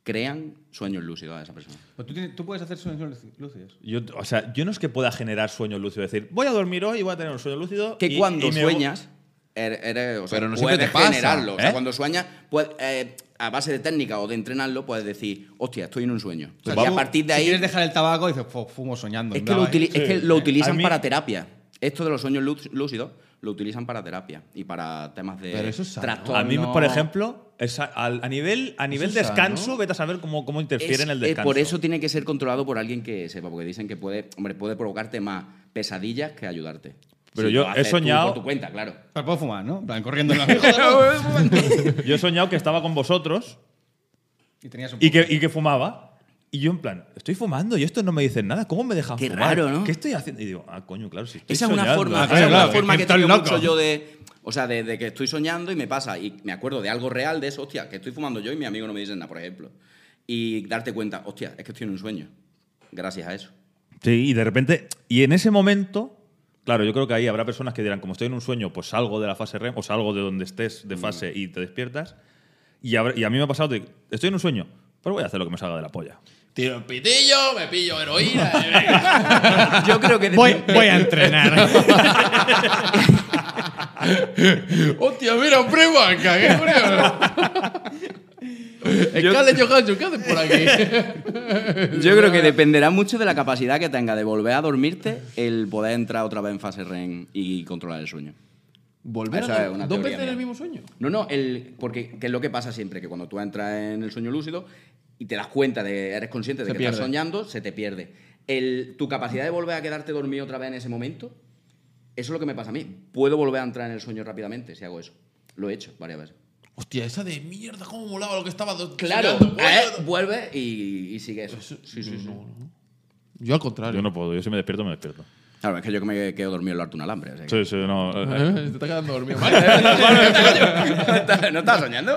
Speaker 1: crean sueños lúcidos a esa persona.
Speaker 2: Pero Pues tú, tienes- tú puedes hacer sueños lúcidos.
Speaker 4: Yo, o sea, yo no es que pueda generar sueño lúcido, es decir, voy a dormir hoy y voy a tener un sueño lúcido.
Speaker 1: Que
Speaker 4: y-
Speaker 1: cuando
Speaker 4: y me-
Speaker 1: sueñas, er- eres, o sea,
Speaker 3: Pero no siempre
Speaker 1: puedes
Speaker 3: te pasa,
Speaker 1: generarlo. O sea,
Speaker 4: ¿eh?
Speaker 1: cuando sueñas, pues, eh, a base de técnica o de entrenarlo, puedes decir, hostia, estoy en un sueño.
Speaker 3: Pues
Speaker 2: O sea,
Speaker 1: y a
Speaker 2: tú-
Speaker 1: partir de
Speaker 2: si
Speaker 1: ahí...
Speaker 2: quieres dejar el tabaco, dices, "Fu- fumo soñando.
Speaker 1: Es
Speaker 2: en
Speaker 1: que, lo,
Speaker 2: plan, ¿eh?
Speaker 1: utili- es que lo
Speaker 4: A
Speaker 1: utilizan
Speaker 4: mí-
Speaker 1: para terapia. Esto de los sueños lú- lúcidos lo utilizan para terapia y para temas de
Speaker 3: Pero eso es sano.
Speaker 1: trastorno.
Speaker 4: A mí, por ejemplo, es a, al- a nivel, a nivel
Speaker 3: Eso es
Speaker 4: descanso,
Speaker 3: sano.
Speaker 4: vete a saber cómo, cómo
Speaker 1: Es-
Speaker 4: interfiere en el
Speaker 1: eh,
Speaker 4: descanso.
Speaker 1: por eso tiene que ser controlado por alguien que sepa, porque dicen que puede, hombre, puede provocarte más pesadillas que ayudarte.
Speaker 4: Pero
Speaker 1: Si
Speaker 4: yo
Speaker 1: lo
Speaker 4: he
Speaker 1: haces tú
Speaker 4: soñado-
Speaker 1: por tu cuenta, claro.
Speaker 2: Pero puedo fumar, ¿no? En plan, corriendo en la mierda.
Speaker 4: Yo he soñado que estaba con vosotros
Speaker 2: y tenías un
Speaker 4: y que, y que fumaba. Y yo, en plan, estoy fumando y estos no me dicen nada. ¿Cómo me dejan
Speaker 1: Qué
Speaker 4: fumar?
Speaker 1: raro, ¿no?
Speaker 4: ¿Qué estoy haciendo? Y digo, ah, coño, claro, si estoy
Speaker 1: Esa es una
Speaker 4: soñando.
Speaker 1: forma,
Speaker 4: Ah,
Speaker 1: esa es una
Speaker 2: claro, que
Speaker 1: forma que
Speaker 2: estás
Speaker 1: tengo
Speaker 2: loco.
Speaker 1: mucho yo de. O sea, de, de que estoy soñando y me pasa. Y me acuerdo de algo real de eso, hostia, que estoy fumando yo y mi amigo no me dice nada, por ejemplo. Y darte cuenta, hostia, es que estoy en un sueño. Gracias a eso.
Speaker 4: Sí, y de repente, y en ese momento, claro, yo creo que ahí habrá personas que dirán, como estoy en un sueño, pues salgo de la fase REM o salgo de donde estés de fase y te despiertas. Y, habrá- y a mí me ha pasado de, estoy en un sueño, pues voy a hacer lo que me salga de la polla.
Speaker 3: Tiro el pitillo, me pillo heroína. y venga.
Speaker 1: Yo creo que.
Speaker 2: Voy, voy a entrenar.
Speaker 3: Hostia, mira, un pre-banca, qué curioso. Scarlett Johansson, ¿qué haces por aquí?
Speaker 1: Yo creo que dependerá mucho de la capacidad que tenga de volver a dormirte el poder entrar otra vez en fase REM y controlar el sueño.
Speaker 3: Volver
Speaker 1: Esa
Speaker 3: a
Speaker 1: es una
Speaker 3: dos
Speaker 1: teoría
Speaker 3: veces en
Speaker 1: mía.
Speaker 3: el mismo sueño.
Speaker 1: No, no, el, porque que es lo que pasa siempre, que cuando tú entras en el sueño lúcido y te das cuenta, de, eres consciente de
Speaker 3: Se
Speaker 1: que
Speaker 3: pierde.
Speaker 1: estás soñando, se te pierde. El, tu capacidad de volver a quedarte dormido otra vez en ese momento, eso es lo que me pasa a mí. Puedo volver a entrar en el sueño rápidamente si hago eso. Lo he hecho varias veces.
Speaker 3: Hostia, esa de mierda, cómo molaba lo que estaba do-
Speaker 1: Claro,
Speaker 3: soñando,
Speaker 1: eh,
Speaker 3: bueno.
Speaker 1: vuelve y, y sigue eso.
Speaker 3: Eso-
Speaker 1: Sí, sí, sí.
Speaker 3: no, no. Yo al contrario.
Speaker 4: Yo no puedo, yo si me despierto, me despierto.
Speaker 1: Claro, es que yo que me quedo dormido en lo harto un alambre. o sea que-
Speaker 4: Sí, sí, no. eh,
Speaker 3: ¿Eh? Te está quedando dormido. Vale,
Speaker 1: ¿No estás soñando?